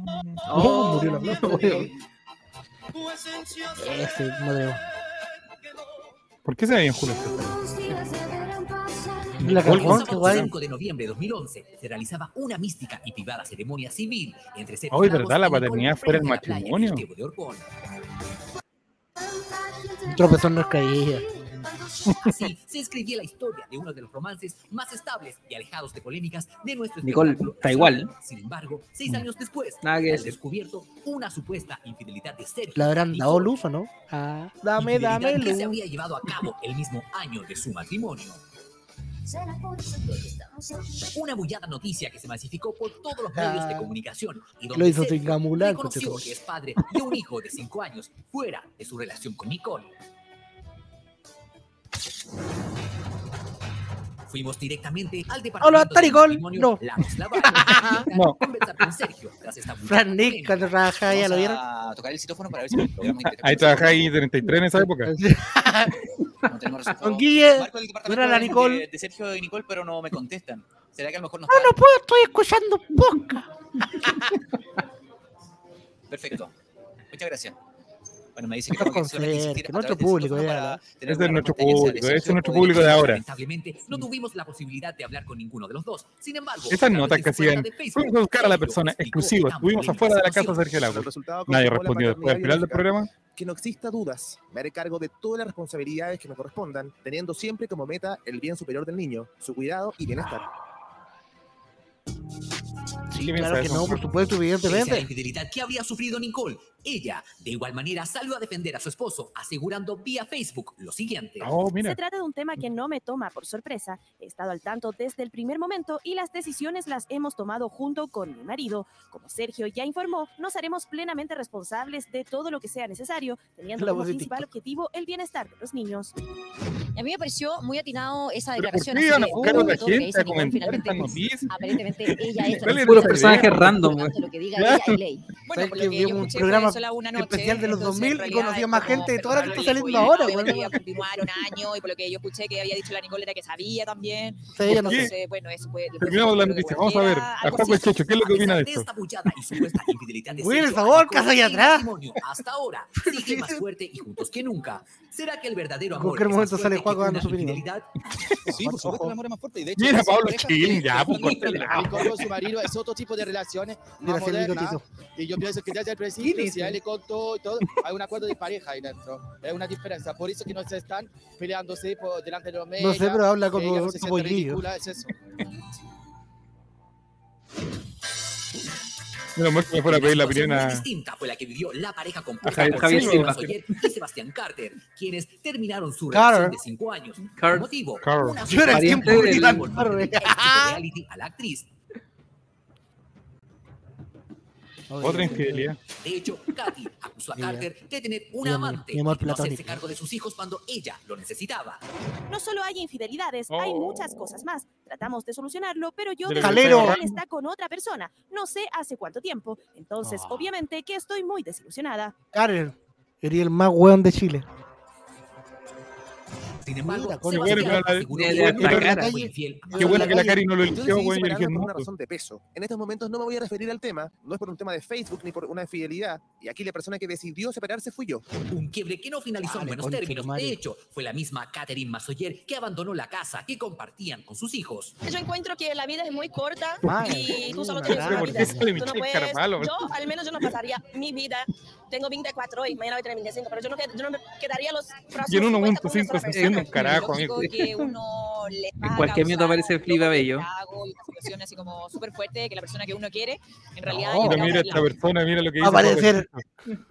Speaker 1: Oh, murió la flor. Ese, Este, madre.
Speaker 3: ¿Por qué se veía en Julio?
Speaker 1: La
Speaker 18: El
Speaker 1: cagó,
Speaker 18: sábado
Speaker 1: qué guay.
Speaker 18: 5 de noviembre de 2011 se realizaba una mística y privada ceremonia civil entre Sergio
Speaker 3: Hoy,
Speaker 18: Lagos
Speaker 3: ¿verdad? La
Speaker 18: y Nicole
Speaker 3: paternidad fuera
Speaker 18: fuera
Speaker 3: el
Speaker 18: de la playa en
Speaker 3: matrimonio.
Speaker 18: Festivo de Orcón.
Speaker 1: Un tropezón no es caída.
Speaker 18: Así se escribía la historia de uno de los romances más estables y alejados de polémicas de nuestro
Speaker 4: Nicole,
Speaker 18: espectáculo
Speaker 4: está igual,
Speaker 18: nacional. Sin embargo, seis años después,
Speaker 4: Nada que
Speaker 18: al
Speaker 4: decir.
Speaker 18: descubierto una supuesta infidelidad de Sergio.
Speaker 1: ¿La habrán dado luz o no? Ah, dame,
Speaker 18: infidelidad
Speaker 1: dame
Speaker 18: que
Speaker 1: luz.
Speaker 18: se habría llevado a cabo el mismo año de su matrimonio. Una bullada noticia que se masificó por todos los medios de
Speaker 1: Ah.
Speaker 18: comunicación y
Speaker 1: Lo
Speaker 18: donde
Speaker 1: hizo
Speaker 18: Sergio
Speaker 1: Tingamular,
Speaker 18: reconoció
Speaker 1: coche.
Speaker 18: que es padre de un hijo de 5 años fuera de su relación con Nicole. Fuimos directamente al departamento
Speaker 1: está
Speaker 18: de
Speaker 1: Nicole.
Speaker 18: matrimonio
Speaker 1: No.
Speaker 18: Lagos Lavalle,
Speaker 1: No.
Speaker 18: para conversar con Sergio tras esta bullada
Speaker 1: Fran Nick, cuando trabajaba ya, ¿lo vieron?
Speaker 18: a tocar el citófono para ver si logramos
Speaker 3: Ahí trabajaba ahí 33 en esa época.
Speaker 1: Con Guille,
Speaker 18: Marco el departamento
Speaker 1: mira la
Speaker 18: de-
Speaker 1: Nicole. Ah,
Speaker 18: De, de Sergio y Nicole, pero no me contestan. ¿Será que a lo mejor nos
Speaker 1: No, no puedo, estoy escuchando poca.
Speaker 18: pagan? Perfecto. Muchas gracias. Bueno, me dice que tengo que
Speaker 1: Conserje,
Speaker 18: solamente insistir
Speaker 1: que
Speaker 18: a
Speaker 1: nuestro
Speaker 18: través del
Speaker 1: público,
Speaker 18: teléfono
Speaker 1: ya,
Speaker 18: para
Speaker 1: ¿no?
Speaker 3: Ese
Speaker 18: tener
Speaker 3: es
Speaker 18: una
Speaker 3: nuestro
Speaker 18: respuesta ya sea de
Speaker 3: público, ese es
Speaker 18: Sergio
Speaker 3: nuestro
Speaker 18: o de
Speaker 3: público de
Speaker 18: Nicole.
Speaker 3: ahora.
Speaker 18: Lamentablemente, no tuvimos la posibilidad de hablar con ninguno de los dos. Sin embargo,
Speaker 3: Esas
Speaker 18: a
Speaker 3: notas
Speaker 18: través
Speaker 3: que
Speaker 18: de su cuenta
Speaker 3: hacían,
Speaker 18: de Facebook,
Speaker 3: fuimos a buscar a la
Speaker 18: ellos
Speaker 3: persona
Speaker 18: explicó
Speaker 3: exclusiva,
Speaker 18: tan
Speaker 3: estuvimos
Speaker 18: polémica
Speaker 3: afuera de la casa de
Speaker 18: situación.
Speaker 3: Sergio
Speaker 10: El
Speaker 3: Lagos.
Speaker 10: resultado
Speaker 3: Nadie
Speaker 10: confirmó la
Speaker 3: respondió después
Speaker 10: paternidad
Speaker 3: al final del
Speaker 10: biológica.
Speaker 3: programa.
Speaker 10: Que no exista dudas. Me haré cargo de todas las responsabilidades que me correspondan, teniendo siempre como meta el bien superior del niño, su cuidado y bienestar.
Speaker 1: Sí,
Speaker 3: ¿Qué
Speaker 1: claro
Speaker 3: piensa
Speaker 1: que
Speaker 3: eso?
Speaker 1: no, por supuesto,
Speaker 18: Pese a la
Speaker 1: evidentemente.
Speaker 18: infidelidad que habría sufrido Nicole, ella, de igual manera, salió a defender a su esposo, asegurando vía Facebook lo siguiente.
Speaker 3: Oh,
Speaker 19: Se trata de un tema que no me toma por sorpresa. He estado al tanto desde el primer momento y las decisiones las hemos tomado junto con mi marido. Como Sergio ya informó, nos haremos plenamente responsables de todo lo que sea necesario, teniendo
Speaker 1: La
Speaker 19: como
Speaker 1: voz de
Speaker 19: principal objetivo el bienestar de los niños.
Speaker 20: A mí me pareció muy atinado esa
Speaker 3: ¿Pero por
Speaker 20: declaración.
Speaker 3: qué
Speaker 20: así
Speaker 3: iban a
Speaker 20: que,
Speaker 3: buscar
Speaker 20: oh,
Speaker 3: a la
Speaker 20: todo lo que
Speaker 3: gente
Speaker 20: dice
Speaker 3: a
Speaker 20: Nicole,
Speaker 3: comentar
Speaker 20: finalmente,
Speaker 3: estas
Speaker 20: pues,
Speaker 3: noticias?
Speaker 20: Aparentemente ella es
Speaker 3: ¿Cuál era
Speaker 4: Puros
Speaker 3: esa
Speaker 4: personajes
Speaker 3: idea?
Speaker 4: random, güey.
Speaker 20: lo que diga ella
Speaker 3: Claro.
Speaker 20: es ley.
Speaker 1: ¿Sabes
Speaker 20: por
Speaker 1: que
Speaker 20: lo que
Speaker 1: vi
Speaker 20: yo
Speaker 1: un
Speaker 20: escuché fue
Speaker 1: programa
Speaker 20: sola una noche,
Speaker 1: especial de los
Speaker 20: entonces,
Speaker 1: 2000
Speaker 20: en
Speaker 1: y
Speaker 20: realidad
Speaker 1: conocía
Speaker 20: es
Speaker 1: más
Speaker 20: como
Speaker 1: gente de toda la que está
Speaker 20: perdonar
Speaker 1: saliendo
Speaker 20: el juicio,
Speaker 1: ahora,
Speaker 20: obviamente
Speaker 1: güey.
Speaker 20: iba a continuar un año y por lo que yo escuché que había dicho la Nicole era que sabía también.
Speaker 1: Sí, ya no sé.
Speaker 20: Entonces, bueno, eso fue.
Speaker 3: Terminamos la noticia. Vamos a ver. A Juaco el Checho, ¿qué es lo que
Speaker 18: A pesar
Speaker 3: opina de
Speaker 18: de
Speaker 3: esto?
Speaker 18: esta bullada y supuesta infidelidad de
Speaker 1: Güey, el
Speaker 18: Sergio a
Speaker 1: sabor,
Speaker 18: Nicole
Speaker 1: casa allá
Speaker 18: en
Speaker 1: atrás.
Speaker 18: matrimonio Hasta ahora sigue más fuerte y juntos que nunca. ¿Será que el verdadero
Speaker 1: En
Speaker 18: amor
Speaker 1: cualquier
Speaker 18: es
Speaker 1: momento
Speaker 18: más
Speaker 1: sale
Speaker 18: fuerte
Speaker 1: Juaco
Speaker 18: que
Speaker 1: dando
Speaker 18: una
Speaker 1: su opinión.
Speaker 18: infidelidad?
Speaker 21: Sí, por supuesto,
Speaker 1: Ojo.
Speaker 21: el amor es más fuerte. Y de hecho,
Speaker 3: Mira,
Speaker 21: esas
Speaker 3: Pablo
Speaker 21: parejas
Speaker 3: Chilin,
Speaker 21: que
Speaker 3: ya, pues,
Speaker 21: están con-
Speaker 3: córtela.
Speaker 21: con su marido es otro tipo de relaciones más
Speaker 1: Gracias,
Speaker 21: modernas.
Speaker 1: Nico
Speaker 21: Y yo pienso que desde el principio, si a él le contó y todo, hay un acuerdo de pareja y dentro. Es una diferencia. Por eso que no se están peleándose por delante de los medios.
Speaker 1: sé, pero habla como-
Speaker 21: ella no se
Speaker 1: como
Speaker 21: siente
Speaker 1: grillo.
Speaker 21: ridícula, es eso.
Speaker 3: Menos mal que me fuera a pedir la opinión
Speaker 18: Situación muy
Speaker 3: a-
Speaker 18: distinta fue la que vivió la pareja
Speaker 3: A
Speaker 18: compuesta
Speaker 3: Javier-
Speaker 18: por
Speaker 3: Javier
Speaker 18: Silvio
Speaker 3: Silva.
Speaker 18: Mazoyer y Sebastián Carter, quienes terminaron su
Speaker 1: Carter.
Speaker 18: relación de cinco años.
Speaker 1: Carter.
Speaker 18: Por motivo,
Speaker 1: Carter.
Speaker 18: una
Speaker 1: Yo era el
Speaker 18: pariente
Speaker 1: tiempo de
Speaker 18: del
Speaker 1: Iván
Speaker 18: golpe
Speaker 1: Carter.
Speaker 18: del éxito reality a la actriz.
Speaker 3: Otra infidelidad.
Speaker 18: De hecho, Katy acusó a
Speaker 3: Mira.
Speaker 18: Carter de tener un
Speaker 3: Mira, mi-
Speaker 18: amante
Speaker 3: mi amor
Speaker 18: y no hacerse
Speaker 3: platónico.
Speaker 18: cargo de sus hijos cuando ella lo necesitaba.
Speaker 19: No solo hay infidelidades, hay muchas cosas más. Tratamos de solucionarlo, pero yo
Speaker 18: De lo que
Speaker 19: descubrí que
Speaker 18: está
Speaker 19: él
Speaker 18: agarrando.
Speaker 19: está con otra persona. No sé hace cuánto tiempo. Entonces, obviamente que estoy muy desilusionada.
Speaker 1: Karen, eres el más weón de Chile.
Speaker 18: Sin embargo,
Speaker 1: Mira,
Speaker 18: Sebastián
Speaker 1: coño, bueno, pero la-
Speaker 18: aseguró
Speaker 1: Ni
Speaker 18: que
Speaker 1: de
Speaker 18: fue
Speaker 1: la
Speaker 18: infiel
Speaker 1: cara.
Speaker 18: a su infiel
Speaker 1: Qué bueno que la Cari no lo eligió,
Speaker 5: Yo decidí
Speaker 1: güey, y
Speaker 5: separarme
Speaker 1: eligió
Speaker 5: por una
Speaker 1: Mundo.
Speaker 5: razón de peso. En estos momentos no me voy a referir al tema, no es por un tema de Facebook ni por una infidelidad. Y aquí la persona que decidió separarse fui yo.
Speaker 18: Un quiebre que no finalizó en buenos términos. De hecho, fue la misma Catherine Mazoyer que abandonó la casa que compartían con sus hijos.
Speaker 20: Yo encuentro que la vida es muy corta
Speaker 18: Madre
Speaker 20: y tú solo
Speaker 18: mía,
Speaker 20: tienes
Speaker 18: pero
Speaker 20: una
Speaker 18: ¿por
Speaker 20: vida.
Speaker 18: qué sale
Speaker 20: Tú no
Speaker 18: Michelle
Speaker 20: puedes-
Speaker 18: Carvalho?
Speaker 20: yo al menos yo no pasaría mi vida. Tengo 24 hoy, mañana voy a tener 25, pero yo no, qued- yo no me quedaría los próximos
Speaker 3: Y en
Speaker 20: 50 con
Speaker 3: 1.5
Speaker 20: una sola
Speaker 3: se entiende un
Speaker 20: persona.
Speaker 3: carajo, amigo.
Speaker 20: Que uno le va a
Speaker 4: En cualquier minuto
Speaker 20: causar
Speaker 4: aparece Flipa Bello.
Speaker 20: algo y una situación así como súper fuerte que la persona que uno quiere en realidad
Speaker 3: No,
Speaker 20: es
Speaker 3: pero mira esta persona, mira lo que dice.
Speaker 1: Oh. Aparecer.
Speaker 3: Catherine Mazoyer.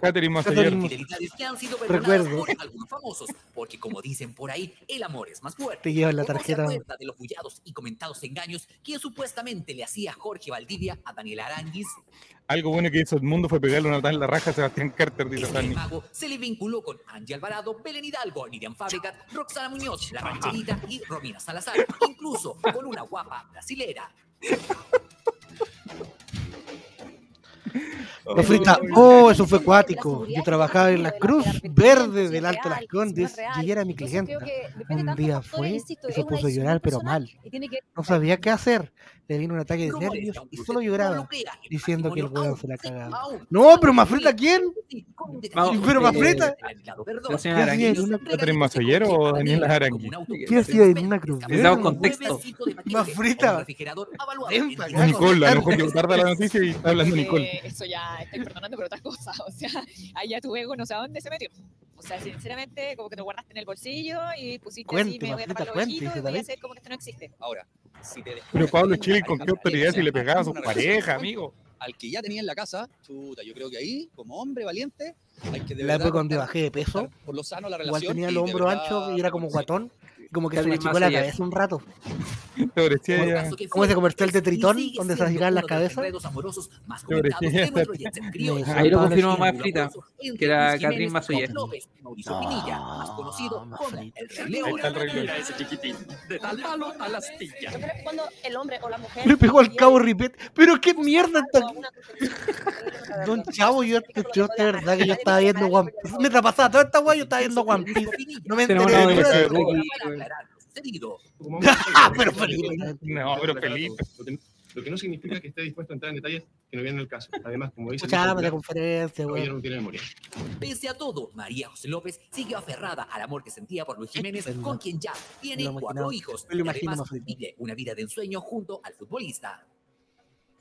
Speaker 1: Catherine Mazoyer.
Speaker 18: Infidelidades que han sido perdonadas
Speaker 1: Recuerdo.
Speaker 18: por algunos famosos, porque como dicen por ahí, el amor es más fuerte.
Speaker 1: Te llevan la
Speaker 18: Uno se
Speaker 1: tarjeta.
Speaker 18: acuerda de los bullados y comentados engaños que supuestamente le hacía Jorge Valdivia a Daniel Aranguis
Speaker 3: Algo bueno que hizo el mundo fue pegarle una tal en la raja a Sebastián Carter, dice
Speaker 18: El
Speaker 3: Fanny.
Speaker 18: Este mago se le vinculó con Angie Alvarado, Belén Hidalgo, Miriam Fabregat, Roxana Muñoz, La Rancherita y Romina Salazar, incluso con una guapa brasilera.
Speaker 1: No fui tan- Oh, eso fue cuático. Yo trabajaba en la Cruz Verde del Alto Las Condes y ella era mi cliente. Un día fue y se puso a llorar, pero mal. No sabía qué hacer. Le vino un ataque de nervios y solo lloraba, diciendo que el hueón se la cagaba. No, pero Mafreta, ¿quién?
Speaker 18: Vamos,
Speaker 1: Pero
Speaker 18: eh,
Speaker 1: Mafreta.
Speaker 4: La
Speaker 1: ¿Qué
Speaker 4: señora
Speaker 1: hacía en
Speaker 4: Aranguis.
Speaker 1: una-
Speaker 3: ¿Catherine Mazoyer o Daniela Arangui?
Speaker 1: qué hacía en una Cruz
Speaker 4: Necesitamos
Speaker 1: Verde?
Speaker 4: contexto.
Speaker 1: Mafreta. Ven para acá.
Speaker 3: Nicole, a lo mejor que tarda la noticia y está hablando Nicole.
Speaker 22: Eh, eso ya estoy perdonando por otra cosa. O sea, ahí ya tu ego no sé a dónde se metió. O sea, sinceramente, como que te lo guardaste en el bolsillo y pusiste así,
Speaker 3: Cuente,
Speaker 22: me voy a
Speaker 3: Mafrita,
Speaker 22: tapar los
Speaker 3: cuente,
Speaker 22: ojitos y
Speaker 3: dice
Speaker 22: voy a
Speaker 3: David.
Speaker 22: hacer como que esto no existe.
Speaker 5: Ahora, si te
Speaker 3: Pero Pablo Chile, ¿con qué autoridad si le pegaba a su pareja, amigo?
Speaker 5: Al que ya tenía en la casa, chuta, yo creo que ahí, como hombre valiente, hay que de
Speaker 1: La época
Speaker 5: verdad
Speaker 1: donde bajé de peso,
Speaker 5: por lo sano la relación.
Speaker 1: igual tenía
Speaker 5: y
Speaker 1: el
Speaker 5: de
Speaker 1: hombro
Speaker 5: verdad
Speaker 1: ancho y era como guatón. y Como que se me
Speaker 3: Catherine
Speaker 1: achicó la
Speaker 3: Mazoyer.
Speaker 1: cabeza un rato.
Speaker 3: Te parecía
Speaker 1: Como-
Speaker 3: ya-
Speaker 1: Como ese comercial de Tritón, donde se achicaban las cabezas.
Speaker 18: amorosos más
Speaker 3: Yo creo
Speaker 18: comentados
Speaker 3: que
Speaker 18: de este
Speaker 3: ya
Speaker 18: nuestro
Speaker 3: está.
Speaker 18: Jetson Criollo.
Speaker 3: No,
Speaker 4: Ahí lo
Speaker 3: Pablo
Speaker 4: confirmó
Speaker 3: Chile.
Speaker 4: más Frita, que era Catherine Mazoyer.
Speaker 18: López, Mauricio Pinilla, más conocido como el Rey
Speaker 4: Ahí
Speaker 18: León.
Speaker 4: está el Rey León.
Speaker 18: Mira ese chiquitín, de tal palo a la astilla.
Speaker 20: Yo creo que cuando el hombre o la mujer
Speaker 1: Le pegó al cabo Ripet. Pero qué mierda esta. Don Chavo, yo, yo de verdad que yo estaba viendo One Piece. Mientras pasaba toda esta weá, yo estaba viendo One Piece. No me
Speaker 3: Tenemos
Speaker 1: enteré de
Speaker 3: una
Speaker 1: nada.
Speaker 3: de Ricky.
Speaker 1: pero Felipe.
Speaker 3: No, pero Felipe.
Speaker 17: Lo que- Lo que no significa que esté dispuesto a entrar en detalles que no vienen al caso. Además, como dice. el
Speaker 1: Escuchaba la
Speaker 17: titular,
Speaker 1: conferencia,
Speaker 17: Caballero no
Speaker 1: weón.
Speaker 17: tiene memoria.
Speaker 18: Pese a todo, María José López siguió aferrada al amor que sentía por Luis Jiménez, con quien ya tiene
Speaker 1: Me lo
Speaker 18: cuatro
Speaker 1: imaginaba.
Speaker 18: hijos.
Speaker 1: Me lo
Speaker 18: y
Speaker 1: imagino más
Speaker 18: además
Speaker 1: rico.
Speaker 18: vive una vida de ensueño junto al futbolista.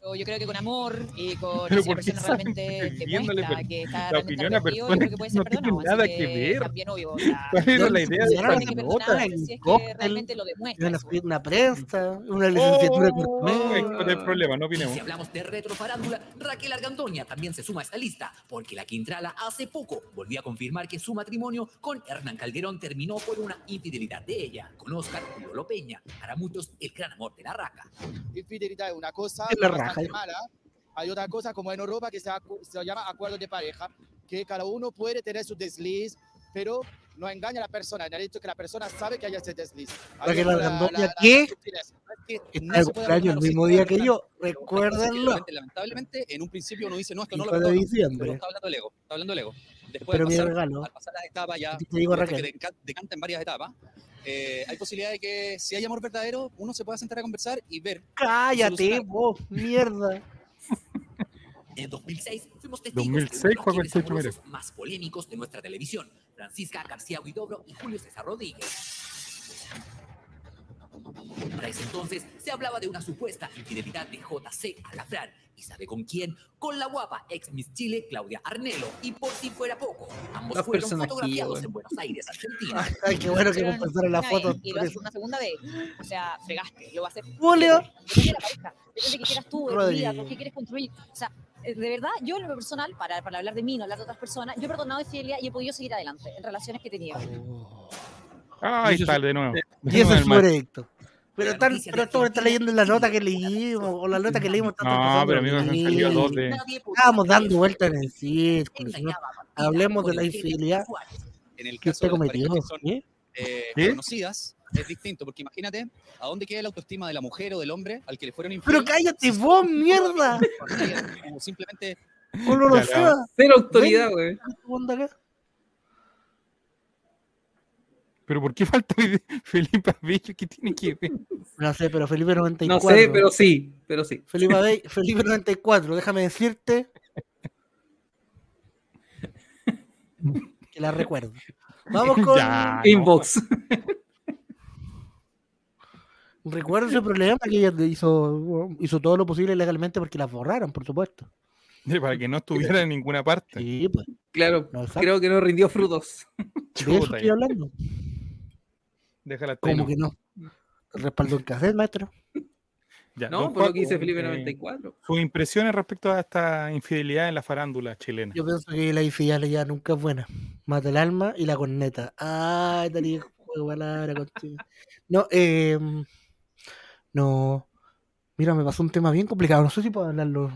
Speaker 22: Yo- Yo creo que con amor y con
Speaker 3: Pero
Speaker 22: si la
Speaker 3: ¿por qué
Speaker 22: persona
Speaker 3: salen
Speaker 22: realmente te
Speaker 3: viéndole
Speaker 22: muestra
Speaker 3: per-
Speaker 22: que está
Speaker 3: la
Speaker 22: realmente
Speaker 3: opinión a
Speaker 22: arrepentido, yo
Speaker 3: personas
Speaker 22: creo que puede
Speaker 3: que
Speaker 22: ser
Speaker 3: no tienen
Speaker 22: perdonado, así
Speaker 3: nada que ver?
Speaker 22: También obvio, o sea,
Speaker 3: ¿Cuál era la idea de
Speaker 1: Era
Speaker 3: esta
Speaker 1: una
Speaker 3: nota?
Speaker 1: nota, un cóctel,
Speaker 22: realmente lo demuestra.
Speaker 1: una, una prensa, una licenciatura
Speaker 21: Oh.
Speaker 1: por mes.
Speaker 3: No hay problema, no opinemos.
Speaker 18: Si hablamos de retrofarándula, Raquel Argandoña también se suma a esta lista, porque la Quintrala hace poco volvió a confirmar que su matrimonio con Hernán Calderón terminó por una infidelidad de ella, con Oscar Lolo Peña, para muchos el gran amor de la raca.
Speaker 21: Infidelidad es una cosa
Speaker 18: Es la
Speaker 21: bastante
Speaker 18: raja.
Speaker 21: mala. Hay otra cosa como en Europa que se, acu- se llama acuerdo de pareja, que cada uno puede tener su desliz, pero no engaña a la persona, en el hecho que la persona sabe que hay ese desliz. Hay
Speaker 1: Raquel
Speaker 21: una- la-
Speaker 1: Argandoña,
Speaker 21: la- la-
Speaker 1: ¿qué?
Speaker 21: sutileza. Es que no
Speaker 1: Está de
Speaker 21: se puede
Speaker 1: cumpleaños el
Speaker 21: perdonar, o
Speaker 1: mismo
Speaker 21: sí,
Speaker 1: día
Speaker 21: puede
Speaker 1: que
Speaker 21: perdonar.
Speaker 1: yo, recuérdenlo.
Speaker 5: Lamentablemente, lamentablemente, en un principio uno dice, no, esto no lo
Speaker 1: 5 de
Speaker 5: perdono,
Speaker 1: diciembre.
Speaker 5: pero está hablando del ego, está hablando del ego. Después
Speaker 1: Pero
Speaker 5: de
Speaker 1: mi
Speaker 5: pasar,
Speaker 1: regalo.
Speaker 5: al pasar las etapas ya,
Speaker 1: Te digo,
Speaker 5: esto que
Speaker 1: Raquel.
Speaker 5: deca- decanta en varias etapas, eh, hay posibilidad de que si hay amor verdadero, uno se pueda sentar a conversar y ver.
Speaker 1: Cállate,
Speaker 5: solucionar.
Speaker 1: vos, mierda.
Speaker 18: En 2006 fuimos testigos
Speaker 3: 2006
Speaker 18: de uno de los
Speaker 3: fue
Speaker 18: quiebres
Speaker 3: Conchito, mira.
Speaker 18: amorosos más polémicos de nuestra televisión, Francisca García Huidobro y Julio César Rodríguez. Para ese entonces se hablaba de una supuesta infidelidad de JC a la Fran. ¿Y sabe con quién? Con la guapa ex Miss Chile Claudia Arnelo. Y por si fuera poco, ambos
Speaker 4: Dos
Speaker 18: fueron
Speaker 4: personas aquí,
Speaker 18: fotografiados
Speaker 4: weón.
Speaker 18: en Buenos Aires, Argentina.
Speaker 1: Ay, qué bueno que
Speaker 18: Pero
Speaker 1: compensaron la
Speaker 18: una
Speaker 1: foto.
Speaker 18: vez,
Speaker 1: y
Speaker 22: lo haces una segunda vez. O sea, fregaste, lo vas a hacer.
Speaker 1: Julio.
Speaker 22: Depende de la pareja, depende de qué quieras tú, de tu vida,
Speaker 1: Rodrigo.
Speaker 22: con qué quieres construir. O sea, eh, de verdad, yo en lo personal, para, para hablar de mí, no hablar de otras personas, yo he perdonado infidelidad y he podido seguir adelante en relaciones que he tenido.
Speaker 3: Ah, ahí está, de nuevo. De
Speaker 1: Y eso
Speaker 3: nuevo
Speaker 1: es
Speaker 3: el mal.
Speaker 1: Florecto. Pero, están, pero esto está leyendo la nota que leímos o la nota que leímos. tanto
Speaker 3: No,
Speaker 1: pasando
Speaker 3: pero amigo,
Speaker 1: lo
Speaker 3: se han
Speaker 1: mismo.
Speaker 3: salido dos de-
Speaker 1: Estábamos dando vueltas en el círculo. si no, hablemos de la infidelidad que usted cometió. ¿eh?
Speaker 8: eh,
Speaker 1: ¿Sí?
Speaker 8: conocidas es distinto, porque imagínate a dónde queda la autoestima de la mujer o del hombre al que le fueron
Speaker 1: Pero
Speaker 8: infieles.
Speaker 1: cállate vos, mierda.
Speaker 8: como simplemente
Speaker 1: Polo
Speaker 8: Claro.
Speaker 1: Rocea.
Speaker 8: Cero autoridad,
Speaker 1: Ven, onda acá.
Speaker 3: Pero ¿por qué falta hoy de- Felipe Abello? ¿Qué tiene que ver?
Speaker 1: No sé, pero Felipe 94.
Speaker 4: No sé, pero sí, pero sí.
Speaker 1: Felipe, Abey- Felipe 94, déjame decirte que la recuerdo. Vamos con
Speaker 4: Ya, no. Inbox.
Speaker 1: Recuerdo ese problema que ella hizo, hizo todo lo posible legalmente porque las borraron, por supuesto.
Speaker 3: Para que no estuviera en ninguna parte.
Speaker 1: Sí, pues.
Speaker 4: Claro, creo que no rindió frutos.
Speaker 1: De eso estoy hablando.
Speaker 3: Déjala
Speaker 1: ¿Cómo que no? Respaldo en cassette, maestro.
Speaker 3: Ya,
Speaker 4: No,
Speaker 3: don
Speaker 4: por lo
Speaker 3: Juaco,
Speaker 4: que dice Felipe
Speaker 3: eh,
Speaker 4: 94.
Speaker 3: Sus impresiones respecto a esta infidelidad en la farándula chilena.
Speaker 1: Yo pienso que la infidelidad nunca es buena. Mata el alma y la corneta. Ay, tenía juego de palabra contigo. No, eh, no. Mira, me pasó un tema bien complicado. No sé si puedo hablarlo.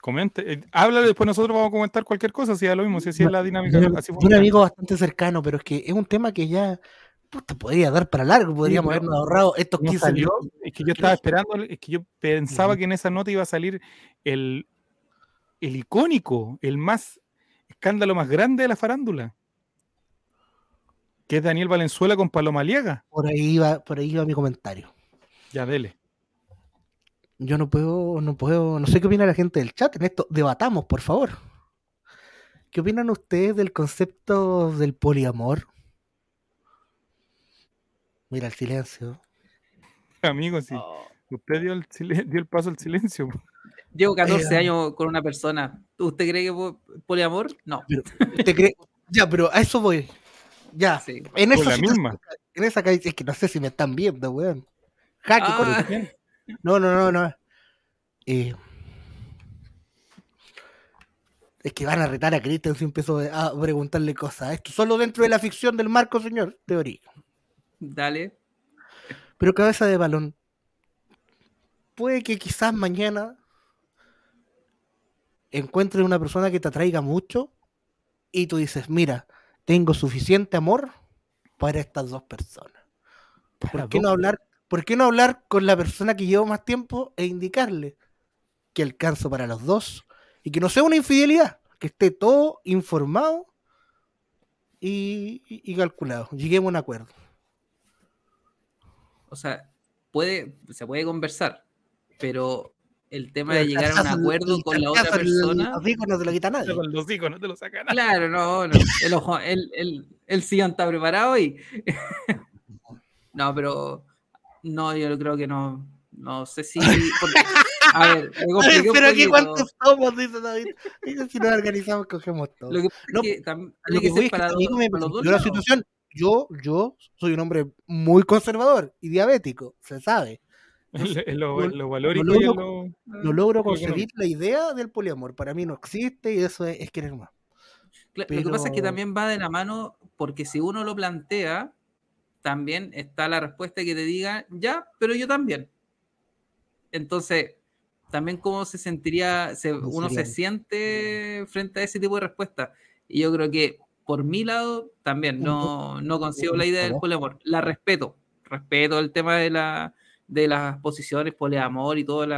Speaker 3: Comente, eh, háblalo, después nosotros vamos a comentar cualquier cosa, si da lo mismo, si así es la dinámica.
Speaker 1: De un-
Speaker 3: así
Speaker 1: de un
Speaker 3: funciona.
Speaker 1: amigo bastante cercano, pero es que es un tema que ya puta, podría dar para largo. Podríamos
Speaker 3: Sí,
Speaker 1: habernos
Speaker 3: pero
Speaker 1: ahorrado estos
Speaker 3: no
Speaker 1: 15
Speaker 3: salió.
Speaker 1: minutos.
Speaker 3: Es que yo estaba esperando, es que yo pensaba que en esa nota iba a salir el, el icónico, el más escándalo más grande de la farándula. Que es Daniel Valenzuela con Paloma Aliaga.
Speaker 1: Por ahí iba, por ahí iba mi comentario.
Speaker 3: Ya, dele.
Speaker 1: Yo no puedo, no puedo, no sé qué opina la gente del chat en esto. Debatamos, por favor. ¿Qué opinan ustedes del concepto del poliamor? Mira el silencio.
Speaker 3: Amigo, si usted dio el, silen- dio el paso al silencio.
Speaker 4: Llevo 14
Speaker 1: Eh,
Speaker 4: años con una persona. ¿Usted cree que po- poliamor? No.
Speaker 1: ¿Te cre- Ya, pero a eso voy. Ya. En
Speaker 4: Con
Speaker 1: esa
Speaker 4: pues, la
Speaker 1: situación-
Speaker 4: misma.
Speaker 1: En esa calle, es que no sé si me están viendo, weón. Jaque,
Speaker 4: Ah.
Speaker 1: corre. No, no, no, no. Eh, es que van a retar a Cristian si empiezo a preguntarle cosas. Esto solo dentro de la ficción del marco, señor, teoría.
Speaker 4: Dale.
Speaker 1: Pero cabeza de balón. Puede que quizás mañana encuentres una persona que te atraiga mucho y tú dices, mira, tengo suficiente amor para estas dos personas. ¿Por qué,
Speaker 2: dos
Speaker 1: no hablar, ¿Por qué no hablar con la persona que llevo más tiempo e indicarle que alcanzo para los dos y que no sea una infidelidad, que esté todo informado y, y- y calculado? Lleguemos a un acuerdo.
Speaker 4: O sea, puede, se puede conversar, pero el tema
Speaker 1: Pero
Speaker 4: de
Speaker 1: el
Speaker 4: llegar a un
Speaker 1: cachazo-
Speaker 4: acuerdo
Speaker 1: el
Speaker 4: con la otra
Speaker 1: cachazo, el-
Speaker 4: persona.
Speaker 1: los hijos no te lo quita nadie.
Speaker 3: Los hijos no te lo sacan.
Speaker 4: Claro, no, no. El, ojo, el, el, el sillón está preparado y. no, pero. No, yo creo que no. No sé si. porque- a ver, me
Speaker 1: Ay,
Speaker 4: compliqué un
Speaker 1: pero aquí
Speaker 4: poquito.
Speaker 1: cuántos somos, dice David. Dice, si nos organizamos, cogemos todo.
Speaker 4: Lo que pasa
Speaker 1: No,
Speaker 4: es que tam- hay
Speaker 1: lo
Speaker 4: que
Speaker 1: que voy es que
Speaker 4: separar
Speaker 1: este amigo me
Speaker 4: los dos
Speaker 1: planteó la
Speaker 4: lados.
Speaker 1: situación. Yo, yo soy un hombre muy conservador y diabético, se sabe.
Speaker 3: Es lo- es Eh, lo-
Speaker 1: No-
Speaker 3: es lo valórico
Speaker 1: no
Speaker 3: y es
Speaker 1: logro,
Speaker 3: lo-
Speaker 1: no logro
Speaker 3: es lo
Speaker 1: concebir la idea del poliamor. Para mí no existe y eso es, es querer más.
Speaker 4: Cla- Lo que pasa es que
Speaker 1: Pero-
Speaker 4: también va de la mano, porque si uno lo plantea, también está la respuesta que te diga, ya, pero yo también. Entonces, también cómo se sentiría, se- uno se
Speaker 18: sería-
Speaker 4: siente frente a ese tipo de respuesta. Y yo creo que por mi lado, también no, no consigo la idea del poliamor. La respeto, respeto el tema de, la, de las posiciones, poliamor y todos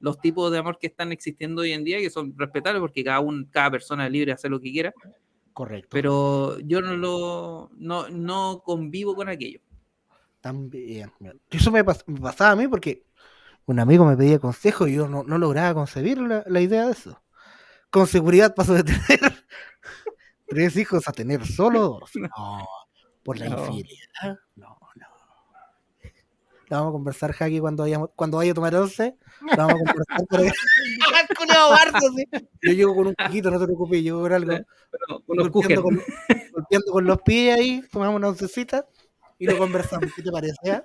Speaker 4: los tipos de amor que están existiendo hoy en día, que son respetables porque cada, un, cada persona es libre de hacer lo que quiera.
Speaker 1: Correcto.
Speaker 4: Pero yo no lo no, no convivo con aquello.
Speaker 1: También. Eso me, pas- me pasaba a mí porque un amigo me pedía consejo y yo no, no lograba concebir la, la idea de eso. Con seguridad paso de tener tres hijos a tener solo dos. No, por la
Speaker 2: Ah, No.
Speaker 1: infidelidad. No, no. La vamos a conversar, Jackie, cuando, vayamos, cuando vaya a tomar once. La vamos a conversar. para que-
Speaker 2: Culeado bardo, sí.
Speaker 1: Yo llego con un cajito, no te preocupes, llego con algo.
Speaker 4: unos
Speaker 1: golpeando, con,
Speaker 4: kuchen.
Speaker 1: golpeando con los pies ahí, tomamos una oncecita y lo conversamos. ¿Qué te parece? eh?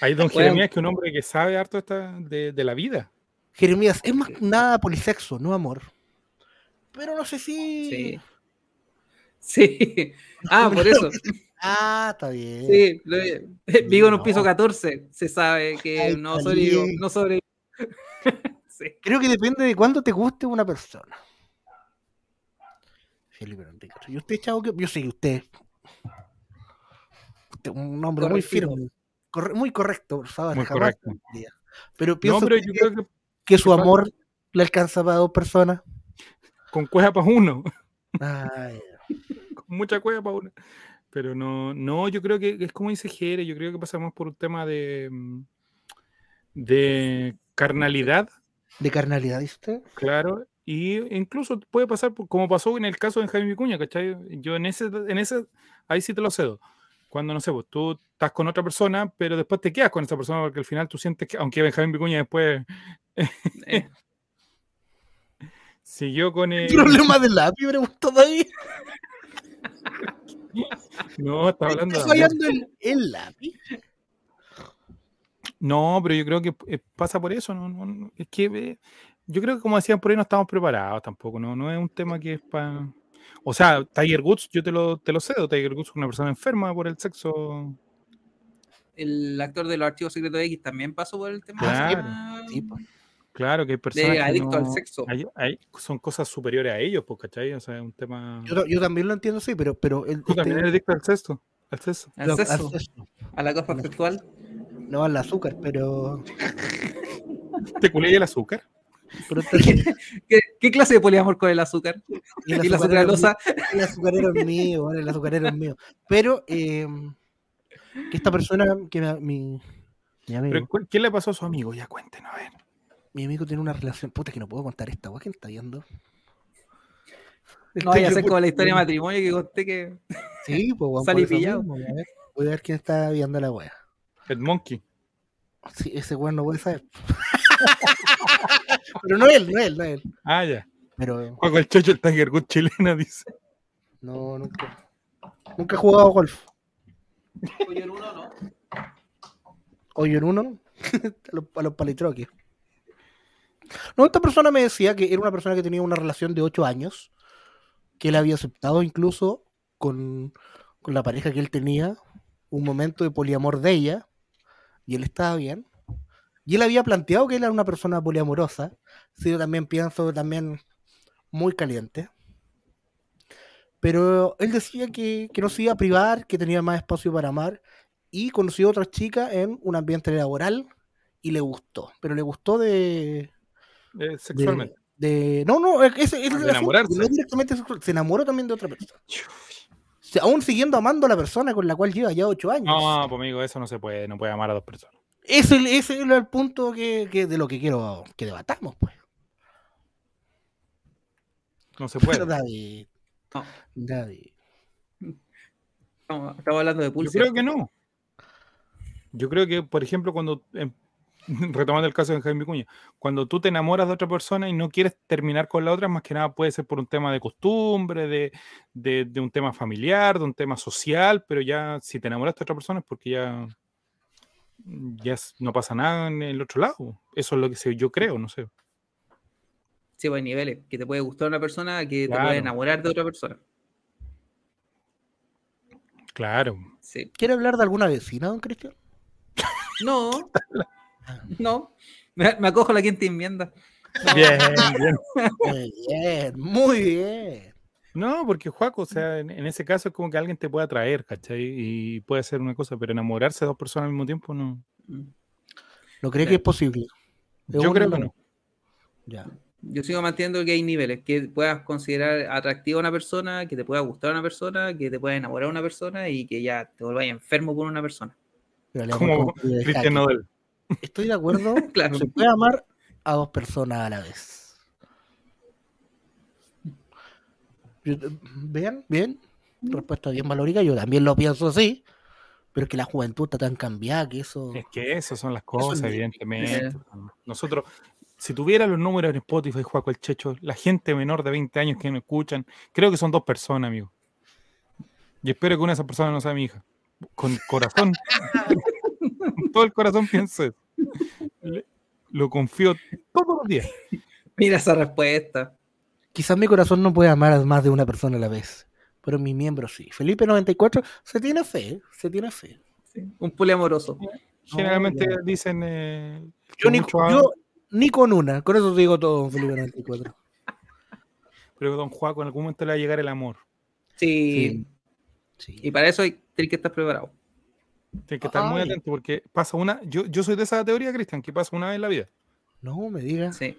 Speaker 3: Ahí don
Speaker 1: Bueno.
Speaker 3: Jeremías, que es un hombre que sabe harto esta, de, de la vida.
Speaker 1: Jeremías, es más que nada polisexo, no amor. Pero no sé si.
Speaker 4: Sí. Sí. Ah, por eso.
Speaker 1: Ah, está bien.
Speaker 4: Sí, lo- Vigo en un piso 14. Se sabe que
Speaker 1: Ay,
Speaker 4: no
Speaker 1: está
Speaker 4: sobrevivió.
Speaker 1: bien.
Speaker 4: No sobrevivió.
Speaker 1: Creo que depende de cuánto te guste una persona. Felipe Enrique. ¿Y usted, chavo? qué- Yo sé que usted. usted es un hombre muy
Speaker 3: Correctito.
Speaker 1: firme. corre- muy correcto, por favor.
Speaker 3: Muy
Speaker 1: jamás
Speaker 3: correcto.
Speaker 1: mentiría. Pero
Speaker 3: No,
Speaker 1: pienso
Speaker 3: pero
Speaker 1: que,
Speaker 3: yo creo que-
Speaker 1: que su amor le alcanza para dos personas.
Speaker 3: Con cueva para uno.
Speaker 1: Ay,
Speaker 3: con mucha cueva para uno. Pero no, no, yo creo que es como dice Jere, yo creo que pasamos por un tema de, mm, de carnalidad,
Speaker 1: de carnalidad, dice usted.
Speaker 3: claro, y incluso puede pasar por- como pasó en el caso de Jaime Vicuña, ¿cachai? Yo en ese, en ese, ahí sí te lo cedo. Cuando, no sé, pues, tú estás con otra persona, pero después te quedas con esa persona porque al final tú sientes que, aunque Benjamín Vicuña después...
Speaker 1: Eh.
Speaker 3: Siguió con el...
Speaker 1: ¿Problema de lápiz? Preguntó David.
Speaker 3: No, está hablando
Speaker 1: ¿Está
Speaker 3: de amor.
Speaker 1: fallando el, el lápiz?
Speaker 3: No, pero yo creo que eh, pasa por eso. No, no- no, es que eh, yo creo que, como decían por ahí, no estamos preparados tampoco. No, no es un tema que es para. O sea, Tiger Woods, yo te lo, te lo cedo. Tiger Woods es una persona enferma por el sexo.
Speaker 4: El actor de los archivos secretos X también pasó por el tema.
Speaker 1: Ah,
Speaker 3: Claro. Claro, que hay personas. que
Speaker 4: adicto al
Speaker 3: no-
Speaker 4: sexo.
Speaker 3: hay- hay- son cosas superiores a ellos, pues, ¿cachai? O sea, es un tema.
Speaker 1: Yo, yo también lo entiendo, sí, pero. pero el,
Speaker 3: Tú
Speaker 1: este-
Speaker 3: también eres adicto al sexo. Al sexo.
Speaker 1: Al Lo- al sexo. sexo.
Speaker 4: A la cosa sexual.
Speaker 1: No, al azúcar, pero.
Speaker 3: ¿Te culé el azúcar?
Speaker 1: pero te-
Speaker 4: ¿Qué, qué clase de poliamor con el azúcar?
Speaker 1: Y
Speaker 4: Y,
Speaker 1: el
Speaker 4: la
Speaker 1: azucarero es
Speaker 4: sucralosa.
Speaker 1: mío, El azucarero es mío, bueno, el azucarero es mío. Pero eh, que esta persona, que me- mi, mi amigo,
Speaker 3: Pero, ¿cu- ¿Qué le pasó a su amigo? Ya cuéntenos, a ver.
Speaker 1: mi amigo tiene una relación. Puta, que no puedo contar esta weá, ¿quién está viendo?
Speaker 4: No vaya a ser como la historia de matrimonio que conté que.
Speaker 1: Sí, pues weón,
Speaker 4: Salí
Speaker 1: por eso
Speaker 4: pillado.
Speaker 1: mismo, voy, a ver, voy a ver quién está viendo la wea.
Speaker 3: Ed Monkey.
Speaker 1: Sí, ese weón no puede saber. Pero no él, no él, no él.
Speaker 3: Ah, ya.
Speaker 1: Pero.
Speaker 3: Juego el chocho el Tiger Woods chileno, dice.
Speaker 1: No, nunca. Nunca he jugado golf. Hoyo en uno, a los, a los palitroques. No, esta persona me decía que era una persona que tenía una relación de 8 años, que él había aceptado incluso con, con la pareja que él tenía, un momento de poliamor de ella, y él estaba bien. Y él había planteado que él era una persona poliamorosa, sí, yo también pienso también muy caliente. Pero él decía que, que no se iba a privar, que tenía más espacio para amar, y conoció a otra chica en un ambiente laboral y le gustó, pero le gustó de...
Speaker 3: Eh,
Speaker 1: de-
Speaker 3: sexualmente.
Speaker 1: De, no, no, es, es- es relación,
Speaker 3: Ah, enamorarse.
Speaker 1: no es directamente sexual, se enamoró también de otra persona. O sea, aún siguiendo amando a la persona con la cual lleva ya ocho años.
Speaker 3: No, pues amigo, eso no se puede, no puede amar a dos personas.
Speaker 1: Ese, ese es el punto que, que- de lo que quiero que debatamos, pues.
Speaker 3: No se puede.
Speaker 1: Pero David, David.
Speaker 4: Estamos, estamos hablando de pulso.
Speaker 3: Yo creo que no. Yo creo que, por ejemplo, cuando em, retomando el caso de Jaime Cuña, cuando tú te enamoras de otra persona y no quieres terminar con la otra, más que nada puede ser por un tema de costumbre, de, de- de un tema familiar, de un tema social, pero ya si te enamoras de otra persona es porque ya, ya s- no pasa nada en el otro lado. Eso es lo que se- yo creo, no sé.
Speaker 4: Sí, pues hay niveles. Que te puede gustar una persona, que te
Speaker 3: Claro.
Speaker 4: puede enamorar de otra persona.
Speaker 3: Claro.
Speaker 1: ¿Quiere hablar de alguna vecina, don Cristian?
Speaker 4: No. No. Me, me acojo a la quinta enmienda.
Speaker 3: Bien, bien.
Speaker 1: Muy bien, muy bien. Mm.
Speaker 3: No, porque Juaco, o sea, en, en ese caso es como que alguien te puede atraer, ¿cachai? Y puede ser una cosa, pero enamorarse de dos personas al mismo tiempo no.
Speaker 1: ¿No cree que es posible?
Speaker 3: Yo creo que no.
Speaker 1: Ya.
Speaker 4: Yo sigo manteniendo que hay niveles, que puedas considerar atractiva a una persona, que te pueda gustar una persona, que te pueda enamorar una persona y que ya te volváis enfermo por una persona.
Speaker 1: Pero le
Speaker 3: Como
Speaker 1: hago un-
Speaker 3: Cristian Nodal.
Speaker 1: Estoy de acuerdo.
Speaker 4: Claro.
Speaker 1: Se puede amar a dos personas a la vez. eh, Yo- Vean, bien. Respuesta bien valórica. Yo también lo pienso así. Pero es que la juventud está tan cambiada que eso.
Speaker 3: Es que esas son las cosas,
Speaker 1: es
Speaker 3: evidentemente. Nosotros, si tuviera los números en Spotify, Juaco el Checho, la gente menor de 20 años que me escuchan, creo que son dos personas, amigo. Y espero que una de esas personas no sea mi hija. Con corazón. con todo el corazón pienso eso. Le- Lo confío todos los días.
Speaker 4: Mira esa respuesta.
Speaker 1: Quizás mi corazón no puede amar a más de una persona a la vez, pero mi miembro sí. Felipe 94 se tiene fe, se tiene fe.
Speaker 4: Un pule amoroso.
Speaker 3: Generalmente dicen. eh,
Speaker 1: Yo ni,
Speaker 3: mucho hablan,
Speaker 1: yo ni con una, con eso te digo todo, Felipe 94.
Speaker 3: Pero don Juaco, en algún momento le va a llegar el amor.
Speaker 4: Sí. Y para eso hay, tienes que estar preparado.
Speaker 3: Tienes que estar muy
Speaker 4: Ay.
Speaker 3: atento porque pasa una. Yo, yo soy de esa teoría, Cristian, que pasa una vez en la vida.
Speaker 1: No me digas.
Speaker 4: Sí.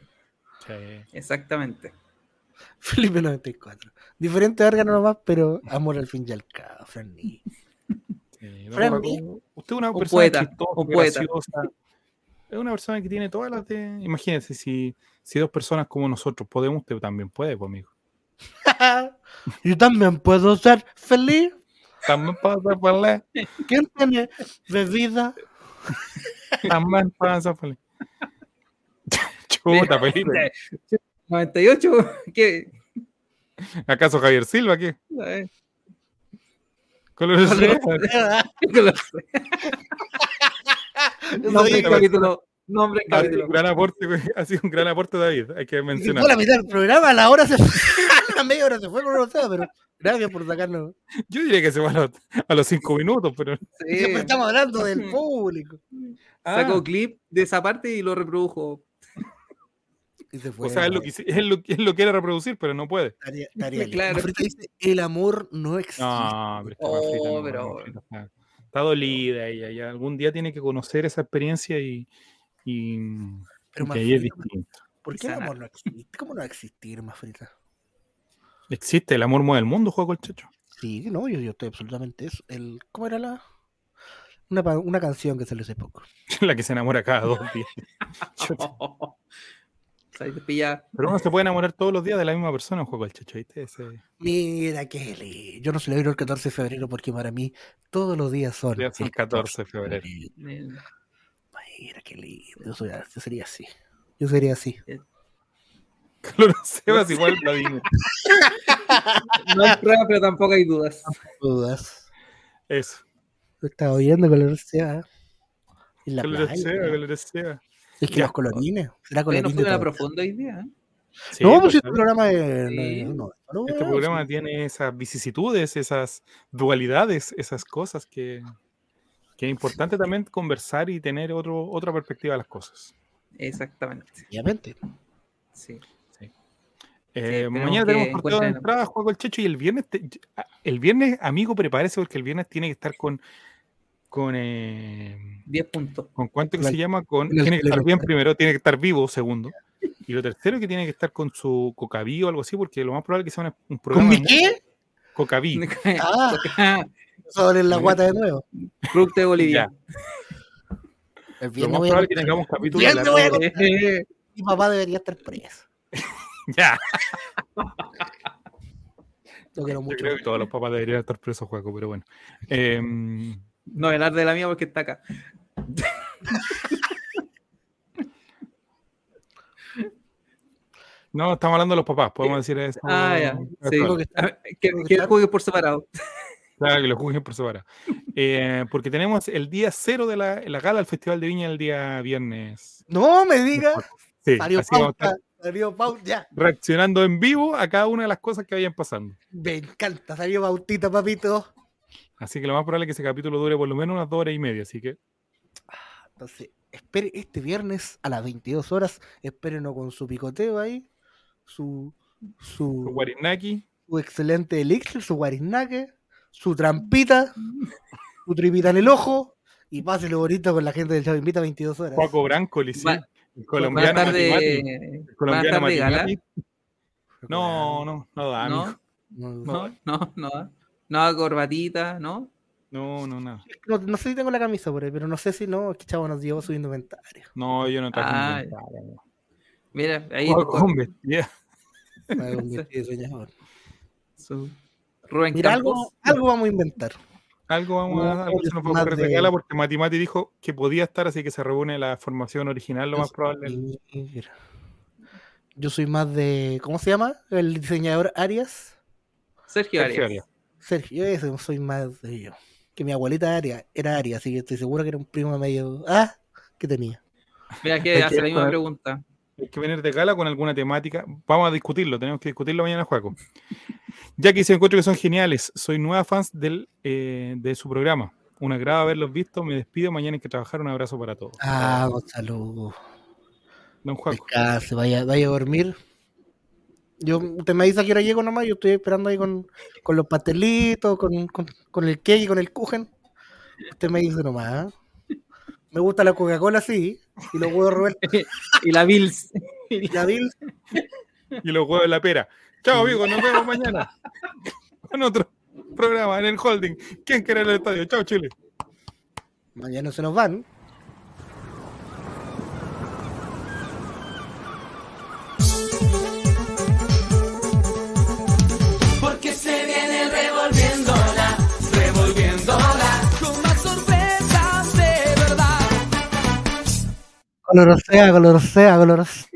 Speaker 4: Exactamente.
Speaker 1: Felipe 94. Diferente órgano nomás, pero amor al fin y al
Speaker 4: Ah,
Speaker 1: cabo, Franny.
Speaker 3: don
Speaker 1: Franny.
Speaker 3: Juaco, Usted es una
Speaker 1: Un
Speaker 3: persona
Speaker 1: poeta,
Speaker 3: chistosa,
Speaker 1: un poeta.
Speaker 3: graciosa. Es una persona que tiene todas las de. Imagínense, si, si dos personas como nosotros podemos, usted también puede, pues, amigo.
Speaker 1: Yo también puedo ser feliz.
Speaker 3: También pasa por la.
Speaker 1: ¿Quién tiene bebida?
Speaker 3: También pasa por la. Chuta, Felipe.
Speaker 4: 98, ¿qué?
Speaker 3: ¿Acaso Javier Silva qué?
Speaker 4: Eh,
Speaker 3: Colores rosa.
Speaker 4: Nombre
Speaker 3: este
Speaker 4: del capítulo. Nombre del
Speaker 3: Ha sido
Speaker 4: capítulo.
Speaker 3: Ah, un gran aporte, güey. Ha sido un gran aporte, David. Hay que
Speaker 1: Y fue
Speaker 3: mencionar.
Speaker 1: la mitad del programa, a la hora se fue, a la media hora se fue, no lo sé, pero gracias por sacarnos.
Speaker 3: Yo diría que se va a los, a los cinco minutos, pero.
Speaker 1: Siempre estamos hablando del público.
Speaker 3: Ah.
Speaker 4: Sacó clip de esa parte y lo reprodujo.
Speaker 3: O sea, es lo, que, hice- es, lo, es lo que quiere reproducir, pero no puede.
Speaker 1: Tarea- tarea libre.
Speaker 4: Claro.
Speaker 1: Mafrita dice, el amor no existe.
Speaker 3: No, pero esta
Speaker 1: Oh,
Speaker 3: Mafrita no,
Speaker 1: pero-
Speaker 3: Mafrita está, está dolida ella. ya algún día tiene que conocer esa experiencia y. y
Speaker 1: Pero
Speaker 3: y que ahí es
Speaker 1: Mafrita,
Speaker 3: distinto.
Speaker 1: ¿Por qué el amor no existe? ¿Cómo no va a existir, Mafrita?
Speaker 3: Existe el amor mueve el mundo, juego el checho.
Speaker 1: Sí, no, yo, yo estoy absolutamente eso. El, ¿Cómo era la...? Una, pa- una canción que se le hace poco.
Speaker 3: La que se enamora cada dos días. Pero uno se puede enamorar todos los días de la misma persona, juego el checho, ¿viste? Ese-
Speaker 1: Mira, Kelly. Yo no celebro el 14 de febrero porque para mí todos los días son.
Speaker 3: Ya son 14 de febrero.
Speaker 1: Mira, qué lindo. Yo, soy- yo sería así. Yo sería así.
Speaker 3: Color Sebas igual Vladimir.
Speaker 4: No hay pruebas, pero tampoco hay dudas.
Speaker 1: Dudas.
Speaker 3: Eso.
Speaker 1: Lo estaba oyendo color sea. En la
Speaker 3: Color
Speaker 1: playa,
Speaker 3: Sebas,
Speaker 1: ¿no?
Speaker 3: color Sebas.
Speaker 1: Es que los colorines. Será
Speaker 4: Oye,
Speaker 1: colorines.
Speaker 4: nos fuimos a
Speaker 1: de
Speaker 4: la
Speaker 1: todo.
Speaker 4: profunda hoy día. ¿eh?
Speaker 3: Sí,
Speaker 1: no,
Speaker 3: pues,
Speaker 1: pues este
Speaker 3: claro.
Speaker 1: programa es.
Speaker 4: Sí.
Speaker 1: no, no, no,
Speaker 3: Este
Speaker 1: no,
Speaker 3: programa tiene esas vicisitudes, esas dualidades, esas cosas que, que es importante también conversar y tener otro, otra perspectiva de las cosas.
Speaker 4: Exactamente.
Speaker 1: Obviamente.
Speaker 4: Sí.
Speaker 3: Eh,
Speaker 4: tenemos
Speaker 3: mañana
Speaker 4: que
Speaker 3: tenemos sorteo de
Speaker 4: encuentren-
Speaker 3: entradas, juego el checho y el viernes, te- el viernes, amigo, prepárese porque el viernes tiene que estar con con eh,
Speaker 4: 10 puntos.
Speaker 3: ¿Con cuánto que se
Speaker 4: Con el-
Speaker 3: llama? Con,
Speaker 4: con el-
Speaker 3: tiene que estar bien primero, tiene que estar vivo segundo. Y lo tercero que tiene que estar con su cocaví o algo así, porque lo más probable es que sea una- un programa.
Speaker 1: mi
Speaker 3: muy-
Speaker 1: qué?
Speaker 3: Cocaví.
Speaker 1: Ah, sobre la guata de nuevo.
Speaker 4: Club de Bolivia.
Speaker 1: El
Speaker 3: Lo
Speaker 1: viernes
Speaker 3: más
Speaker 1: voy
Speaker 3: probable
Speaker 1: a
Speaker 3: es que tengamos capítulo.
Speaker 1: Bien,
Speaker 3: largo.
Speaker 1: voy a contar. Mi papá debería estar preso.
Speaker 3: Ya.
Speaker 1: Lo quiero
Speaker 3: Yo creo que todos los papás deberían estar presos, Juaco, pero bueno. Em,
Speaker 4: No, el de la mía porque está acá.
Speaker 3: no, estamos hablando de los papás, podemos decir eso.
Speaker 4: Ah, ya. Sí.
Speaker 3: Eso.
Speaker 4: Ah, Que, que juegue por separado.
Speaker 3: Claro, que lo juzguen por separado. Eh, porque tenemos el día cero de la, la gala del Festival de Viña el día viernes.
Speaker 1: No me digas.
Speaker 3: Sí,
Speaker 1: salió
Speaker 3: así vamos a
Speaker 1: pauta.
Speaker 3: estar
Speaker 1: Salió pauta. Ya.
Speaker 3: reaccionando en vivo a cada una de las cosas que vayan pasando.
Speaker 1: Me encanta. Salió pautita, papito.
Speaker 3: Así que lo más probable es que ese capítulo dure por lo menos unas dos horas y media, así que
Speaker 1: Entonces, espere este viernes a las 22 horas. Espérenlo con su picoteo ahí. Su. Su.
Speaker 3: Guarinaki.
Speaker 1: su excelente elixir, su guariznaque, su trampita, su tripita en el ojo y páselo bonito con la gente del Chavo Invita 22 horas.
Speaker 3: Paco Brancoli, sí.
Speaker 1: Va-
Speaker 3: El colombiano
Speaker 4: van a estar de-
Speaker 3: Matimati.
Speaker 4: van a
Speaker 3: El colombiano
Speaker 4: estar de gala.
Speaker 3: Matimati. No, no, no da,
Speaker 4: No,
Speaker 3: amigo.
Speaker 4: No, no, no. da. No, haga corbatita, ¿no?
Speaker 3: No, no, nada.
Speaker 1: No, no sé si tengo la camisa por ahí, pero no sé si no, es que Chavo nos llevó su inventario.
Speaker 3: No, yo no traje
Speaker 4: Ah,
Speaker 3: ningún cara, no.
Speaker 4: Mira, ahí.
Speaker 3: Juego con vestida.
Speaker 1: Algo que estoy soñando.
Speaker 4: Su- Rubén
Speaker 1: Mira,
Speaker 4: Campos.
Speaker 1: algo, algo vamos a inventar.
Speaker 3: Algo vamos a, algo se nos va a ocurrir de Gala porque Mati Mati dijo que podía estar, así que se reúne la formación original, lo más probable.
Speaker 1: Yo soy más de. ¿Cómo se llama? El diseñador Arias.
Speaker 4: Sergio Arias.
Speaker 1: Sergio, yo ese soy más de yo. Que mi abuelita Aria- era Aria, así que estoy seguro que era un primo medio. Ah, que tenía.
Speaker 4: Mira
Speaker 3: Hay
Speaker 4: que hace
Speaker 3: que
Speaker 4: la misma
Speaker 3: poner-
Speaker 4: pregunta.
Speaker 3: Hay que venir de gala con alguna temática. Vamos a discutirlo, tenemos que discutirlo mañana, Juaco. Ya que se encuentro que son geniales, soy nueva fan del, eh, de su programa. Un agrado haberlos visto, me despido, mañana hay que trabajar, un abrazo para todos.
Speaker 1: Ah, Gonzalo.
Speaker 3: Don Juaco.
Speaker 1: Descanse, vaya, vaya a dormir. Yo, usted me dice a qué hora llego nomás, yo estoy esperando ahí con, con los pastelitos, con, con, con el cake, con el kuchen. Usted me dice nomás. ¿eh? Me gusta la Coca-Cola, sí, y los huevos Roberto.
Speaker 4: y la Bills.
Speaker 1: Y la Bills.
Speaker 3: Y los huevos de la pera. Chao, amigos, nos vemos mañana con otro programa en el holding. ¿Quién quiere el estadio? Chao, Chile.
Speaker 1: Mañana se nos van.
Speaker 11: Porque se viene revolviéndola, revolviéndola, con más sorpresas de verdad.
Speaker 1: Colorosea, colorosea, colorosea.